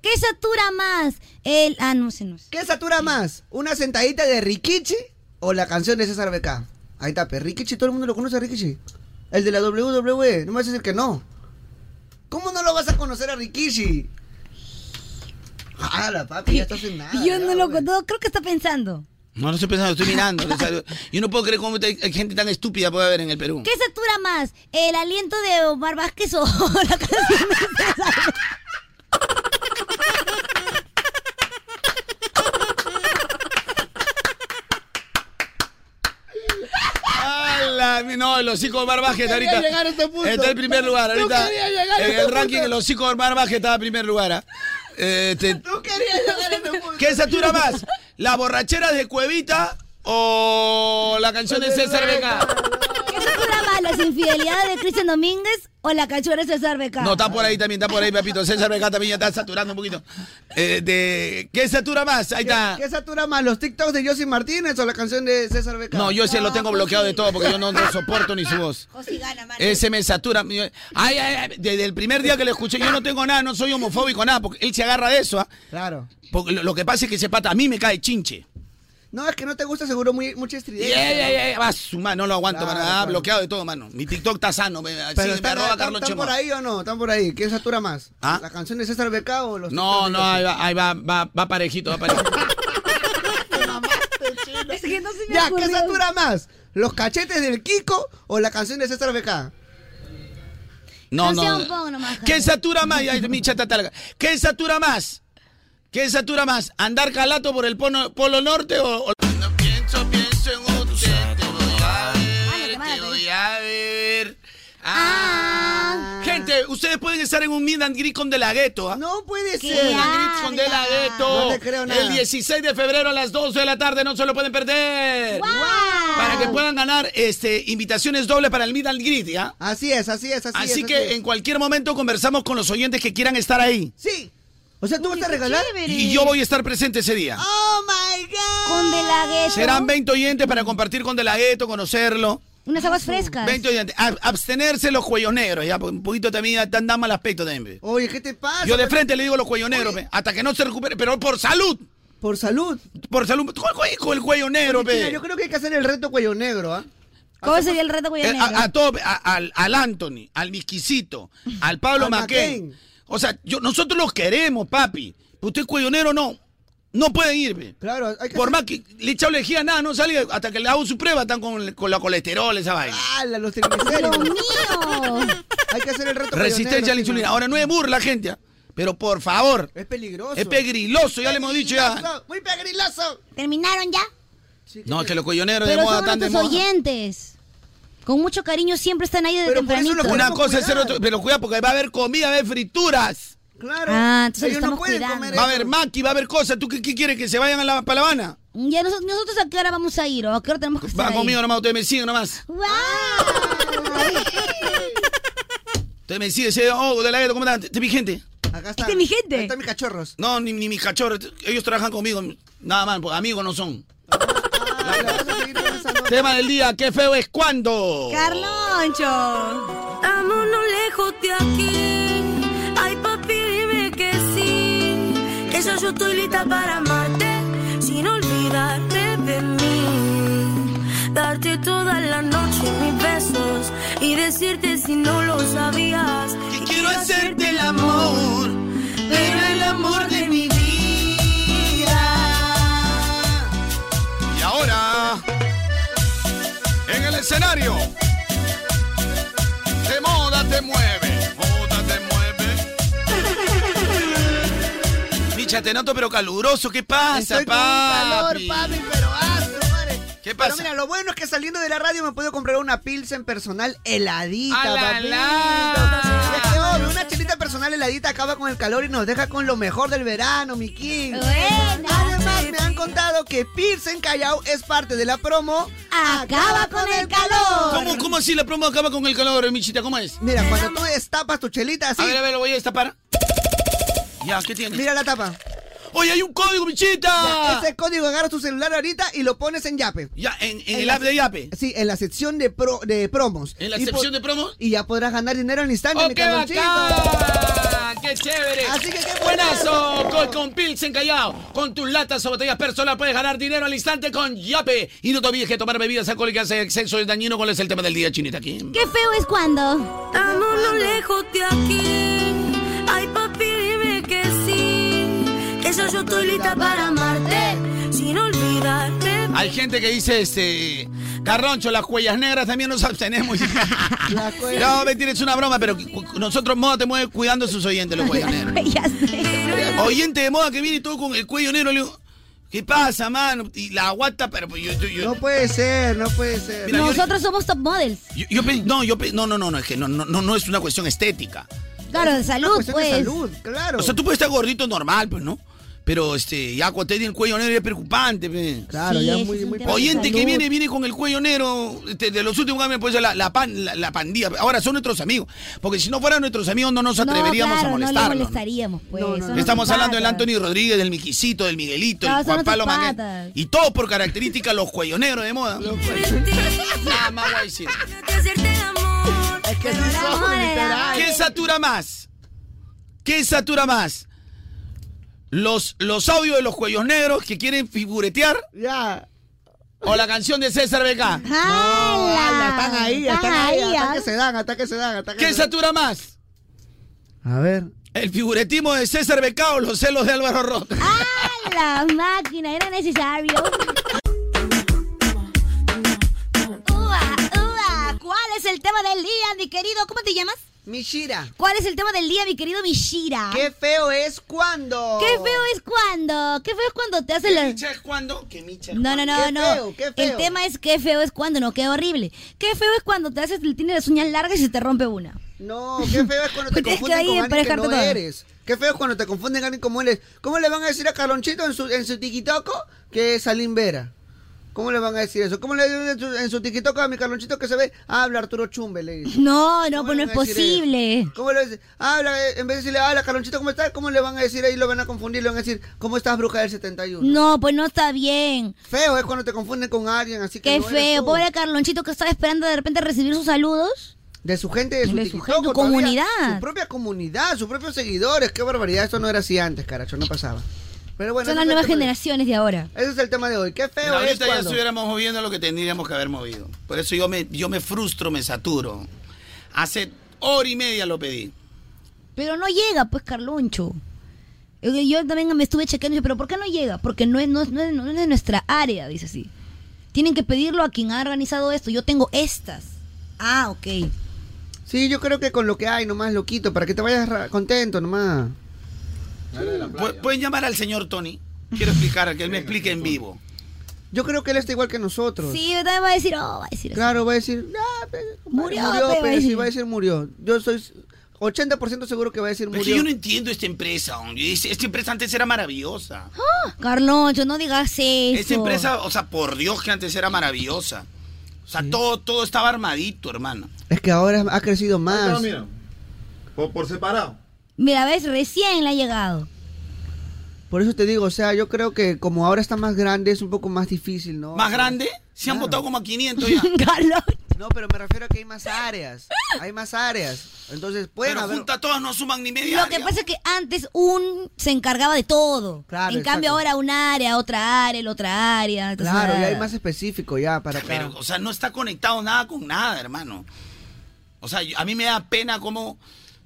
¿Qué satura más? El... Ah, no sé, no sé. ¿Qué satura más? ¿Una sentadita de Rikichi o la canción de César Becá? Ahí está, pe, Rikichi, todo el mundo lo conoce a Rikichi. El de la E, WWE, no me vas a decir que no. ¿Cómo no lo vas a conocer a Rikichi? Jala, papi, ya estás en nada. Yo no ya, lo güey. no, creo que está pensando. No, no estoy pensando, estoy mirando. o sea, yo no puedo creer cómo hay hay gente tan estúpida puede haber en el Perú. ¿Qué satura más? ¿El aliento de Omar Vázquez o la canción de César? Ah, no, el hocico de Omar Vázquez No quería ahorita. llegar a este punto. Está en primer lugar. No Ahorita quería llegar a en este el ranking punto. el hocico de Omar Vázquez estaba en primer lugar. ¿ah? Eh, este, este ¿Qué satura más? ¿La borrachera de Cuevita o la canción de César Beca? ¿Qué satura más, las infidelidades de Cristian Domínguez o la cachorra de César Beca? No, está por ahí también, está por ahí, papito. César Beca también ya está saturando un poquito. Eh, de- ¿Qué satura más? Ahí está. ¿Qué satura más, los TikToks de Josie Martínez o la canción de César Beca? No, yo ese lo Ah, tengo bloqueado de todo porque yo no, no soporto ni su voz. Ese me satura. mi- Ay, ay, ay, desde el primer día que lo escuché, yo no tengo nada, no soy homofóbico, nada, porque él se agarra de eso. ¿ah? Claro. Porque lo, lo que pasa es que ese pata a mí me cae chinche. No, es que no te gusta seguro muy, mucha estridencia. Yeah, yeah, yeah, va, su mano, no lo aguanto, Claro, mano, ah, claro. bloqueado de todo, mano. Mi TikTok está sano, me, sí, Pero me están, arroba están- Carlos están Chemo. por ahí o no? ¿Están por ahí? ¿Quién satura más? ¿Ah? ¿La canción de César Beca o los No, TikToks de no, ahí Josie? va, ahí va, va, va parejito, va parejito. Es que no se me Ya, ocurrió. ¿qué satura más? ¿Los cachetes del Kiko o la canción de César Beca? No, No sea no. un pongo nomás, ¿Qué satura más? Ay, mi chata está larga. ¿Qué satura más? ¿Qué satura más? ¿Andar calato por el polo, polo norte o, o- Pienso, pienso en usted, te voy a ver, te voy a ver. Ah. Gente, ustedes pueden estar en un meet and greet con De La Ghetto, ¿ah? No puede ser. Meet and greet con De La Ghetto. No te creo nada. El 16 de febrero a las 12 de la tarde, no se lo pueden perder. Para que puedan ganar este, invitaciones dobles para el meet and greet, ¿ya? Así es, así es, así, Así es. que en cualquier momento conversamos con los oyentes que quieran estar ahí. Sí. O sea, ¿tú vas a regalar? Y yo voy a estar presente ese día. ¡Oh, my God! Con de la gueto. Serán 20 oyentes para compartir con Delagueto, conocerlo. Unas aguas frescas. 20 oyentes. Ab- abstenerse los cuellos negros, ya, porque un poquito también están dando mal aspecto también. Oye, ¿qué te pasa? Yo de frente le digo los cuellos negros, pe, hasta que no se recupere, pero por salud. Por salud. Por salud. ¿Cuál cuello- con el cuello negro, Oye, China, pe? yo creo que hay que hacer el reto cuello negro, ¿ah? ¿Cómo sería el reto Eh, A, a todo, pe, a- al, al Anthony, al Misquisito, al Pablo Al Maquén. O sea, yo, nosotros los queremos, papi. Usted cuello negro no. No pueden ir, pe. Claro, hay que Por hacer- más que le echado lejía, nada, no sale hasta que le hago su prueba, están con, con la colesterol, esa vaina. Ah, ¡Hala, los triglicéridos! Hay que hacer el reto cuello Resistencia a la negro, insulina. China. Ahora no es burla, gente. ¿ah? Pero por favor, Es peligroso. es pegriloso, ya le hemos dicho ya. Pegriloso, ¡Muy pegriloso! ¿Terminaron ya? No, es que los cuelloneros de Pero moda son están de nuestros moda. oyentes. Con mucho cariño siempre están ahí de tempranito. Una cosa es ser otro, pero cuidado porque va a haber comida, va a haber frituras. Claro. Ah, entonces Ellos lo no estamos pueden cuidando. comer Va a eso. haber maqui, va a haber cosas. ¿Tú qué, qué quieres? ¿Que se vayan a la, para La Habana? Ya nos- nosotros a qué hora vamos a ir o a qué hora tenemos que estar Va ahí? conmigo nomás, ustedes me siguen nomás. Ustedes me siguen, se- oh, de la gueto, ¿cómo están? ¿Te vi gente? Acá está. Este mi gente. Ahí están mis cachorros. No, ni, ni mis cachorros. Ellos trabajan conmigo. Nada más, porque amigos no son. Ah, Ah, Tema del día, qué feo es cuando. Carloncho. Vámonos lejos de aquí. Ay, papi, dime que sí. Que ya yo estoy lista para amarte. Sin olvidarte de mí. Darte toda la noche mis besos. Y decirte si no lo sabías. Que quiero hacerte el amor. Pero el amor de mi vida. Y ahora, en el escenario, de moda te mueve, moda te mueve. Micha, te noto pero caluroso, ¿qué pasa, Estoy con un calor, papi? papi, pero ah, su madre. ¿Qué pasa? Pero mira, lo bueno es que saliendo de la radio me puedo comprar una pilsen personal heladita, ¡Ala, papito. Es que, oh, una chelita personal heladita acaba con el calor y nos deja con lo mejor del verano, mi king. Además, me han contado que Pilsen Callao es parte de la promo Acaba con el calor. ¿Cómo, ¿Cómo así la promo acaba con el calor, Michita? ¿Cómo es? Mira, cuando tú destapas tu chelita así... A ver, a ver, lo voy a destapar. Ya, ¿qué tiene? Mira la tapa. ¡Oye, hay un código, Michita! ese código agarras tu celular ahorita y lo pones en Yape. Ya, en, en el app de Yape. Sí, en la sección de, pro- de promos. ¿En la Y sección po- de promos? Y ya podrás ganar dinero al instante, ¡Oh, mi qué Carlonchito. bacán! ¡Qué chévere! Así que qué buenazo. buenazo. Con, con Pilsen Callao, con tus latas o botellas personal puedes ganar dinero al instante con Yape. Y no te olvides que tomar bebidas alcohólicas en exceso es dañino. ¿Cuál es el tema del día, Chinita? aquí? Qué feo es cuando. Vámonos lejos de aquí. Ay, papi, dime que sí. Que ya yo estoy lista para amarte. Sin olvidarte. Hay gente que dice, este... Carroncho, las cuellas negras también nos abstenemos. no, mentira, es una broma, pero cu- cu- nosotros Moda te mueve cuidando a sus oyentes, los cuellas negros. Ya sé. Oyente de Moda que viene y todo con el cuello negro, le digo... ¿Qué pasa, mano? Y la aguanta, pero pues yo... yo, yo- No puede ser, no puede ser. Mira, yo- Nosotros somos top models. yo- yo pe- no, yo pe- no, no, no, no, es que no, no, no, no es una cuestión estética. Claro, Ah, de salud, cuestión de pues. salud, claro. O sea, tú puedes estar gordito normal, pues, ¿no? Pero este, ya cuando tiene el cuello negro es preocupante, pe. Claro, Sí, ya ese muy- es un muy- tema de Oyente que salud. viene, viene con el cuello negro. este, de los últimos años, pues la, la, pan- la, la pandilla. Ahora son nuestros amigos. Porque si no fueran nuestros amigos, no nos No, atreveríamos claro, a No le molestarlos. molestaríamos, pues. son Estamos nuestras hablando del patas. Anthony Rodríguez, del Miquisito, del Miguelito, Claro, del son Juan Pablo nuestras Manuel. patas. Y todos por características los cuellos negros de moda. Nada más voy a decir. Es que sí son, literal. ¿Qué satura más? ¿Qué satura más? Los, los audios de los cuellos negros que quieren figuretear. Ya. O la canción de César Beca. ¡Hala! Están ahí, están ahí. ¿ah? Hasta que se dan, hasta que se dan, hasta que ¿Qué se dan. satura más? A ver. ¿El figuretismo de César Beca o los celos de Álvaro Roth? ¡Ah, la máquina! Era necesario. Ua, ua. ¿Cuál es el tema del día, mi querido? ¿Cómo te llamas? Mishira. ¿Cuál es el tema del día, mi querido Mishira? ¡Qué feo es cuando! Ah. ¿Qué feo es cuando? ¿Qué feo es cuando te hacen la... ¿Qué cuando? ¿Qué micha No, no, no, Qué no. feo, qué feo. El tema es qué feo es cuando, no, qué horrible. Qué feo es cuando te haces, tienes las uñas largas y se te rompe una. No, qué feo es cuando Tienes Pues te que confunden ahí con alguien que emparejarte no todo. eres. Qué feo es cuando te confunden con alguien como eres. ¿Cómo le van a decir a Carlonchito en su, en su tikitoco que es Salim Vera? ¿Cómo le van a decir eso? ¿Cómo le dicen en su, en su tikitoco a mi Carlonchito que se ve? Habla Arturo Chumbe, le dice. No, no, ¿Cómo pues no le es van a decir eso? posible. ¿Cómo le dicen? Habla, eh, en vez de decirle, habla Carlonchito, ¿cómo estás? ¿Cómo le van a decir ahí? Lo van a confundir, le van a decir, ¿cómo estás, bruja del 71? No, pues no está bien. Feo es cuando te confunden con alguien, así que Qué no eres feo. tú. Pobre Carlonchito que estaba esperando de repente recibir sus saludos. De su gente, de su, De su TikTok, gente, su todavía, comunidad. Su propia comunidad, sus propios seguidores. Qué barbaridad, esto no era así antes, caracho, no pasaba. Pero bueno, Son ese las es el nuevas tema de- generaciones de ahora. Ese es el tema de hoy. Qué feo Pero es ahorita ya cuando... estuviéramos moviendo lo que tendríamos que haber movido. Por eso yo me, yo me frustro, me saturo. Hace hora y media lo pedí. Pero no llega, pues, Carloncho. Yo, yo también me estuve chequeando, y dije, pero ¿por qué no llega? Porque no es, no, es- no es- no es de nuestra área, dice así. Tienen que pedirlo a quien ha organizado esto. Yo tengo estas. Ah, ok. Sí, yo creo que con lo que hay nomás lo quito, para que te vayas ra- contento nomás. Pu- Pueden llamar al señor Tony. Quiero explicar, que él me explique en vivo. Yo creo que él está igual que nosotros. Sí, yo también voy a decir, oh, va a decir. Claro, va a decir... "Ah, pe- Murió, murió, pe", va a pe, sí, decir. va a decir murió. Yo soy 80% seguro que va a decir Pero es que yo murió. no entiendo esta empresa. hombre. Es- Esta empresa antes era maravillosa. "Ah, Carloncho, no digas eso. Esta empresa, o sea, por Dios que antes era maravillosa. O sea, todo, todo estaba armadito, hermano. Es que ahora ha crecido Ahí más. está, mira. Por, por separado. Mira, ves, recién le ha llegado. Por eso te digo, o sea, yo creo que como ahora está más grande es un poco más difícil, ¿no? ¿Más grande? Se han votado como a 500 ya. No, pero me refiero a que hay más áreas. Hay más áreas. Entonces pueden Pero haber- juntas todas no suman ni media. Lo que pasa es que antes un se encargaba de todo. Claro, en cambio exacto. ahora un área, otra área, la otra área. entonces, Claro, ah, ya hay más específico ya para acá. Pero, o sea, no está conectado nada con nada, hermano. O sea, yo- a mí me da pena cómo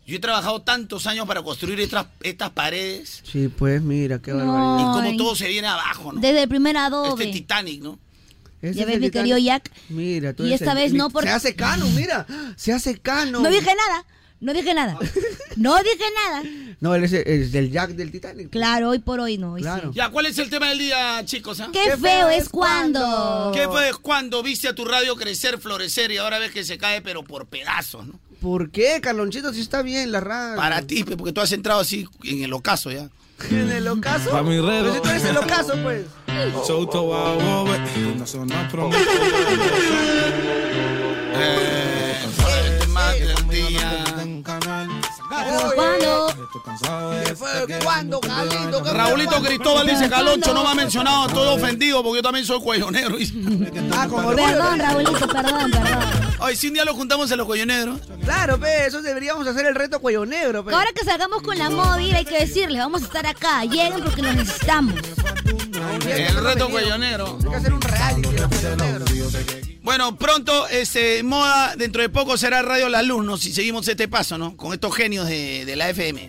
yo he trabajado tantos años para construir estas, estas paredes Sí, pues mira, qué y barbaridad. cómo todo se viene abajo, ¿no? Desde el primer adobe. Este Titanic, ¿no? Ese ya es ves, el mi querido Titanic. Jack. Mira, tú Y eres esta el- vez no mi- por- Se hace cano, mira. Se hace cano. No dije nada, no dije nada. No dije nada. No, él es el, el del Jack del Titanic. Claro, hoy por hoy no. hoy sí. Ya, ¿cuál es el tema del día, chicos? ah? Qué, feo es cuando. ¿Qué fue cuando viste a tu radio crecer, florecer y ahora ves que se cae, pero por pedazos, ¿no? ¿Por qué, Carlonchito? Si está bien la radio. Para ti, pe, porque tú has entrado así en el ocaso ya. ¿En el ocaso? Pa' mi Pero redo. si tú eres el ocaso, pues. Eh, fuerte más del día. ¿Cuándo, Carlito? Raulito Cristóbal dice, Caloncho no me ha mencionado, estoy ofendido porque yo también soy cuellonero. Ah, con Perdón, Raulito, perdón, perdón. Ay, si un día lo juntamos en los cuelloneros. Claro, pe, eso deberíamos hacer el reto cuello negro, pues. pe. Ahora que salgamos con la móvil hay que decirles, vamos a estar acá, lleguen porque nos necesitamos. El reto cuellonero. Hay que hacer un reality de los cuellos negros. Bueno, pronto, este, moda, dentro de poco será Radio La Luz, ¿no? Si seguimos este paso, ¿no? Con estos genios de, de la FM.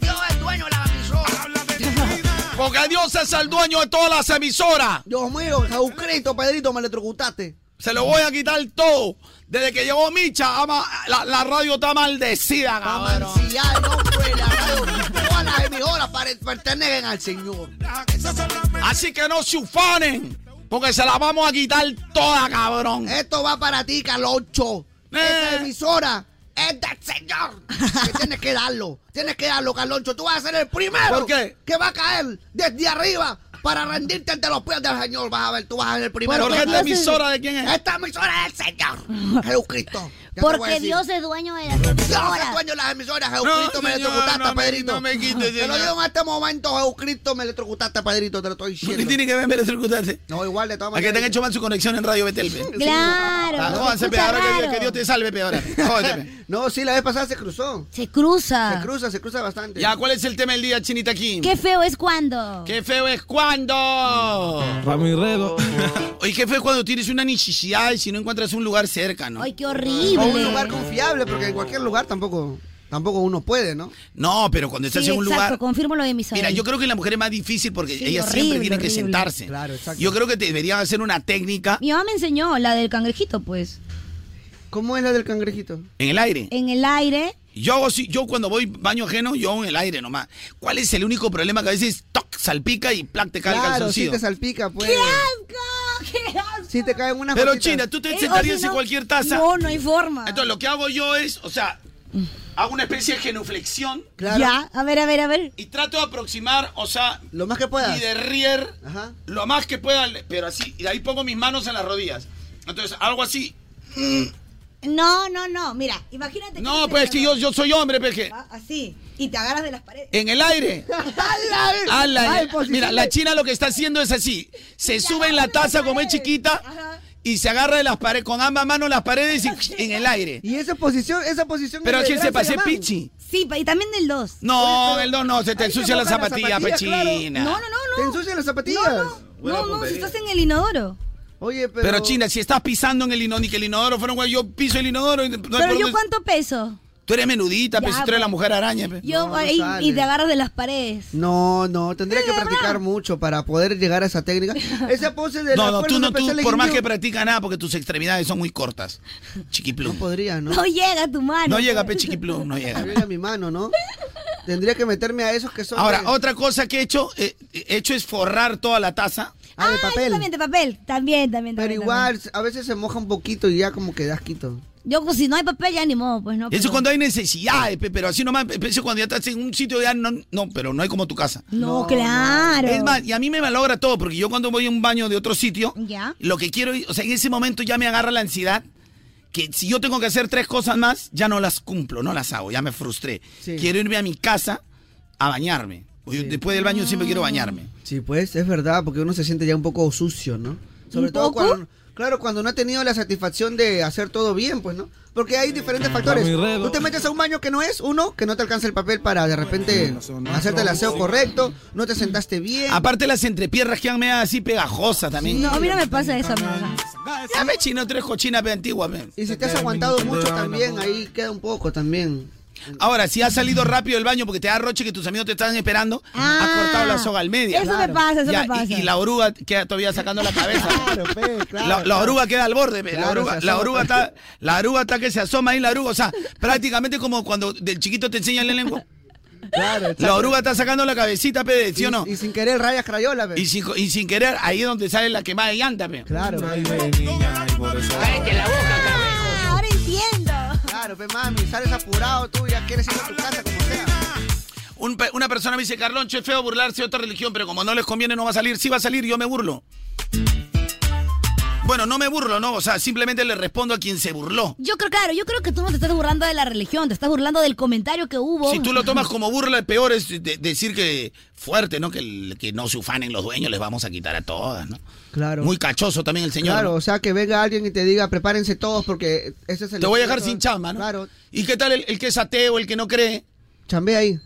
Dios es dueño de la emisora. Porque Dios es el dueño de todas las emisoras. Dios mío, Jesucristo, Pedrito, me electrocutaste. Se lo voy a quitar todo. Desde que llegó Micha, Ah, ama- la, la radio está maldecida, cabrón. Si ya no fue la radio, todas las horas pare- pertenecen al Señor. Así que no se ufanen, porque se la vamos a quitar toda, cabrón. Esto va para ti, Caloncho. Eh. Esta emisora es del Señor. Que tienes que darlo. Tienes que darlo, Caloncho. Tú vas a ser el primero ¿Por qué? que va a caer desde arriba para rendirte ante los pies del Señor. Vas a ver, tú vas a ser el primero. Porque que- esta emisora de quién es? Esta emisora es del Señor. Jesucristo. Ya te voy a Porque decir. Dios es dueño de las Dios es emisoras. dueño de las emisoras, Jesucristo No, me señor, electrocutaste, no me- Pedrito. no me quites, Te lo señor. digo en este momento, Jesucristo me electrocutaste, Pedrito, te lo estoy diciendo. ¿Qué tiene que ver me electrocutaste? No, igual de todas A que te maneras. han hecho mal su conexión en Radio Betel. pe. Claro. Ah, jódanse, pe, escucha ahora que, raro. que Dios te salve, pe, ahora. Jódete, pe. No, sí, la vez pasada se cruzó. Se cruza. Se cruza, se cruza bastante. Ya, ¿cuál es el tema del día, Chinita aquí? Qué feo es cuando. Qué feo es cuando. Ramirredo. Oye, qué feo es cuando tienes una necesidad y si no encuentras un lugar cerca, ¿no? Ay, qué O horrible. un lugar confiable, porque en cualquier lugar tampoco, tampoco uno puede, ¿no? No, pero cuando estás Sí, en un exacto, lugar. confirmo lo de mis Mira, yo creo que la mujer es más difícil porque Sí, ella siempre horrible, tiene que horrible. sentarse. Claro, exacto. Yo creo que te deberían hacer una técnica Mi mamá me enseñó la del cangrejito, pues. ¿Cómo es la del cangrejito? en el aire. En el aire. Yo hago así, yo cuando voy baño ajeno, yo en el aire nomás. ¿Cuál es el único problema que a veces toc, salpica y plac te cae el Claro, si calzoncillo? te salpica, pues. ¡Qué asco! Si te caen unas Pero gotitas. China, tú te Eh, sentarías o si en no- cualquier taza. No, no hay forma. Entonces lo que hago yo es, o sea, hago una especie de genuflexión Claro. Ya, a ver, a ver, a ver. y trato de aproximar, o sea, Lo más que puedas. y de rier Ajá. lo más que pueda, pero así, y de ahí pongo mis manos en las rodillas. Entonces, algo así. No, no, no. Mira, imagínate. No, te pues que yo, Eh. agarras, yo soy hombre, peje. ¿va? Así. Y te agarras de las paredes. En el aire. A la- pues, mira, la china lo que está haciendo es así. Se sube en la taza pues, como es chiquita y se agarra de las paredes, con ambas manos las paredes y en el aire. Y esa posición, esa posición. Pero es de si se gran pasé Sayamán. pichi. Sí, pa- y también del 2. No, el no, no, se te Ahí ensucia la mojan las zapatilla, pues, zapatillas, claro. pechina. No, no, no, no. Te ensucian las zapatillas. No, no, pues, si eh. estás en el inodoro. Oye, pero. Pero China, si estás pisando en el inodoro, ni que el inodoro fuera un güey, yo piso el inodoro. y no hay por Pero yo dónde- cuánto peso. Tú eres menudita, pero Ya, si tú eres la pues. mujer araña. pe. Yo no ahí y sale. te agarras de las paredes. No, no, tendría Sí, que de verdad. practicar mucho para poder llegar a esa técnica. Esa pose de No, la no, fuerza tú no, tú, especial de por más Guineo, que practicas nada, porque tus extremidades son muy cortas. Chiquiplum. No podría, ¿no? No llega tu mano. pues. No llega, pe, chiquiplum, no llega. No llega a mi mano, ¿no? Tendría que meterme a esos que son. Ahora, de- otra cosa que he hecho, eh, he hecho es forrar toda la taza. Ah, de Ah, papel. yo también de papel. También, también, Pero también, igual, a veces se moja un poquito y ya como que das quito. también. Yo, pues, si no hay papel, ya ni modo, pues no. Eso pero- es cuando hay necesidades, pe, pero así nomás, pe, eso cuando ya estás en un sitio ya no, no, pero no hay como tu casa. No, claro. Es más, y a mí me malogra todo, porque yo cuando voy a un baño de otro sitio, Ya. lo que quiero, o sea, en ese momento ya me agarra la ansiedad, que si yo tengo que hacer tres cosas más, ya no las cumplo, no las hago, ya me frustré. Sí. Quiero irme a mi casa a bañarme. O yo Después del baño siempre quiero bañarme. Sí, pues, es verdad, porque uno se siente ya un poco sucio, ¿no? Sobre ¿Un todo poco? cuando. Claro, cuando no ha tenido la satisfacción de hacer todo bien, pues, ¿no? Porque hay diferentes factores. Tú te metes a un baño que no es, uno, que no te alcanza el papel para de repente hacerte el aseo correcto, no te sentaste bien. Aparte las entrepiernas quedan medio así pegajosas también. Eh. No, a mí no me pasa esa mierda. Ya me chino tres cochinas pe, antiguas. pe. Y si te has aguantado mucho también, ahí queda un poco también. Ahora, si has salido rápido del baño porque te da roche que tus amigos te están esperando, Ah, has cortado la soga al medio. Eso me pasa, eso Ya, me y- pasa. Y, la oruga queda todavía sacando la cabeza. pe, claro. La, la oruga queda al borde, pe. Claro, la, oruga, se la asoma. oruga está, la oruga está que se asoma ahí, la oruga. O sea, prácticamente como cuando del chiquito te enseñan la lengua. Claro, La exacto. oruga está sacando la cabecita, pe, ¿sí o no? Y, y sin querer rayas crayola, pe. Y sin, y sin querer, ahí es donde sale la quemada de llanta, pe. Claro, pe. Ah, ahora entiendo. claro, pe, mami, sales apurado tú, ya quieres ir a tu casa como sea. Un pe- una persona me dice, Carloncho, es feo burlarse de otra religión, pero como no les conviene no va a salir. Sí va a salir, yo me burlo. Bueno, no me burlo, ¿no? O sea, simplemente le respondo a quien se burló. Yo creo, claro, yo creo que tú no te estás burlando de la religión, te estás burlando del comentario que hubo. Si tú lo tomas como burla, el peor es de- decir que fuerte, ¿no? Que, el- que no se ufanen los dueños, les vamos a quitar a todas, ¿no? Claro. Muy cachoso también el señor. Claro, ¿no? o sea, que venga alguien y te diga, prepárense todos porque ese es el... Te voy a dejar esfuerzo". sin chamba, ¿no? Claro, ¿Y qué tal el, el que es ateo, el que no cree? chambé ahí.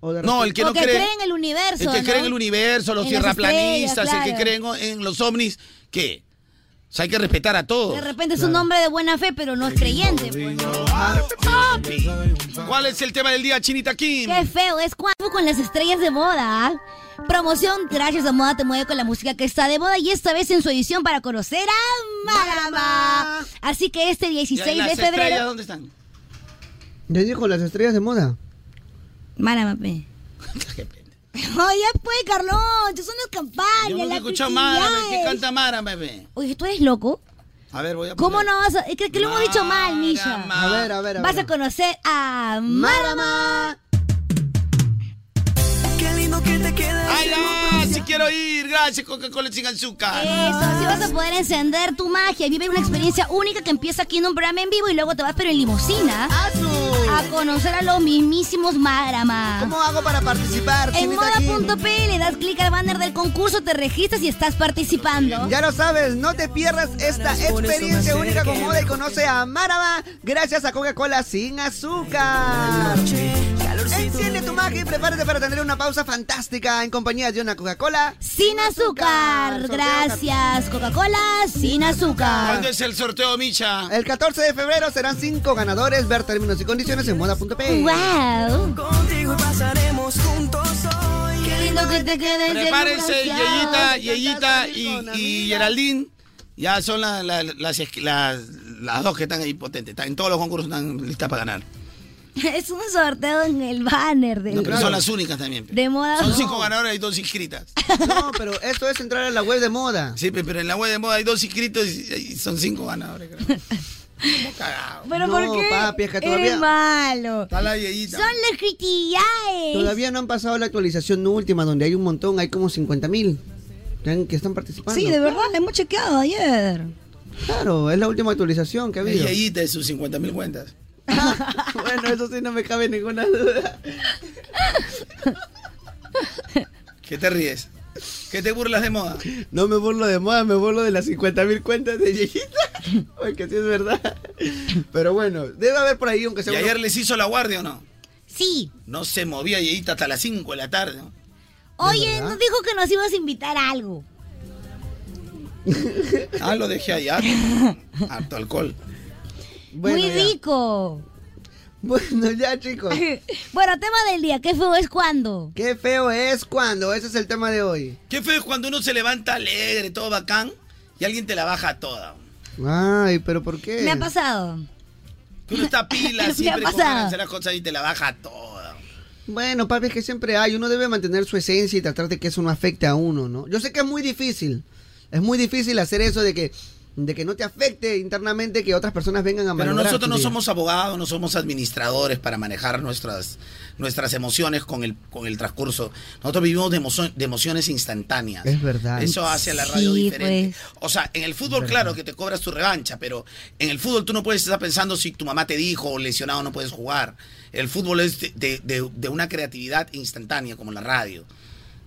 O de No, repente- el que o no que cree. cree en el universo, El que ¿no? cree en el universo, los En las tierraplanistas, estrellas, el que claro. cree en, en los ovnis. ¿Qué? O sea, hay que respetar a todos. De repente es un hombre de buena fe, pero no es creyente. pues, ¿no? Papi. ¿Cuál es el tema del día, Chinita Kim? Qué feo, es cuando con las estrellas de moda. ¿ah? Promoción Gracias a Moda te mueve con la música que está de moda y esta vez en su edición para conocer a Malama. Así que este ¿Y 16 ahí las de estrellas febrero. dónde están? Ya dijo las estrellas de moda. Malama, pe. Oye, pues, Carloncho, son las campañas. Yo no te he las escuchado Mara, publicidades. ¿qué canta Mara, bebé? Oye, ¿tú eres loco? A ver, voy a ¿Cómo poner- no vas a...? Es que lo hemos dicho mal, Misha. Mara. A ver, a ver, a Vas ver. a conocer a Marama. Qué lindo que te quedas. ¡Hala! Si quiero ir, gracias Coca-Cola sin azúcar. Eso, así vas a poder encender tu magia y vivir una experiencia única que empieza aquí en un programa en vivo y luego te vas pero en limusina a conocer a los mismísimos Marama. ¿Cómo hago para participar? En Tienes aquí. moda.p le das clic al banner del concurso, te registras y estás participando. Ya lo sabes, no te pierdas esta experiencia única con moda y conoce a Marama gracias a Coca-Cola sin azúcar. Enciende tu magia y prepárate para tener una pausa fantástica en compañía de una Coca-Cola sin azúcar. Gracias, Coca-Cola sin azúcar. ¿Cuándo es el sorteo, Micha? El 14 de febrero serán 5 ganadores. Ver términos y condiciones en moda.p. ¡Wow! Contigo pasaremos juntos hoy. Qué lindo que te quedes. Prepárense, Gracias. Yeyita, Yeyita y, y Geraldine. Ya son la- la- las, esqui- las, las dos que están ahí potentes. Están en todos los concursos están listas para ganar. Es un sorteo en el banner del, No, pero son las únicas también. pe. de moda. Son cinco ganadoras y dos inscritas. No, pero esto es entrar a la web de moda. Sí, pe, pero en la web de moda hay dos inscritos y, y son cinco ganadores. creo. Como cagado. Pero No, ¿por qué? papi, es que Eres todavía- malo. Está la yeyita. Son las critillaes. Todavía no han pasado la actualización última, donde hay un montón, hay como 50 mil que están participando. Sí, de verdad, la hemos chequeado ayer. Claro, es la última actualización que ha Es habido. Yeyita de sus 50 mil cuentas. bueno, eso sí no me cabe ninguna duda. ¿Qué te ríes? ¿Qué te burlas de moda? No me burlo de moda, me burlo de las 50 mil cuentas de Yeyita. Porque sí es verdad. Pero bueno, debe haber por ahí, aunque sea. ¿Y uno- ayer les hizo la guardia o no? Sí. No se movía Yeyita hasta las 5 de la tarde. ¿no? Oye, nos dijo que nos ibas a invitar a algo. Ah, lo dejé allá. Harto alcohol. Bueno, Muy ya. rico. Bueno, ya chicos. bueno, tema del día, ¿qué fue es cuándo? Qué feo es cuando, ese es el tema de hoy. Qué feo es cuando uno se levanta alegre, todo bacán, y alguien te la baja toda. Ay, pero ¿por qué? Me ha pasado. Tú no estás pila Me siempre ha con pasado. ganas de hacer las cosas y te la baja toda. Bueno, papi, es que siempre hay. Uno debe mantener su esencia y tratar de que eso no afecte a uno, ¿no? Yo sé que es muy difícil. Es muy difícil hacer eso de que, de que no te afecte internamente que otras personas vengan a Pero malograr nosotros tu no día. somos abogados, no somos administradores para manejar nuestras, nuestras emociones con el, con el transcurso. Nosotros vivimos de, emocio- de emociones instantáneas. Es verdad. Eso hace a la radio Sí, diferente. O sea, en el fútbol, Verdad. claro, que te cobras tu revancha, pero en el fútbol tú no puedes estar pensando si tu mamá te dijo o lesionado no puedes jugar. El fútbol es de, de- de- de una creatividad instantánea, como la radio.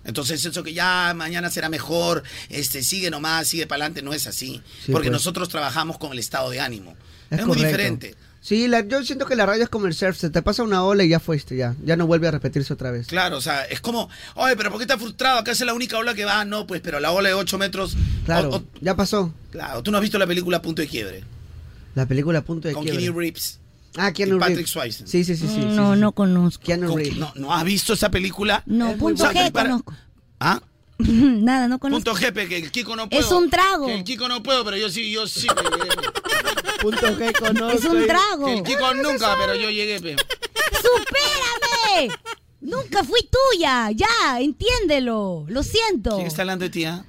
Entonces eso que ya mañana será mejor, este sigue nomás, sigue para adelante, no es así. Sí, porque pues. nosotros trabajamos con el estado de ánimo. Es, Es muy correcto. diferente. Sí, la- yo siento que la radio es como el surf. Se te pasa una ola y ya fuiste, ya. Ya no vuelve a repetirse otra vez. Claro, o sea, es como, oye, pero ¿por qué estás frustrado? Acá es la única ola que va, no, pues, pero la ola de 8 metros. Claro, o- o- ya pasó. claro, tú no has visto la película Punto de Quiebre. La película Punto de con Quiebre. Keanu Reeves. Ah, Keanu y Patrick Reeves. Swayze. Sí, sí, sí, sí. No, no conozco. Keanu Con- Reeves. no, ¿no has visto esa película? No, punto buena. G Para- conozco. ¿Ah? Nada, no conozco. Punto G, pe, que el Kiko no puedo. Es un trago. Que el Kiko no puedo, pero yo sí, yo sí. Punto G conozco. Es un trago. Que el Kiko nunca, pero yo llegué, pe. ¡Supérame! Nunca fui tuya. Ya, entiéndelo. Lo siento. ¿Quién está hablando de ti, ah?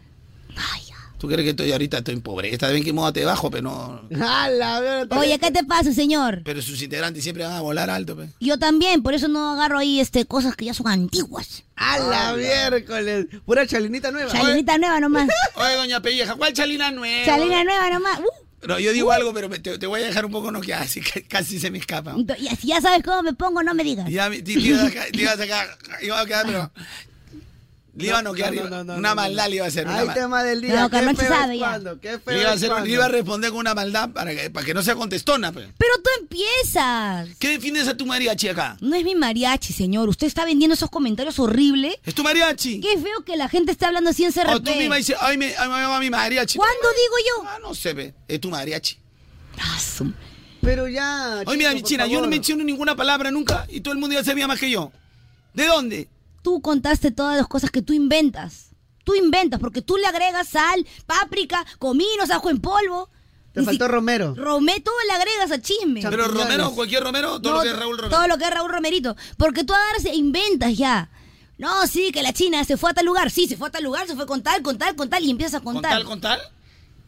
¿Tú crees que estoy ahorita estoy en pobreza? Ven que moda te bajo, pero no... Oye, ¿qué te pasa, señor? Pero sus integrantes siempre van a volar alto, pe. Yo también, por eso no agarro ahí este cosas que ya son antiguas. ¡A Ah. la miércoles! Pura chalinita nueva. Chalinita nueva nomás. Oye, doña Pelleja, ¿cuál chalina nueva? Chalina nueva nomás. Uh, No, yo digo algo, pero me- te, te voy a dejar un poco noqueada, así que casi se me escapa. ento- ya, si ya sabes cómo me pongo, no me digas. Ya, mi- te te ibas acá, te ibas acá, iba a quedar, pero... Le iba a noquear, iba- una maldad le iba a hacer. una Hay mal- tema del día. No, ¿Qué Carloncho feo es sabe ya. cuando? ¿Qué feo Le iba, a es hacer- cuando? le iba a responder con una maldad para que, para que no sea contestona, pe. Pero tú empiezas. ¿Qué defines a tu mariachi acá? No es mi mariachi, señor. Usted está vendiendo esos comentarios horribles. ¿Es tu mariachi? Qué feo que la gente está hablando así en CRP. O Oh, tú misma dices, ay, me, ay, me llama mi mariachi. ¿Cuándo digo yo? Ah, no sé, pe. Es tu mariachi. Pero ya. Oye, mira, mi china, yo no menciono ninguna palabra nunca y todo el mundo ya sabía más que yo. ¿De dónde? Tú contaste todas las cosas que tú inventas. Tú inventas porque tú le agregas sal, páprica, cominos, ajo en polvo. Te faltó Romero. Romé, todo le agregas a chisme. Pero Romero, cualquier Romero, todo No, lo que es Raúl Romero. Todo lo que es Raúl Romerito. Porque tú ahora se inventas ya. No, sí, que la China se fue a tal lugar. Sí, se fue a tal lugar, se fue con tal, con tal, con tal, y empiezas a ¿Con contar. tal, con tal?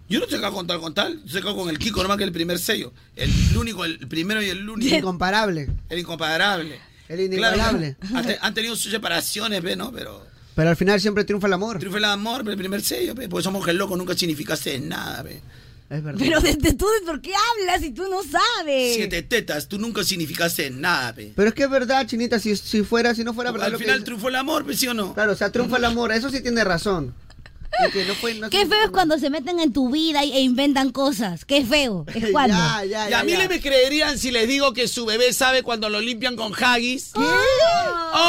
Yo no te cago con tal, con tal. Yo te cago con el Kiko, nomás que el primer sello. El, único, el primero y el único. Incomparable. El incomparable. El inigualable. Claro, han, te- han tenido sus separaciones, ve, ¿no? Pero Pero al final siempre triunfa el amor. triunfa el amor, ve, el primer sello, ve. Porque somos que el loco nunca significaste nada, ve. Es verdad. Pero desde tú, ¿por qué hablas si tú no sabes? Siete tetas, tú nunca significaste nada, ve. Pero es que es verdad, Chinita, si, si fuera, si no fuera verdad Al lo que final dice- triunfó el amor, ve, ¿sí o no? Claro, o sea, triunfa el amor, eso sí tiene razón. Y que no fue- no Qué feo es cuando se meten en tu vida y- e inventan cosas. Qué feo. Es cuando. y a mí le me creerían si les digo que su bebé sabe cuando lo limpian con haggis.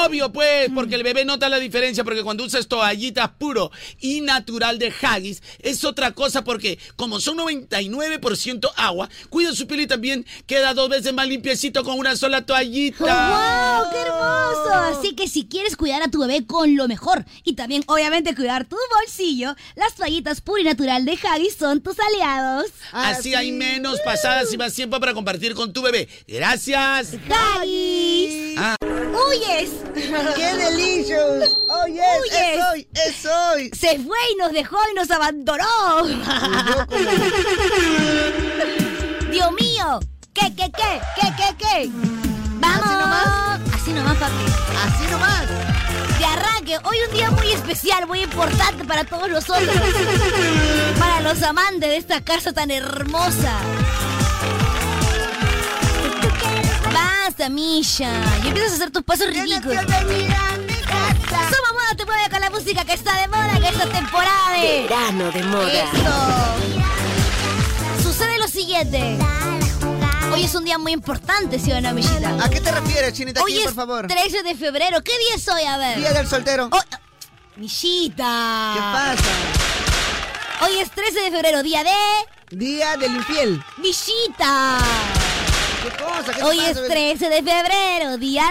Obvio, pues, porque el bebé nota la diferencia, porque cuando usas toallitas puro y natural de haggis, es otra cosa, porque como son 99% agua, cuida su piel y también queda dos veces más limpiecito con una sola toallita. ¡Wow! ¡Qué hermoso! Así que si quieres cuidar a tu bebé con lo mejor y también, obviamente, cuidar tu bolsillo, las toallitas Puri Natural de Haggis son tus aliados. Así hay menos pasadas y más tiempo para compartir con tu bebé. Gracias. ¡Haggis! Ah. ¡Huyes! ¡Qué delicios! ¡Oh, yes! ¡Es hoy! ¡Es hoy! Se fue y nos dejó y nos abandonó. ¡Dios mío! ¿Qué, qué, qué? ¿Qué, qué, qué? ¡Vamos! Así nomás. Así nomás, papi. Así nomás. De arranque, hoy un día muy especial, muy importante para todos nosotros. para los amantes de esta casa tan hermosa. Basta, Misha. Y empiezas a hacer tus pasos ridículos. Suma moda, te mueve con la música que está de moda, que esta temporada de... Verano de moda. Eso. Sucede lo siguiente. Hoy es un día muy importante, ¿sí o no, Millita? ¿A qué te refieres, Chinita Hoy Kim, es por favor? 13 de febrero. ¿Qué día es hoy? A ver. Día del soltero. Millita. ¿Qué pasa? Hoy es 13 de febrero, día de... Día del infiel. Millita. ¿Qué cosa? ¿Qué te Hoy pasa, es bebé? 13 de febrero, día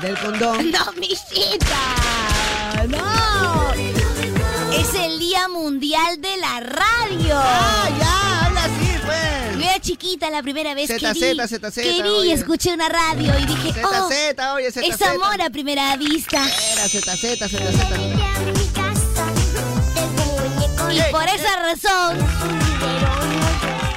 de... Del condón. No, Millita. No. Es el Día Mundial de la Radio. Ah, ya, habla así, pues. Yo era chiquita la primera vez Zeta, que vi, zeta, zeta, zeta, que vi y oye. escuché una radio y dije, Zeta, oh, zeta, oye, zeta, es zeta. amor a primera vista. Era Z, Z, Z, Z. Y por esa razón,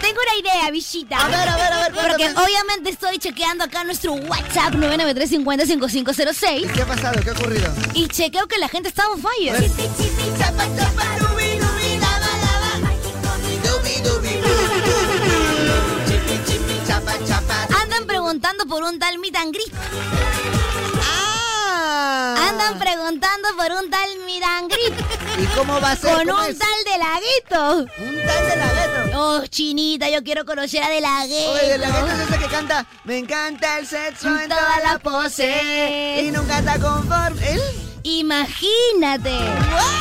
tengo una idea, bichita. A ver, a ver, a ver, Porque cuéntame. obviamente estoy chequeando acá nuestro WhatsApp 993505506 ¿Qué ha pasado? ¿Qué ha ocurrido? y chequeo que la gente está on fire. Pues, Andan preguntando por un tal meet and greet. Ah. Ah. Andan preguntando por un tal meet and greet. ¿Y cómo va a ser? Con ¿Cómo un es? tal de laguito. ¿Un tal de lagueto? Oh, chinita, yo quiero conocer a de lagueto. Oye, de la gente es esa que canta Me encanta el sexo en Eh, Toda toda la la pose pose. Y nunca está conforme ¿Él? Imagínate.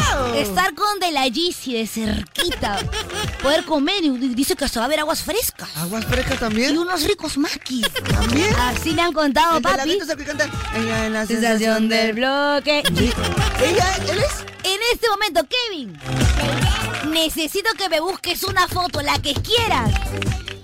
Oh. Estar con de la Yeezy de cerquita. Poder comer y dice que hasta va a haber aguas frescas. ¿Aguas frescas también? Y unos ricos maquis. ¿También? Así me han contado, El de la papi. gente es el que canta Ella es la Sensación del bloque. ¿Ella? ¿Él es? En este momento, Kevin, necesito que me busques una foto, la que quieras,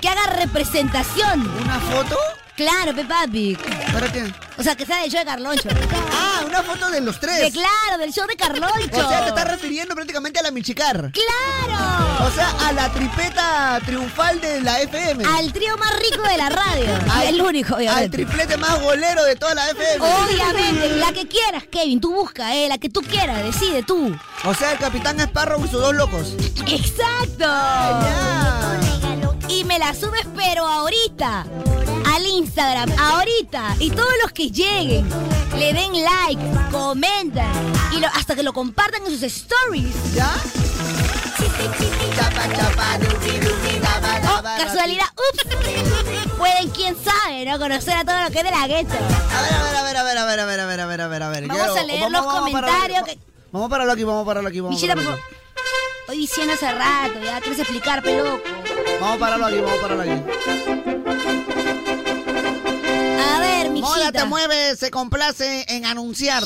que haga representación. ¿Una foto? Claro, pe papi. ¿Para qué? O sea, que sea del show de Carloncho. Pues. Ah, una foto de los tres De claro, del show de Carloncho. O sea, te estás refiriendo prácticamente a la Michicar ¡Claro! O sea, a la tripeta triunfal de la FM Al trío más rico de la radio. Al- el único, Al obviamente. triplete más golero de toda la FM Obviamente, la que quieras, Kevin, tú busca, eh, la que tú quieras, decide tú. O sea, el Capitán Esparro y sus dos locos ¡Exacto! Y me la subes, pero ahorita. Al Instagram, ahorita. Y todos los que lleguen, le den like, comentan. Y lo- hasta que lo compartan en sus stories. ¿Ya? Oh, casualidad, ups. Pueden, quién sabe, ¿no? Conocer a todo lo que es de la gueto. A ver, a ver, a ver, a ver, a ver, a ver, a ver, a ver, a ver. Vamos Quiero- a leer vamos- los vamos a parar- comentarios. va- que- Vamos a pararlo aquí, vamos a pararlo aquí, vamos a Michela, por pararlo favor. Estoy diciendo hace rato, ya quieres explicar, peloco. aquí. Vamos a pararlo aquí, vamos a pararlo aquí. A ver, mi Moda te mueve, se complace en anunciar.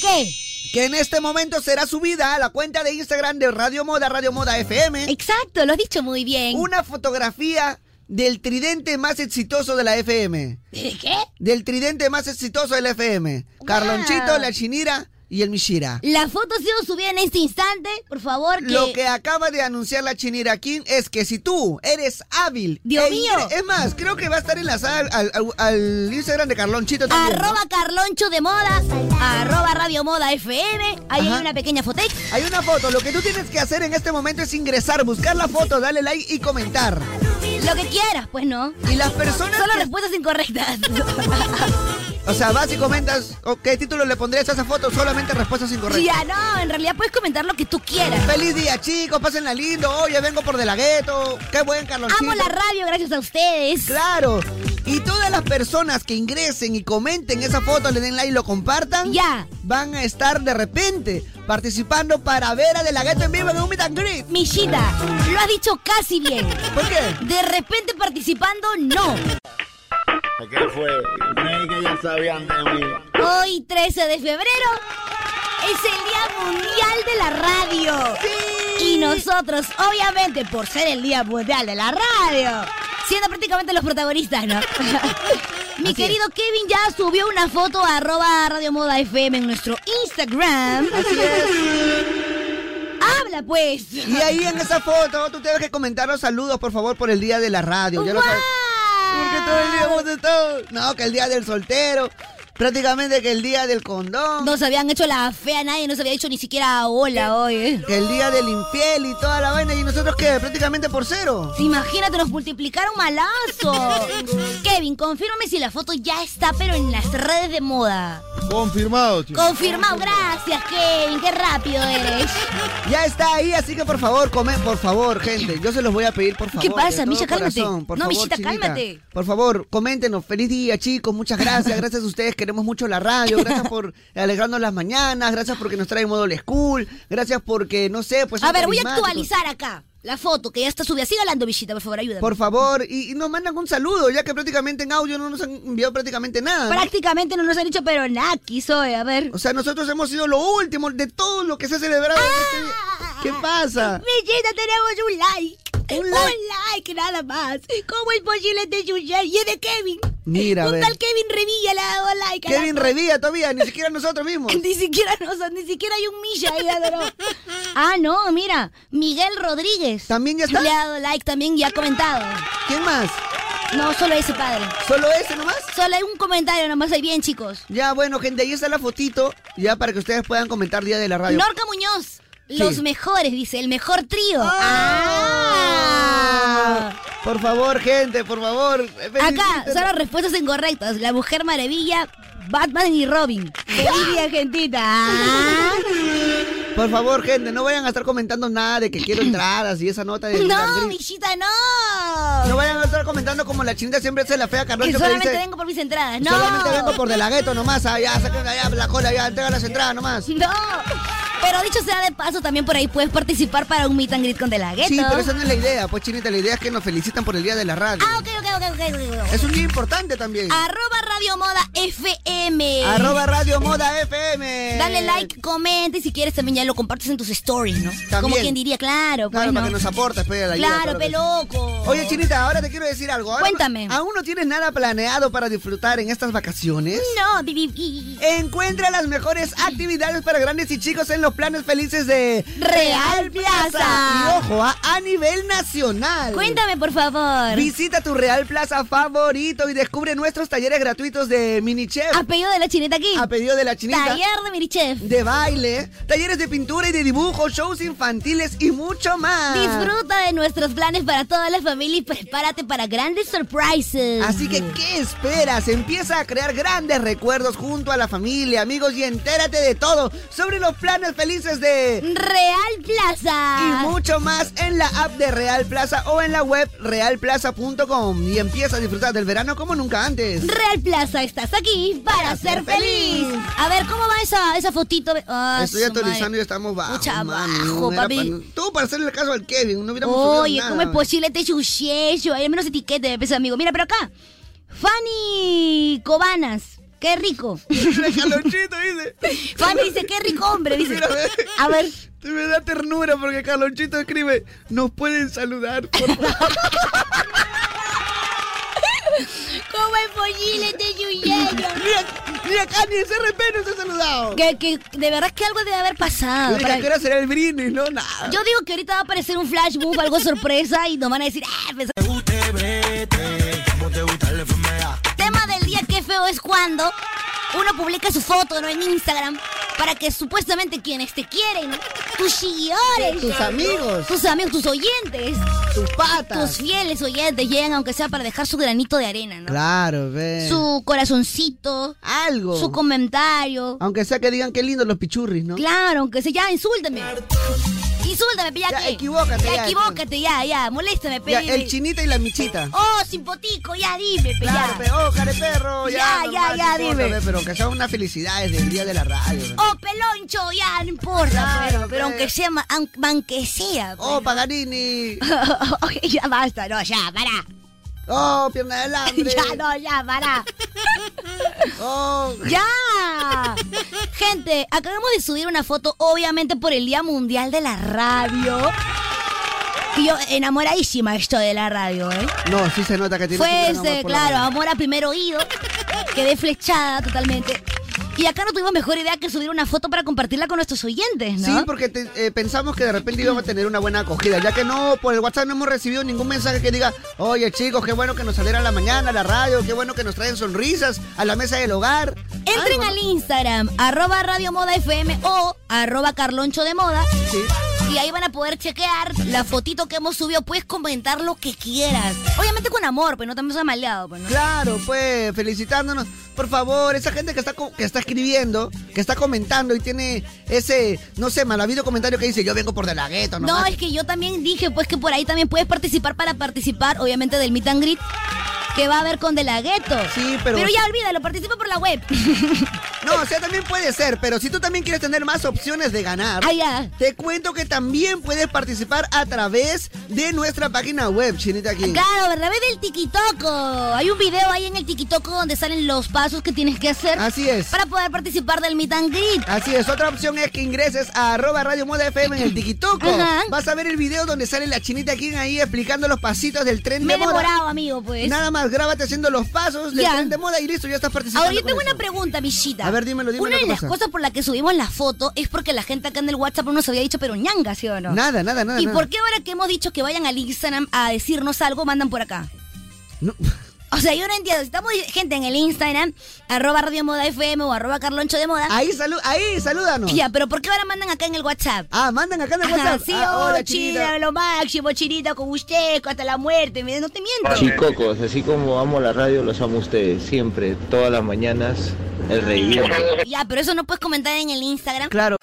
¿Qué? Que en este momento será subida a la cuenta de Instagram de Radio Moda, Radio Moda FM. Exacto, lo has dicho muy bien. Una fotografía del tridente más exitoso de la FM. ¿Qué? Del tridente más exitoso de la FM. Carlonchito, la Chinira y el Mishira. La foto ha sido subida en este instante, por favor. Que... Lo que acaba de anunciar la Chinira King es que si tú eres hábil. Dios e mío. ingre- Es más, creo que va a estar enlazada al, al- al Instagram de Carlonchito también. ¿no? Arroba Carloncho de Moda, arroba Radio Moda FM. Ahí Ajá. hay una pequeña fotex. Hay una foto. Lo que tú tienes que hacer en este momento es ingresar, buscar la foto, darle like y comentar. Lo que quieras, pues no. Y las personas. Solo respuestas incorrectas. O sea, vas y comentas. ¿o ¿Qué título le pondrías a esa foto? Solamente respuestas incorrectas. ya, no, en realidad puedes comentar lo que tú quieras. Feliz día, chicos. Pásenla lindo. Oye, vengo por De La Gueto. Qué buen Carlonchito. Amo la radio gracias a ustedes. Claro. Y todas las personas que ingresen y comenten esa foto, le den like y lo compartan, ya van a estar de repente participando para ver a De La Gueto en vivo en un meet and greet. Michita, lo has dicho casi bien. ¿Por qué? De repente participando, no. ¿Qué fue? Creí que ya sabían de mí. Hoy, 13 de febrero, es el Día Mundial de la Radio. Y nosotros, obviamente, por ser el Día Mundial de la Radio, siendo prácticamente los protagonistas, ¿no? Mi querido Kevin ya subió una foto a arroba Radio Moda FM en nuestro Instagram. Así es. Habla pues. Y ahí en esa foto, tú tienes que comentar los saludos, por favor, por el día de la radio. Ya lo sabes. Porque todo el día hemos estado- No, que el día del soltero. Prácticamente que el día del condón. No se habían hecho la fe a nadie, no se había dicho ni siquiera hola hoy. ¿eh? Que el día del infiel y toda la vaina. ¿Y nosotros qué? Prácticamente por cero. Imagínate, nos multiplicaron malazo. Kevin, confírmame si la foto ya está, pero en las redes de moda. Confirmado, chicos. Confirmado, gracias, Kevin, qué rápido eres. Ya está ahí, así que por favor, comen, por favor, gente. Yo se los voy a pedir, por favor. ¿Qué pasa, de todo Misha? Cálmate. por No, favor, Mishita, chinita. cálmate. Por favor, coméntenos. Feliz día, chicos. Muchas gracias. Gracias a ustedes. Queremos mucho la radio. Gracias por alegrarnos las mañanas. Gracias porque nos traen modo school. Gracias porque, no sé, pues. A son ver, voy a carismáticos. actualizar acá la foto que ya está subida. Siga hablando, Villita, por favor, ayúdame. Por favor, y, y nos mandan un saludo, ya que prácticamente en audio no nos han enviado prácticamente nada. ¿no? Prácticamente no nos han dicho, pero nada, quiso, eh, a ver. O sea, nosotros hemos sido lo último de todo lo que se ha celebrado. en este día. ¿Qué pasa? Ah, Villita, tenemos un like. Un like, nada más. ¿Cómo es posible de Yuyer y es de Kevin? Mira, a Un ver. tal Kevin Revilla le ha dado like. a la Kevin foto. Revilla todavía, ni siquiera nosotros mismos. Ni siquiera no, o sea, ni siquiera hay un milla ahí adoró. Ah, no, mira, Miguel Rodríguez. También ya está. Le ha dado like también y ha comentado. ¿Quién más? No, solo ese padre. ¿Solo ese nomás? Solo hay un comentario nomás, ahí bien, chicos. Ya, bueno, gente, ahí está la fotito, ya para que ustedes puedan comentar Día de la Radio. Norca Muñoz, los Sí. mejores, dice, el mejor trío. Ah. Por favor, gente, por favor. Acá, felicítenos. son las respuestas incorrectas. La Mujer Maravilla, Batman y Robin. Feliz día, gentita. Ah. Por favor, gente, no vayan a estar comentando nada de que quiero entradas y esa nota de... No, Villita, no. No vayan a estar comentando como la chinita siempre hace la fea Que Carloncho que solamente dice... vengo por mis entradas. No. Solamente vengo por de la gueto nomás, ah, ya, saquen allá la cola, ya, entregan las entradas nomás. No. Pero dicho sea de paso, también por ahí puedes participar para un meet and greet con De La Ghetto. Sí, pero esa no es la idea, pues chinita, la idea es que nos felicitan por el Día de la Radio. Ah, ok, ok, ok, ok, ok, ok. Es un día importante también. Arroba Radio Moda FM. Arroba Radio Moda FM. Dale like, comenta y si quieres también ya lo compartes en tus stories, ¿no? Como quien diría, claro, pues, Claro, ¿no? para que nos aportes, pues, la ayuda, Claro, claro que sí. peloco. Oye, Chinita, ahora te quiero decir algo. Ahora- Cuéntame. ¿Aún no tienes nada planeado para disfrutar en estas vacaciones? No, bibi. Encuentra las mejores actividades para grandes y chicos en los planes felices de Real Plaza. Y ojo, a, a nivel nacional. Cuéntame, por favor. Visita tu Real Plaza favorito y descubre nuestros talleres gratuitos de mini chef. A pedido de la chineta aquí. A pedido de la chinita. Taller de Mirichef. de baile, talleres de pintura y de dibujo, shows infantiles y mucho más. Disfruta de nuestros planes para toda la familia y prepárate para grandes surprises. Así que, ¿qué esperas? Empieza a crear grandes recuerdos junto a la familia, amigos y entérate de todo sobre los planes felices de... Real Plaza. Y mucho más en la app de Real Plaza o en la web realplaza.com y empieza a disfrutar del verano como nunca antes. Real Plaza, estás aquí para ser feliz. feliz. A ver, ¿cómo va esa, esa fotito? Ah, Estoy su actualizando y madre. estamos bajo. Pucha, mami, bajo, no era papi. pa- Tú para hacerle caso al Kevin, no hubiéramos subido Oye, nada. ¿cómo es posible este chuchillo? Hay menos etiquete, pues, amigo. Mira, pero acá. Fanny Cobanas. Qué rico. Fanny dice, qué rico hombre, dice. A ver. Te me da ternura porque Carlonchito escribe, nos pueden saludar. por favor". ¿Cómo es posible este chuchillo? Mira, Ni acá ni el CRP nos ha saludado. Que, que de verdad que algo debe haber pasado. Oiga, ¿qué hora será el brindis? No, nada. Yo digo que ahorita va a aparecer un flash move, algo sorpresa, y nos van a decir, "Ah, pues, Tema del día, qué feo es cuando uno publica su foto ¿no? en Instagram para que supuestamente quienes te quieren, ¿no? tus seguidores, Tus amigos. tus amigos, tus oyentes, tus patas, tus fieles oyentes llegan aunque sea para dejar su granito de arena, ¿no? Claro, ve. su corazoncito, algo, su comentario, Aunque sea que digan qué lindos los pichurris, ¿no? claro, aunque sea ya insúltame. Insúltame, pe, ya, Ya, ¿qué? equivócate, Ya, ya, equivócate, ya, ya, moléstame, pe. Ya, el chinita y la michita. Oh, simpotico, ya dime, pe, Claro, ya. pe, oh, perro, ya, Ya, ya, normal, ya, no importa, dime. ve, Pero aunque sea una felicidad desde el día de la radio. ¿no? Oh, peloncho, ya, no importa, Claro, pero, pe. pero aunque sea, ma- aun- aunque sea. pe. Oh, Paganini. Ok, ya basta, no, ya, para. Oh, pierna del hambre. ya, no, ya, para. Oh. ¡Ya! Gente, acabamos de subir una foto, obviamente, por el Día Mundial de la Radio. Que yo enamoradísima esto de la radio, ¿eh? No, sí se nota que tiene Fue un gran amor este, por la claro, radio. amor a primer oído. Quedé flechada totalmente. Y acá no tuvimos mejor idea que subir una foto para compartirla con nuestros oyentes, ¿no? Sí, porque te- eh, pensamos que de repente íbamos a tener una buena acogida, ya que no, por el WhatsApp no hemos recibido ningún mensaje que diga, oye chicos, qué bueno que nos saliera a la mañana a la radio, qué bueno que nos traen sonrisas a la mesa del hogar. Entren Ah, al Instagram, arroba Radio Moda FM o arroba Carloncho de Moda. Y ahí van a poder chequear la fotito que hemos subido. Puedes comentar lo que quieras. Obviamente con amor, pero no también seas maleado. Pues, ¿no? Claro, pues, felicitándonos. Por favor, esa gente que está, co- que está escribiendo, que está comentando y tiene ese, no sé, malavido comentario que dice, yo vengo por de la gueto, No, nomás". es que yo también dije, pues que por ahí también puedes participar para participar, obviamente, del meet and greet que va a haber con De La Ghetto. Sí, pero- Pero ya olvídalo, participa por la web. No, o sea, también puede ser, pero si tú también quieres tener más opciones de ganar, Ah, ya. te cuento que también puedes participar a través de nuestra página web, Chinita aquí. Claro, ¿verdad? Ve del tikitoco. Hay un video ahí en el tikitoco donde salen los pasos que tienes que hacer. Así es. Para poder participar del meet and greet. Así es, otra opción es que ingreses a arroba Radio Moda FM en el Tikitoco. Ajá. Vas a ver el video donde sale la chinita aquí ahí explicando los pasitos del tren Me he de moda. demorado, amigo, pues. Nada más, grábate haciendo los pasos del Ya. tren de moda y listo, ya estás participando. Ahora, yo con tengo eso. una pregunta, Michita. A ver, dímelo, dímelo, Una de ¿qué las pasa? cosas por las que subimos la foto es porque la gente acá en el WhatsApp no nos había dicho, pero ñanga, ¿sí o no? Nada, nada, nada. ¿Y nada. por qué ahora que hemos dicho que vayan al Instagram a decirnos algo, mandan por acá? O sea, yo no entiendo. Si estamos gente en el Instagram, arroba Radio Moda FM o arroba Carloncho de Moda. Ahí, salu ahí, salúdanos. Ya, pero ¿por qué ahora mandan acá en el WhatsApp? Ah, mandan acá en el Ajá, WhatsApp. sí, oh, Ah, hola, hola, china, chinita. lo máximo, chinita, con usted, hasta la muerte. Mira, No te miento. Chicocos, pues, así como amo la radio, los amo ustedes, siempre, todas las mañanas, el reguillo. Ya, pero eso no puedes comentar en el Instagram. Claro.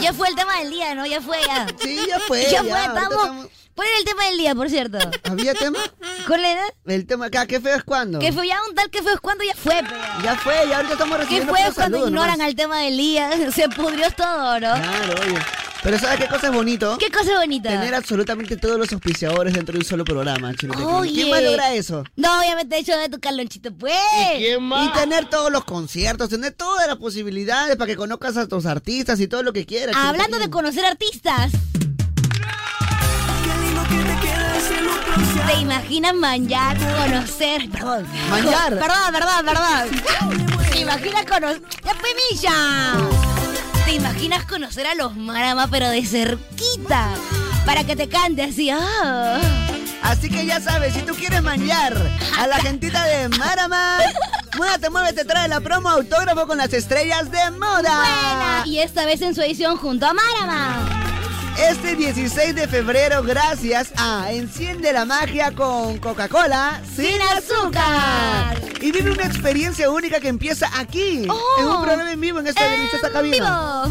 ya. fue el tema del día, ¿no? Ya fue, ya. Sí, ya fue, Ya, ya, fue, ahorita estamos. estamos- ¿Cuál era el tema del día, por cierto? ¿Había tema? ¿Cuál era? El tema acá, ¿qué feo es cuando? Que fue ya un tal que fue cuando ya fue, pero. Ya fue, ya ahorita estamos ¿Qué recibiendo fue puros cuando saludos ignoran nomás. al tema del día? Se pudrió todo, ¿no? Claro, oye. Pero ¿sabes qué cosa es bonito? ¿Qué cosa bonita? Tener absolutamente todos los auspiciadores dentro de un solo programa, Chinita aquí. Oye. ¿Quién más logra eso? No, obviamente hecho de tu calonchito, pues. ¿Y Y tener todos los conciertos, tener todas las posibilidades para que conozcas a tus artistas y todo lo que quieras. Chinita Hablando de aquí. conocer artistas. ¿Te imaginas manjar, conocer? Perdón. Manjar. Perdón, perdón, perdón. ¿Te imaginas conocer? ¡Ya fue milla! ¿Te imaginas conocer a los Marama, pero de cerquita? Para que te cante así. ah. Así que ya sabes, si tú quieres manjar a la gentita de Marama, Muévete, Muévete trae la promo autógrafo con las estrellas de moda. Y esta vez en su edición junto a Marama. Este 16 de febrero, gracias a Enciende la Magia con Coca-Cola sin azúcar. Y vive una experiencia única que empieza aquí, en un programa en vivo, en esta deliciosa cabina.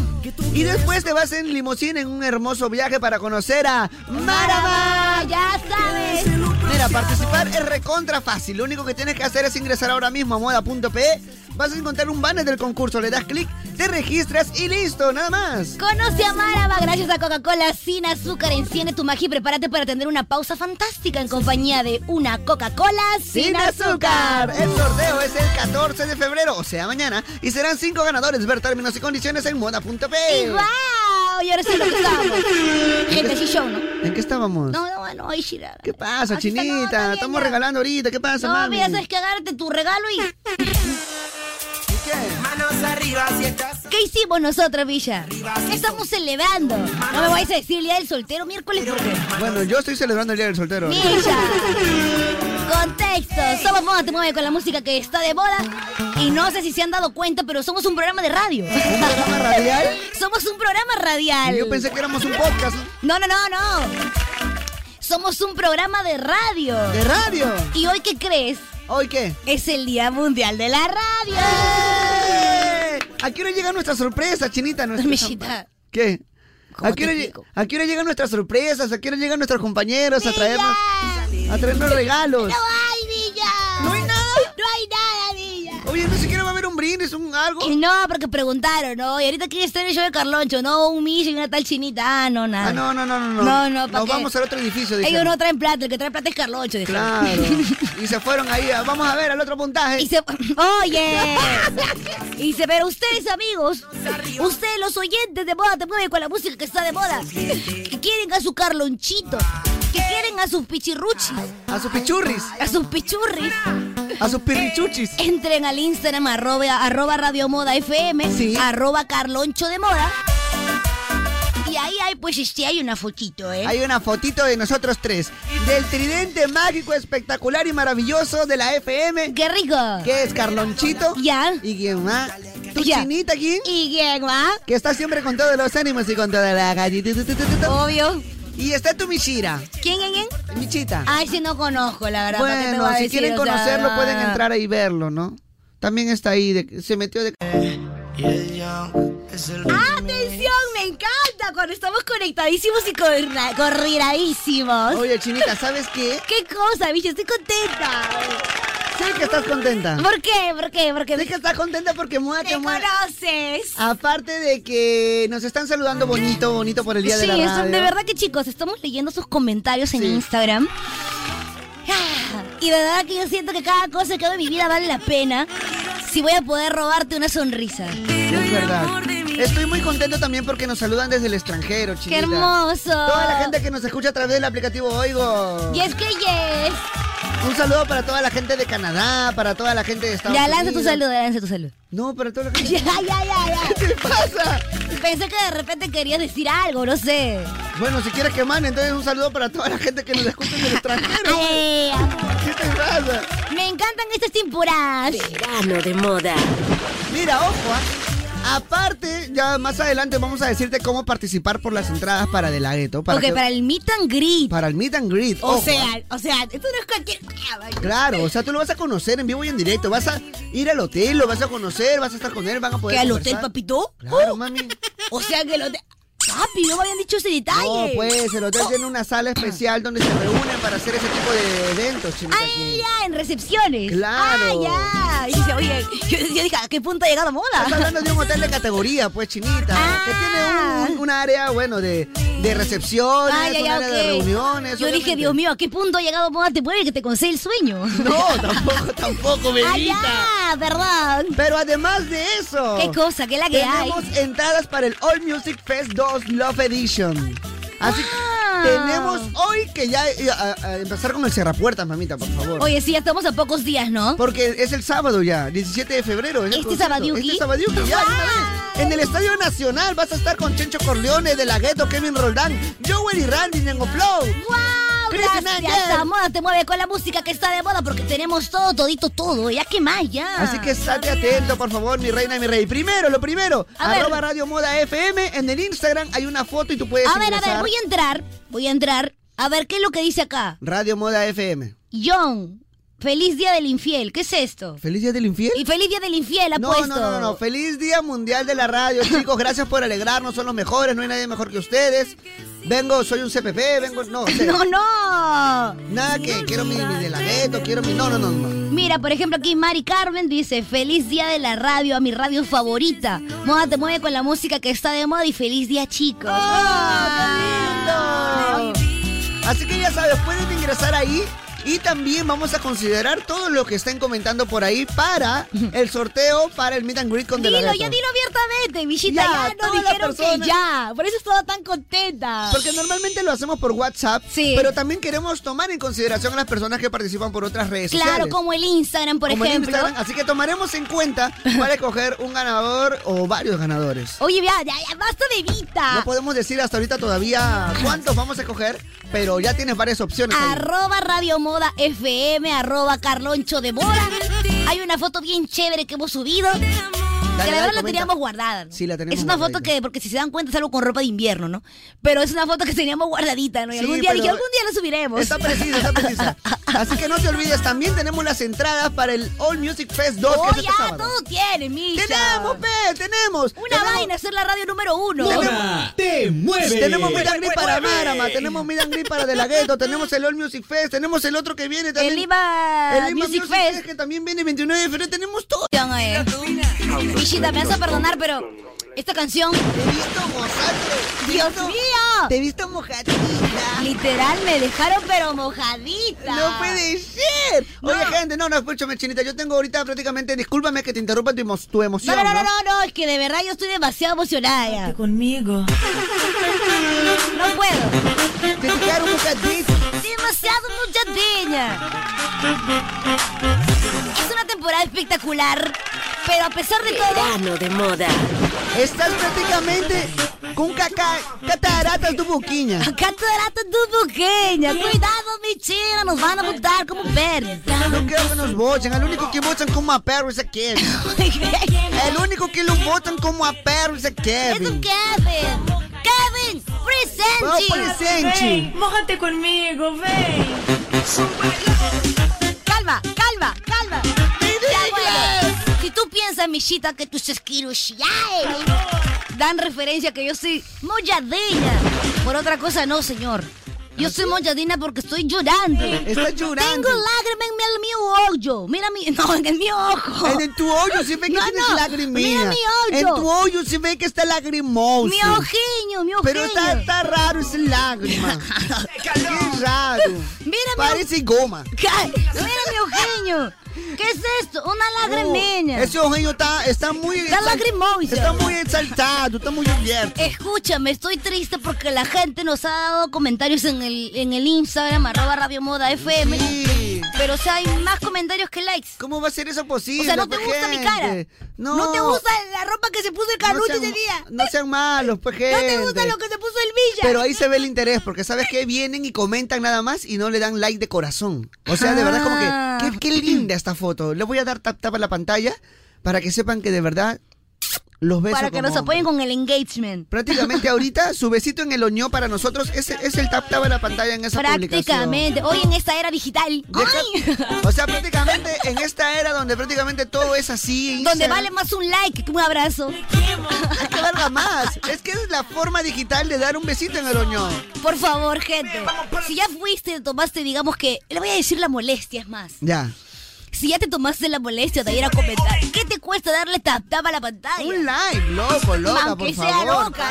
Y después te vas en limusina en un hermoso viaje para conocer a Marama. Ya sabes. Mira, participar es recontra fácil. Lo único que tienes que hacer es ingresar ahora mismo a moda.pe. Vas a encontrar un banner del concurso, le das clic, te registras y listo, nada más. Conoce a Marama gracias a Coca-Cola sin azúcar. Enciende tu magia y prepárate para tener una pausa fantástica en compañía de una Coca-Cola sin, azúcar. El sorteo es el 14 de febrero, o sea, mañana, y serán 5 ganadores. Ver términos y condiciones en moda.p. Y guau, y ahora sí lo que estábamos. Gente, sí, show, ¿no? ¿En qué estábamos? No, no, no, ay, Shira. ¿Qué pasa, Aquí está, no, chinita? está bien, Estamos ya. regalando ahorita, ¿qué pasa, No, mami? mira, sabes que agárrate tu regalo y. Manos arriba si estás. ¿Qué hicimos nosotros, Villa? ¿Qué estamos celebrando? No me vais a decir el día del soltero miércoles porque. Bueno, yo estoy celebrando el Día del Soltero. Villa. Contexto. Somos Moda Te Mueve con la música que está de moda. Y no sé si se han dado cuenta, pero somos un programa de radio. ¿Un programa radial? Somos un programa radial. Yo pensé que éramos un podcast. No, no, no, no. Somos un programa de radio. ¿De radio? ¿Y hoy qué crees? ¿Hoy qué? Es el Día Mundial de la Radio. ¿A qué hora llega nuestra sorpresa, chinita? Nuestra Millita. ¿Qué? ¿A ¿Cómo te qué, hora, explico? a qué hora llegan nuestras sorpresas? ¿A qué hora llegan nuestros compañeros a traernos, a traernos regalos? No hay Villa. No hay nada. No hay nada, Villa. Oye, no siquiera va a haber un brindis, un algo. Y no, porque preguntaron, ¿no? Y ahorita quiere estar el show de Carloncho, no un Milla y una tal chinita. Ah, no, nada. Ah, no, no, no, no. no. No, no, ¿pa' Nos qué? vamos al otro edificio, Ellos dijeron. no traen plata, el que trae plata es Carloncho, dijeron. Claro. y se fueron ahí, a- vamos a ver al otro puntaje. Y se... Oye. Y se, pero ustedes, amigos, ustedes, los oyentes de moda, te mueven con la música que está de moda. Que quieren a su Carlonchito. Que quieren a sus pichirruchis. A sus pichurris. A sus pichurris. A sus pirrichuchis. Entren al Instagram arroba, arroba Radio Moda FM. Arroba Carloncho de Moda. Y ahí hay, pues, este, hay una fotito, ¿eh? Hay una fotito de nosotros tres. Del tridente mágico, espectacular y maravilloso de la FM. ¡Qué rico! Que es Carlonchito. Ya. ¿Y quién más? ¿Tu Ya. chinita quién? ¿Y ¿ah? quién más? Que está siempre con todos los ánimos y con toda la gallita. Obvio. Y está tu Mishira. ¿Quién, quién, quién? Michita. Ay, si no conozco, la verdad. ¿para Ah, qué te Bueno, voy a si decir? quieren O sea, conocerlo ah. pueden entrar ahí y verlo, ¿no? También está ahí, de- se metió de... ¡Atención! ¡Me encanta! Cuando estamos conectadísimos y corra- corridadísimos. Oye, Chinita, ¿sabes qué? ¿Qué cosa, bicho? Estoy contenta. Sé que estás contenta. ¿Por qué? ¿Por qué? ¿Por qué? Sé que estás contenta porque mueve, ¡Te Ah, conoces! Aparte de que nos están saludando bonito, bonito por el Día de la Sí, Radio. es- de verdad que chicos, estamos leyendo sus comentarios en Instagram. Ah, Y de verdad que yo siento que cada cosa que hago en mi vida vale la pena si voy a poder robarte una sonrisa. Es verdad. Estoy muy contento también porque nos saludan desde el extranjero, Chinita. ¡Qué hermoso! Toda la gente que nos escucha a través del aplicativo Oigo. Y es que yes. Un saludo para toda la gente de Canadá, para toda la gente de Estados Ya Unidos. lanza tu saludo, ya lanza tu saludo. No, para toda la Ya, gente. ya, ya, ya. ¿Qué te pasa? Pensé que de repente querías decir algo, no sé. Bueno, si quieres que mande, entonces un saludo para toda la gente que nos escucha en el extranjero. Ay, eh, ¿Qué te pasa? Me encantan estas temporadas. Verano de moda. Mira, ojo, ah, aparte, ya más adelante vamos a decirte cómo participar por las entradas para De La Ghetto. Porque para el meet and greet. Para el meet and greet. O ojo, sea, ah. o sea, esto no es cualquier. Claro, o sea, tú lo vas a conocer en vivo y en directo. Vas a ir al hotel, lo vas a conocer, vas a estar con él, van a poder. ¿Que al hotel, conversar. papito? Uh. Claro, mami. O sea que el hotel. Papi, no me habían dicho ese detalle. Oh. No, pues el hotel tiene una sala especial donde se reúnen para hacer ese tipo de eventos, chinita. Ah, ya, en recepciones. Claro. Ah, ya. Y dice, oye, yo, yo dije, ¿a qué punto ha llegado moda? Estás hablando de un hotel de categoría, pues, chinita. Ah. Que tiene un, un área, bueno, de, de recepciones, Ah, ya, un ya, área ok. de reuniones. Yo dije, obviamente. Dios mío, ¿a qué punto ha llegado moda? Te puede que te concede el sueño. No, tampoco, tampoco, bebita. Ah, perdón. Pero además de eso. ¿Qué cosa? ¿Qué es la que hay? tenemos entradas para el All Music Fest 2 Love Edition. Así que tenemos hoy que ya eh, a- a empezar con el cerrapuertas, mamita, por favor. Oye, sí, ya estamos a pocos días, ¿no? Porque es el sábado ya, 17 de febrero. es el Este concierto. sabadiuki. Este sabadiuki, ya, de una vez. En el Estadio Nacional vas a estar con Chencho Corleone, De La Ghetto, Kevin Roldán, Joel y Randy, Nengo Flow. ¡Wow! Crazy Gracias, Nigel. la moda te mueve con la música que está de moda porque tenemos todo, todito, todo. Ya que más, ya. Así que estate atento, por favor, mi reina y mi rey. Primero, lo primero, A ver. arroba Radio Moda FM. En el Instagram hay una foto y tú puedes A ver, a ver, ingresar. voy a entrar. Voy a entrar. A ver, ¿qué es lo que dice acá? Radio Moda FM. John, feliz día del infiel. ¿Qué es esto? ¿Feliz Día del Infiel? Y feliz día del infiel, ha No, puesto. no, no, no. Feliz Día Mundial de la Radio, chicos. Gracias por alegrarnos. Son los mejores. No hay nadie mejor que ustedes. Vengo, soy un CPP. Vengo, no. cero. No, no. Nada que quiero mi, mi de la Ghetto, quiero mi. No, no, no, no. Mira, por ejemplo, aquí Mari Carmen dice: Feliz día de la radio, a mi radio favorita. Moda te mueve con la música que está de moda y feliz día, ¡Oh, chicos. Ah. Así que ya sabes, pueden ingresar ahí Y también vamos a considerar todo lo que estén comentando por ahí para el sorteo para el meet and greet con De La Dilo, ya Ghetto. dilo abiertamente, Michita, ya, nos todas las dijeron que personas- ya. Por eso estaba tan contenta. Porque normalmente lo hacemos por WhatsApp, pero también queremos tomar en consideración a las personas que participan por otras redes Claro, sociales. como el Instagram, por Como el ejemplo. Instagram. ah. Así que tomaremos en cuenta para escoger un ganador o varios ganadores. Oye, ya, ya, ya, basta de Vita. No podemos decir hasta ahorita todavía cuántos vamos a escoger, pero ya tienes varias opciones. ahí. Arroba Radio Moda FM, arroba Carloncho de Moda. Hay una foto bien chévere que hemos subido. que dale, la verdad la comenta. teníamos guardada. ¿no? Sí, la tenemos es una foto guardadita. que, porque si se dan cuenta, es algo con ropa de invierno, ¿no? Pero es una foto que teníamos guardadita, ¿no? Y Sí, algún día pero- dije, algún día la subiremos. Está precisa, está precisa. Así que no te olvides, también tenemos las entradas para el All Music Fest 2 Oh, que es este ya, sábado. todo tiene, Misha. Tenemos, pe, tenemos. Una vaina, ser la radio número uno. Tenemos- Tenemos Meet and Greet para Márama, tenemos Meet and Greet para De La Ghetto, tenemos el All Music Fest, tenemos el otro que viene también. El Lima el Lima Music Fest. que también viene 29 de febrero, tenemos todo. Michita, me vas a perdonar, pero esta canción. ¡Dios mío! Te he visto mojadita. Literal, me dejaron pero mojadita. No puede ser. Oye, gente, no, no, escúchame, chinita. Yo tengo ahorita prácticamente, discúlpame que te interrumpa tu, emo- tu No, emoción. no, no, no, no, no, es que de verdad yo estoy demasiado emocionada ya. Conmigo. No puedo. Te dejaron mojadita. Demasiado mojadita. Es una temporada espectacular, pero a pesar de todo... de moda. Estás prácticamente con caca, catarata tu boquinha. Catarata tu boquinha. Cuidado, Michita, nos van a botar como perros. No quiero que nos voten. El único que votan como a perro es a Kevin. El único que lo votan como a perro es a Kevin. Kevin. Kevin, presente. Oh, presente. Ven, mójate conmigo, ven. Calma, calma, calma. Ya, bueno. Si tú piensas, Michita, que tus esquiros ya eh, dan referencia que yo soy mojadina. Por otra cosa, no, señor. Yo soy mojadina porque estoy llorando. Estás llorando. Tengo lágrimas en mi- el mío hoyo. Mira mi. No, en el mío ojo. En el- tu hoyo se ve que No, tienes no, lagrimilla. Mira mi hoyo. En tu hoyo se ve que está lagrimoso. Mi ojiño, mi ojiño. Pero está, está raro ese lágrima. Qué raro. Mira mi Parece goma. Ca- Mira mi ojeño. ¿Qué es esto? Una lagrimeña. No, Oh, ese ojeño está, Uh, está muy... Está exal- lagrimoso. Está muy exaltado, está muy abierto. Escúchame, estoy triste porque la gente nos ha dado comentarios en el, en el Instagram, arroba Radio Moda FM. Pero o sea, hay más comentarios que likes. ¿Cómo va a ser eso posible? O sea, no te pues, gusta mi gente? cara. No. te gusta la ropa que se puso el No Carlucho sean- ese día. No sean malos, pues, No te gente. gusta lo que se puso el Villa. Pero ahí se ve el interés, porque ¿sabes qué? Vienen y comentan nada más y no le dan like de corazón. O sea, de verdad, Ah. como que, qué, qué linda esta foto. Les voy a dar tap tap a la pantalla para que sepan que de verdad los besos Para que nos apoyen con el engagement. Prácticamente ahorita su besito en el oñó para nosotros es, es el tap tap a la pantalla en esa Prácticamente. publicación. Hoy en esta era digital. O sea, prácticamente en esta era donde prácticamente todo es así. Donde Instagram- vale más un like que un abrazo. Hay que valga más. Es que es la forma digital de dar un besito en el oñón. Por favor, gente. Si ya fuiste, tomaste, digamos que. Le voy a decir la molestia, es más. Ya. Si ya te tomaste la molestia de ir a comentar, ¿qué te cuesta darle tap tap a la pantalla? Un like, loco, loca, Aunque por sea favor. loca.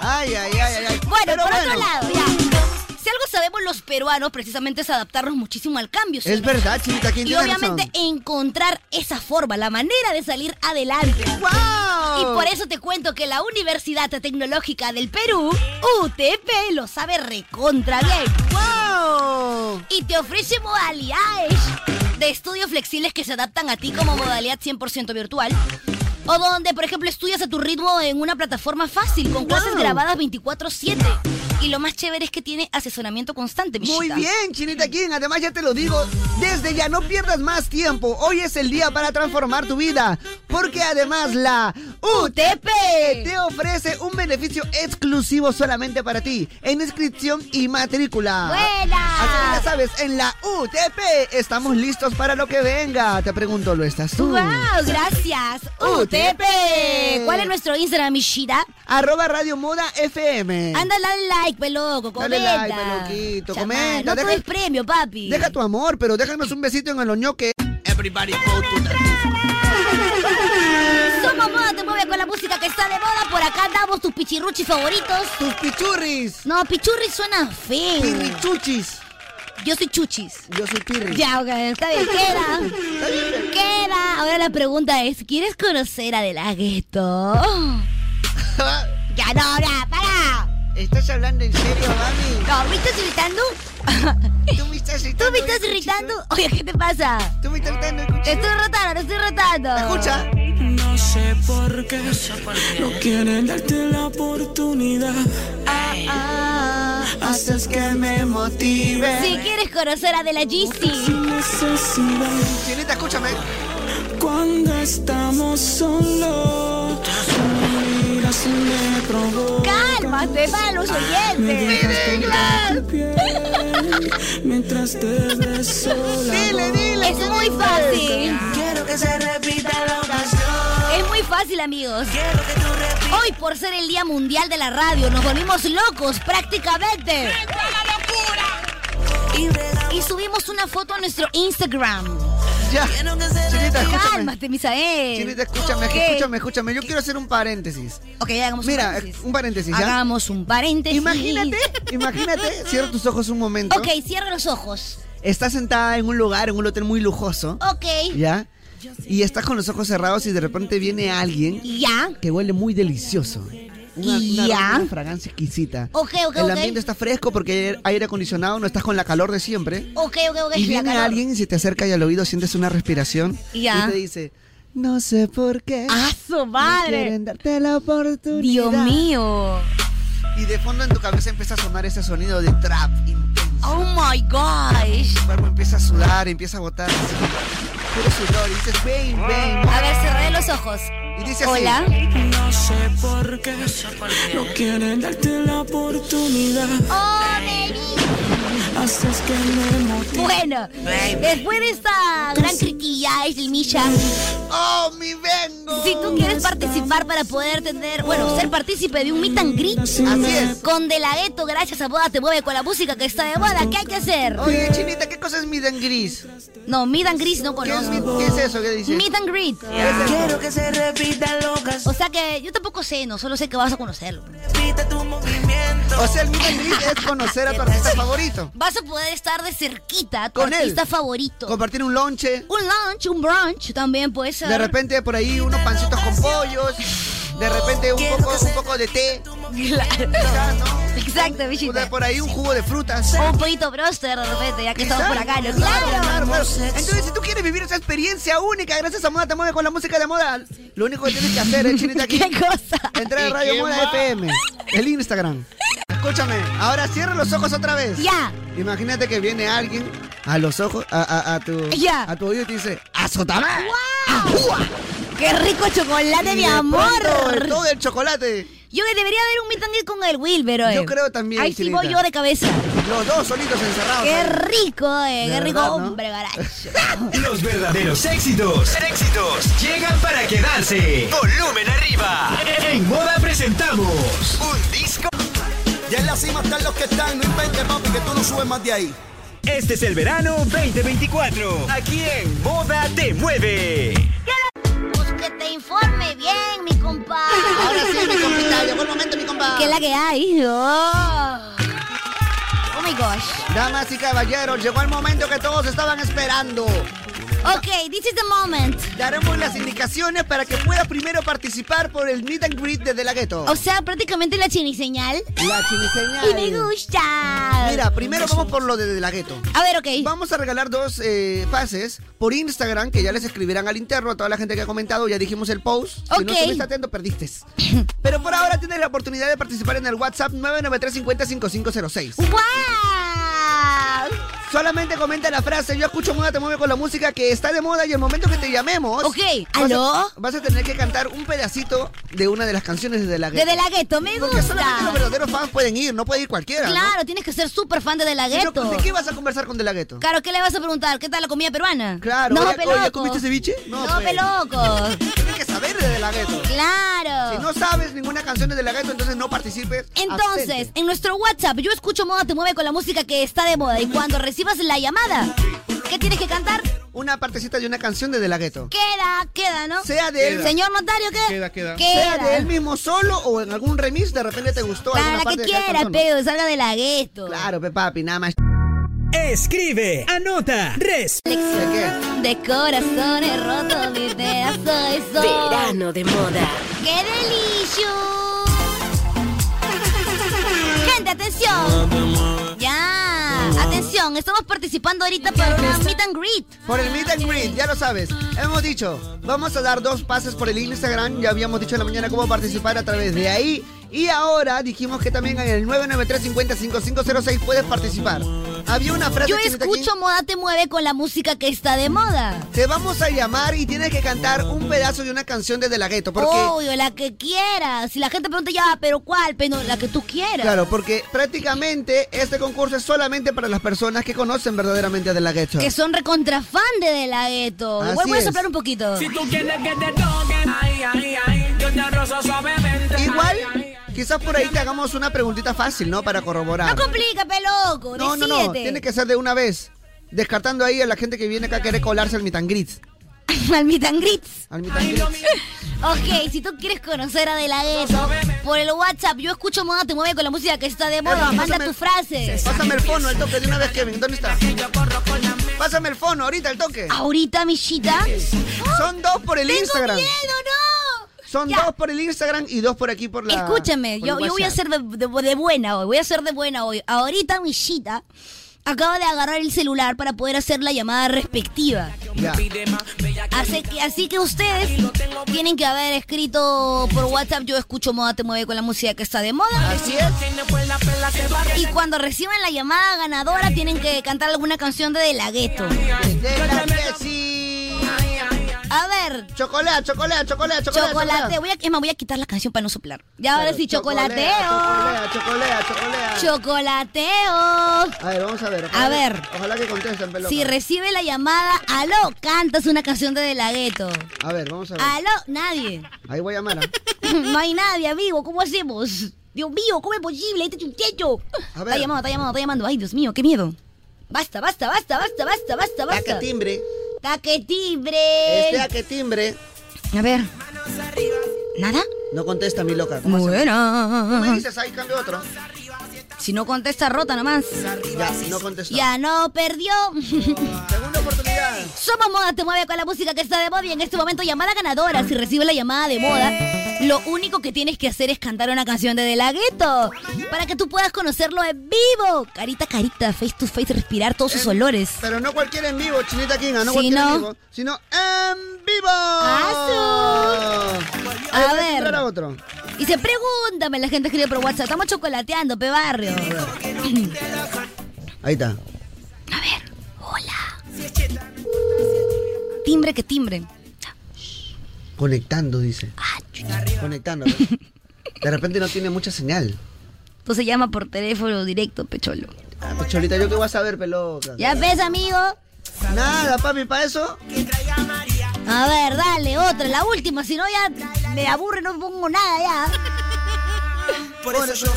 Ay, ay, ay, ay. Bueno, Pero por otro bueno. lado, ya. Si algo sabemos los peruanos, precisamente es adaptarnos muchísimo al cambio. ¿sí Es o no? verdad, Chinita, ¿quién Y tiene obviamente encontrar esa forma, la manera de salir adelante. ¡Wow! Y por eso te cuento que la Universidad Tecnológica del Perú, UTP, lo sabe recontra bien. ¡Wow! Y te ofrece modalidades de estudio flexibles que se adaptan a ti como modalidad 100% virtual. O donde, por ejemplo, estudias a tu ritmo en una plataforma fácil, con clases Wow. grabadas 24-7. Y lo más chévere es que tiene asesoramiento constante, Muy Mishita. bien, Chinita King. Además, ya te lo digo, desde ya no pierdas más tiempo. Hoy es el día para transformar tu vida. Porque además la UTP te ofrece un beneficio exclusivo solamente para ti. En inscripción y matrícula. ¡Buena! Así que ya sabes, en la UTP estamos listos para lo que venga. Te pregunto, ¿lo estás tú? ¡Wow! Gracias, UTP. ¿Cuál es nuestro Instagram, Mishita? Arroba Radio Moda FM. Anda, dale like, peloco, Eh. Dale comenta. like, peloquito, Chamán, comenta. No todo deja- es premio, papi. Deja tu amor, pero déjanos un besito en el oño que... Everybody go to Somos Moda Te Mueve con la música que está de moda. Por acá andamos tus pichirruchis favoritos. ¡Tus pichurris! No, pichurris suena feo. Pirrichuchis. Yo soy Chuchis. Yo soy Pirri. Ya, ok, está bien. Queda. Queda. Ahora la pregunta es: ¿quieres conocer a De La Ghetto? ya no, ahora, para. ¿Estás hablando en serio, mami? No, ¿me estás irritando? ¿Tú me estás ¿eh, ¿Tú me estás irritando? Oye, ¿qué te pasa? ¿Tú me estás irritando? ¿eh, Te estoy retando, te estoy retando. escucha? No sé por qué no quieren darte la oportunidad. Ah, Haces que me motive. ah. Si quieres conocer a De La Jeezy. Chinita, escúchame. Cuando estamos solos, tu mirada se me provoca. Cálmate, malos oyentes. Mientras te beso la boca. Es muy fácil. Quiero que se repita la Es muy fácil, amigos. Hoy, por ser el Día Mundial de la Radio, nos volvimos locos prácticamente. Y subimos una foto a nuestro Instagram. Ya. Chinita, escúchame. Cálmate, Misael. Chinita, escúchame, Ok. escúchame, escúchame. Yo quiero hacer un paréntesis. Ok, ya hagamos un Mira, paréntesis. un paréntesis, ¿ya? Hagamos un paréntesis. Imagínate, imagínate, cierra tus ojos un momento. Ok, cierra los ojos. Estás sentada en un lugar, en un hotel muy lujoso. Ok. ¿Ya? Y estás con los ojos cerrados y de repente viene alguien Ya. que huele muy delicioso. Una, una- Ya. una fragancia exquisita. Ok, ok, El ok. ambiente está fresco porque hay aire acondicionado, no estás con la calor de siempre. Ok, ok, ok. Y ya, viene calor. alguien y se te acerca y al oído sientes una respiración. Ya. Y te dice, no sé por qué. ¡Ah, su No madre! quieren darte la oportunidad. Dios mío. Y de fondo en tu cabeza empieza a sonar ese sonido de trap intenso. Oh my gosh. Tu cuerpo empieza a sudar, empieza a botar así, puro sudor. Y dices, ven, ven. A ver, cerré los ojos. Y dice así. Hola. No sé por qué no quieren darte la oportunidad. Oh, baby. Haces que me motive. Bueno, después de esta gran criquilla es el Misha. ¡Oh, mi vengo! Si tú quieres participar para poder tener, bueno, ser partícipe de un meet and greet. Así es. Con De La Ghetto, gracias a Boda Te Mueve con la música que está de moda. ¿Qué hay que hacer? Oye, Chinita, ¿qué cosa es mi en gris? No, meet and greet no ¿Qué es, conozco. mi- qué es eso que dices? Meet and greet. Quiero que se repita lo que O sea que yo tampoco sé, no solo sé que vas a conocerlo. repita tu movimiento. O sea, el meet and greet es conocer a tu artista favorito. Vas a poder estar de cerquita a tu Con él. artista favorito. Compartir un lonche. Un lunch, un brunch también puede ser. De repente por ahí unos pancitos con pollos. De repente un poco, un poco de té. Claro. Quizás, ¿no? Exacto, bichita. Por ahí un jugo de frutas. O un pollito broster de repente, ya que estamos por acá, ¿no? Claro, claro, ¡Claro! claro. Entonces, si tú quieres vivir esa experiencia única gracias a Moda Te Mueve con la música de moda, lo único que tienes que hacer es chinita aquí. ¿Qué cosa? Entrar a Radio Moda FM, el Instagram. Escúchame, ahora cierra los ojos otra vez. Ya, Imagínate que viene alguien a los ojos, a, a- a tu, Ya. a tu oído y te dice, ¡azótame! qué rico chocolate, mi amor. Todo el chocolate. Yo que debería haber un meet and greet con el Wilber, oye. Yo creo también, Ahí sí Chinita. voy yo de cabeza. Los dos solitos encerrados. Qué ahí. rico, eh, De qué rico verdad, ¿no? hombre, garacho. Los verdaderos éxitos. Éxitos llegan para quedarse. Volumen arriba. En moda presentamos. Un disco. Y en la cima están los que están. No inventes, papi, que tú no subes más de ahí. Este es el verano 2024. Aquí en Moda te mueve. Pues que te informe bien, mi compa. Ahora sí, mi compita, llegó el momento, mi compa. ¿Qué es la que hay? Oh, oh my gosh. Damas y caballeros, llegó el momento que todos estaban esperando. Ok, this is the moment. Daremos las indicaciones para que pueda primero participar por el meet and greet de De La Ghetto. O sea, prácticamente la chiniseñal. La chiniseñal. Y me gusta. Mira, primero vamos por lo de De La Ghetto. A ver, ok. Vamos a regalar dos eh, pases por Instagram, que ya les escribirán al interno a toda la gente que ha comentado. Ya dijimos el post. Si no Ok. estuviste atento, perdiste. Pero por ahora tienes la oportunidad de participar en el WhatsApp 993505506. ¡Wow! Solamente comenta la frase, yo escucho moda, te mueve con la música que está de moda y el momento que te llamemos... Ok, vas a- ¿aló? Vas a tener que cantar un pedacito de una de las canciones de De La Ghetto. De De La Ghetto, me Porque solamente gusta. los verdaderos fans pueden ir, no puede ir cualquiera, ¿no? Claro, tienes que ser súper fan de De La Si no, Ghetto. ¿De qué vas a conversar con De La Ghetto? Claro, ¿qué le vas a preguntar? ¿Qué tal la comida peruana? Claro. No, oye, peloco. oye, ¿comiste ceviche? No, pues, peloco. Tienes que saber de De La Ghetto. Claro. Si no sabes ninguna canción de De La Ghetto, entonces no participes. Entonces, abstente. en nuestro WhatsApp, yo escucho Moda Te Mueve con la música que está de moda. Y cuando recibas la llamada, ¿qué tienes que cantar? Una partecita de una canción de De La Ghetto. Queda, queda, ¿no? Sea de él. Señor notario, ¿qué? Queda, queda. Sea de Queda. él mismo solo o en algún remix de repente te gustó Para alguna la parte que de la quiera, canción, ¿no? pero salga de la gueto. Claro, pe papi, nada más. Escribe, anota, res. De corazones rotos, mi pedazo de sol. Verano de moda. ¡Qué delicio! Gente, atención. Ya, atención, estamos participando ahorita para una meet and greet. Por el meet and greet, ya lo sabes. Hemos dicho, vamos a dar dos pases por el Instagram. Ya habíamos dicho en la mañana cómo participar a través de ahí. Y ahora dijimos que también en el 993-50-5506 puedes participar. Había una frase Yo Chinita, escucho Moda te mueve con la música que está de moda. Te vamos a llamar y tienes que cantar un pedazo de una canción de De La Ghetto. Porque, Obvio, la que quieras. Si la gente pregunta ya, pero ¿cuál? Pero la que tú quieras. Claro, porque prácticamente este concurso es solamente para las personas que conocen verdaderamente a De La Ghetto. Que son recontrafan de De La Ghetto. Así Voy, voy a es. soplar un poquito. Si tú quieres que te toquen, ay, ay, ay, yo te rozo suavemente. Igual, quizás por ahí te hagamos una preguntita fácil, ¿no? Para corroborar. No complica, peloco. No, no, no. Tiene que ser de una vez. Descartando ahí a la gente que viene acá a querer colarse al mitangritz. Al mitangritz. Al mitangritz. Ok, si tú quieres conocer a De La Ghetto, por el WhatsApp, yo escucho Moda te mueve con la música que está de moda. Evelyn, Manda pásame- tus frases. Pásame el fono al toque de una vez, Kevin. ¿Dónde está? Pásame el fono ahorita al toque. Ahorita, michita. Son dos por el Ah, Tengo Instagram. miedo, no. Son dos por el Instagram y dos por aquí por la. Escúchame, por yo, el yo voy a ser WhatsApp. de, de- de buena hoy, voy a ser de buena hoy. Ahorita mi chita acaba de agarrar el celular para poder hacer la llamada respectiva. Ya. Así que, así que ustedes tienen que haber escrito por WhatsApp yo escucho moda te mueve con la música que está de moda. Así es. Y cuando reciban la llamada ganadora tienen que cantar alguna canción de De La Ghetto. A ver. Chocolate, chocolate, chocolate, chocolate. Chocolate, voy a, es más, voy a quitar la canción para no soplar. Ya ahora Claro, sí, chocolate, chocolateo. Chocolea, chocolea, chocolea. Chocolateo. A ver, vamos a ver. A ojalá- ver. Ojalá que contesten, pelota. Si recibe la llamada, aló, cantas una canción de De La Ghetto. A ver, vamos a ver. Aló, nadie. Ahí voy a llamar. ¿ah? no hay nadie, amigo, ¿cómo hacemos? Dios mío, ¿cómo es posible? Ahí está un techo. Está llamando, está llamando, está llamando. Ay, Dios mío, qué miedo. Basta, basta, basta, basta, basta, basta, basta. Taque timbre. Taque timbre. Este que timbre. A ver. ¿Nada? No contesta, mi loca. ¿Cómo hacemos? ¿Tú me Bueno. dices ahí, cambio otro? Si no contesta, rota nomás. Ya, no contestó. Ya no perdió. Segunda oportunidad. Somos Moda Te Mueve con la música que está de moda y en este momento llamada ganadora. Si recibe la llamada de moda, lo único que tienes que hacer es cantar una canción de De La Ghetto para que tú puedas conocerlo en vivo. Carita a carita, face to face, respirar todos Eh, sus olores. Pero no cualquiera en vivo, Chinita Kinga, no Si cualquiera no- en vivo, sino en vivo. A A ver. Era otro. Y se pregúntame, la gente escribe por WhatsApp. Estamos chocolateando, pe barrio. Ahí está. timbre que timbre. Conectando, dice. Ah, Conectando. De repente no tiene mucha señal. Entonces Pues llama por teléfono directo, pecholo. Ah, pues, Cholita, ¿yo qué voy a saber, pelota? ¿Ya ves, amigo? Nada, papi, para eso. A ver, dale, otra, la última, si no ya me aburre, no pongo nada ya. Por eso yo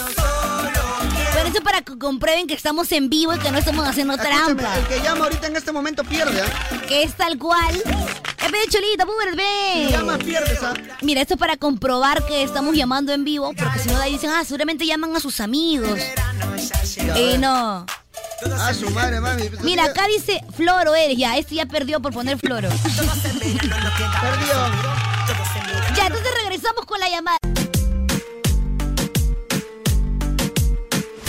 Pero eso para que comprueben que estamos en vivo y que no estamos haciendo Escúchame, trampa. El que llama ahorita en este momento pierde, ¿ah? Que es tal cual. Ya ve, cholita, pues, ve. Si llamas, pierdes, ¿ah? Mira, esto es para comprobar que estamos llamando en vivo, porque si no, de ahí dicen, ah, seguramente llaman a sus amigos. Y no. A Ah, su madre, mami. Mira, acá dice Floro eres, ya, este ya perdió por poner Floro. Perdió. Ya, entonces regresamos con la llamada.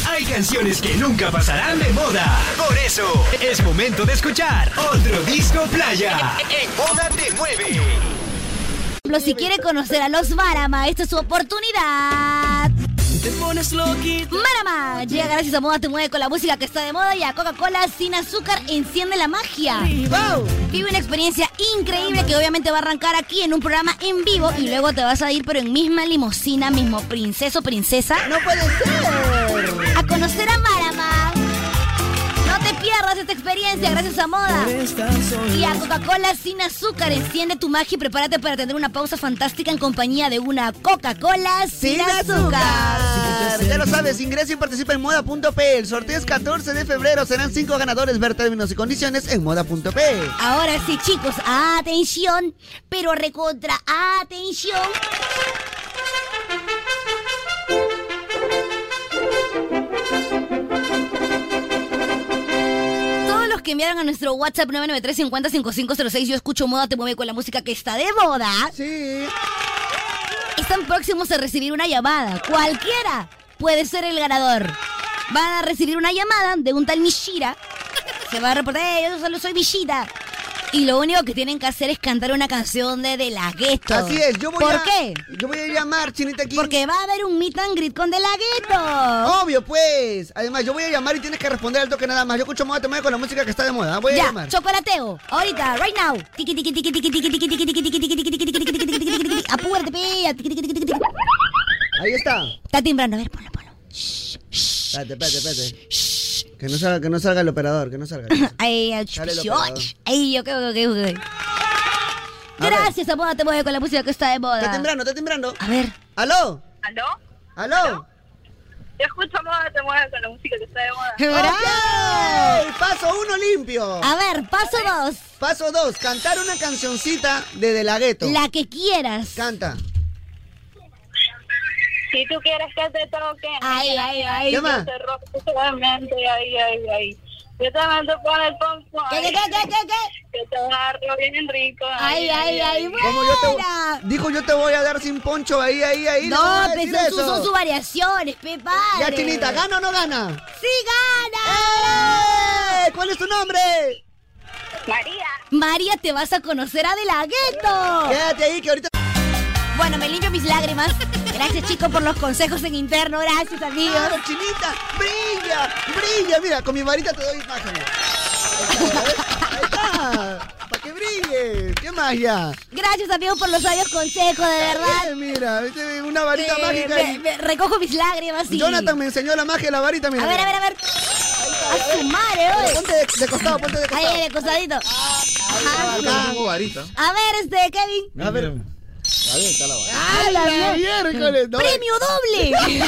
Hay canciones que nunca pasarán de moda. Por eso es momento de escuchar otro disco playa. Moda te mueve. Por ejemplo, si quiere conocer a los Marama, esta es su oportunidad. Te pones loquito. Marama llega gracias a Moda Te Mueve con la música que está de moda y a Coca-Cola sin azúcar enciende la magia. ¡Wow! Vive una experiencia increíble que obviamente va a arrancar aquí en un programa en vivo y luego te vas a ir pero en misma limusina, mismo princeso, princesa. ¡No puede ser! A conocer a Marama. No te pierdas esta experiencia gracias a Moda. Y a Coca-Cola sin azúcar, enciende tu magia y prepárate para tener una pausa fantástica en compañía de una Coca-Cola sin, Sin azúcar. Ya lo sabes, ingresa y participa en moda.p. El sorteo es 14 de febrero. Serán 5 ganadores. Ver términos y condiciones en moda.p. Ahora sí, chicos, atención, pero recontra atención. que enviaron a nuestro WhatsApp 993-50-5506. Yo escucho Moda Te Mueve con la música que está de moda. Sí. Están próximos a recibir una llamada. Cualquiera puede ser el ganador. Van a recibir una llamada de un tal Mishira. Se va a reportar, "Hey, yo solo soy Mishira. Y lo único que tienen que hacer es cantar una canción de De La Ghetto. Así es, yo voy ¿Por a- qué? Yo voy a llamar, Chinita aquí. Porque va a haber un meet and greet con De La Ghetto. Obvio, pues. Además, yo voy a llamar y tienes que responder al toque nada más. Yo escucho moda, te mueve con la música que está de moda. Voy a ya, llamar. chocolateo. Ahorita, right now. Tiki, tiki, tiki, tiki, tiki, tiki, tiki, tiki, tiki, tiki, tiki, tiki, tiki, tiki, tiki, tiki, tiki, tiki. Apúrate, pe. Tiki, tiki, tiki, tiki. Ahí está. Está timbrando, a ver, ponlo. Espérate, espérate, espérate. Que no salga, que no salga el operador, que no salga. Ay, ay, Dale el ay, operador. ay, ok, ok, ok, ok. Gracias, amor, te mueve con la música que está de moda. Está temblando, está temblando. A ver. ¿Aló? ¿Aló? ¿Aló? Yo escucho moda, te mueves con la música que está de moda. ¡Bravo! Paso uno limpio. A ver, paso dos. Paso dos, cantar una cancioncita de De La Ghetto. La que quieras. Canta. Si tú quieres que te toque, ay, ay, ay, ¿Qué yo Ah. más? te robo solamente, ay, ay, ay. Yo te mando por el pompo. ¿Qué, qué, qué, qué, qué? Que te agarro bien rico. Ay, ay, ay, Como yo te- buena. Dijo yo te voy a dar sin poncho ahí, ahí, ahí. No, pues, voy a pe, decir son, sus- eso. son sus variaciones, pe, padre. Ya, Chinita, Eh. ¿gana o no gana? ¡Sí, gana! ¿Cuál es tu nombre? María. María, te vas a conocer a De La Ghetto. Quédate ahí, que ahorita... Bueno, me limpio mis lágrimas. Gracias, chicos, por los consejos en interno. Gracias, amigos. Claro, Chinita, brilla, brilla. Mira, con mi varita te doy imagen. Ahí está, para que brille. ¿Qué más ya? Gracias, amigos, por los sabios consejos, de verdad. Eh, Mira, viste, una varita Me- mágica. me- y- me- recojo mis lágrimas y... Jonathan me enseñó la magia de la varita, mira. A ver, a ver, a ver. A su madre, oye. Ponte de, de costado, ponte de Ahí, costado. ahí, de costadito. Ajá. Yo no tengo varita. A ver, este, Kevin. A ver. Está bien, está la varita. ¡Ah, la miércoles! no! ¡Premio doble!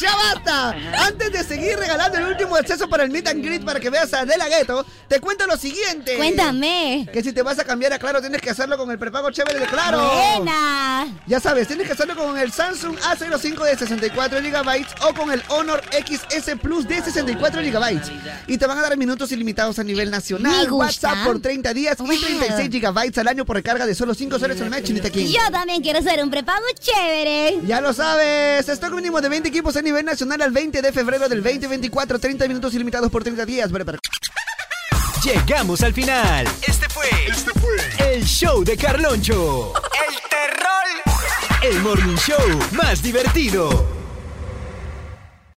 ¡Ya basta! Antes de seguir regalando el último acceso para el meet and greet para que veas a Adela Gueto, te cuento lo siguiente. Cuéntame. Que si te vas a cambiar a Claro, tienes que hacerlo con el prepago chévere de Claro. ¡Buena! Ya sabes, tienes que hacerlo con el Samsung A05 de 64 GB o con el Honor XS Plus de 64 GB. Y te van a dar minutos ilimitados a nivel nacional, Me gusta. WhatsApp por 30 días y 36 GB al año por recarga de solo 5 soles al mes, Chinita King. Yo también quiero ser un prepago chévere. Ya lo sabes, stock mínimo de 20 equipos a nivel nacional al 20 de febrero del 2024, 30 minutos ilimitados por 30 días. Bre, bre. Llegamos al final. Este fue, este fue el show de Carloncho. El terror. El morning show más divertido.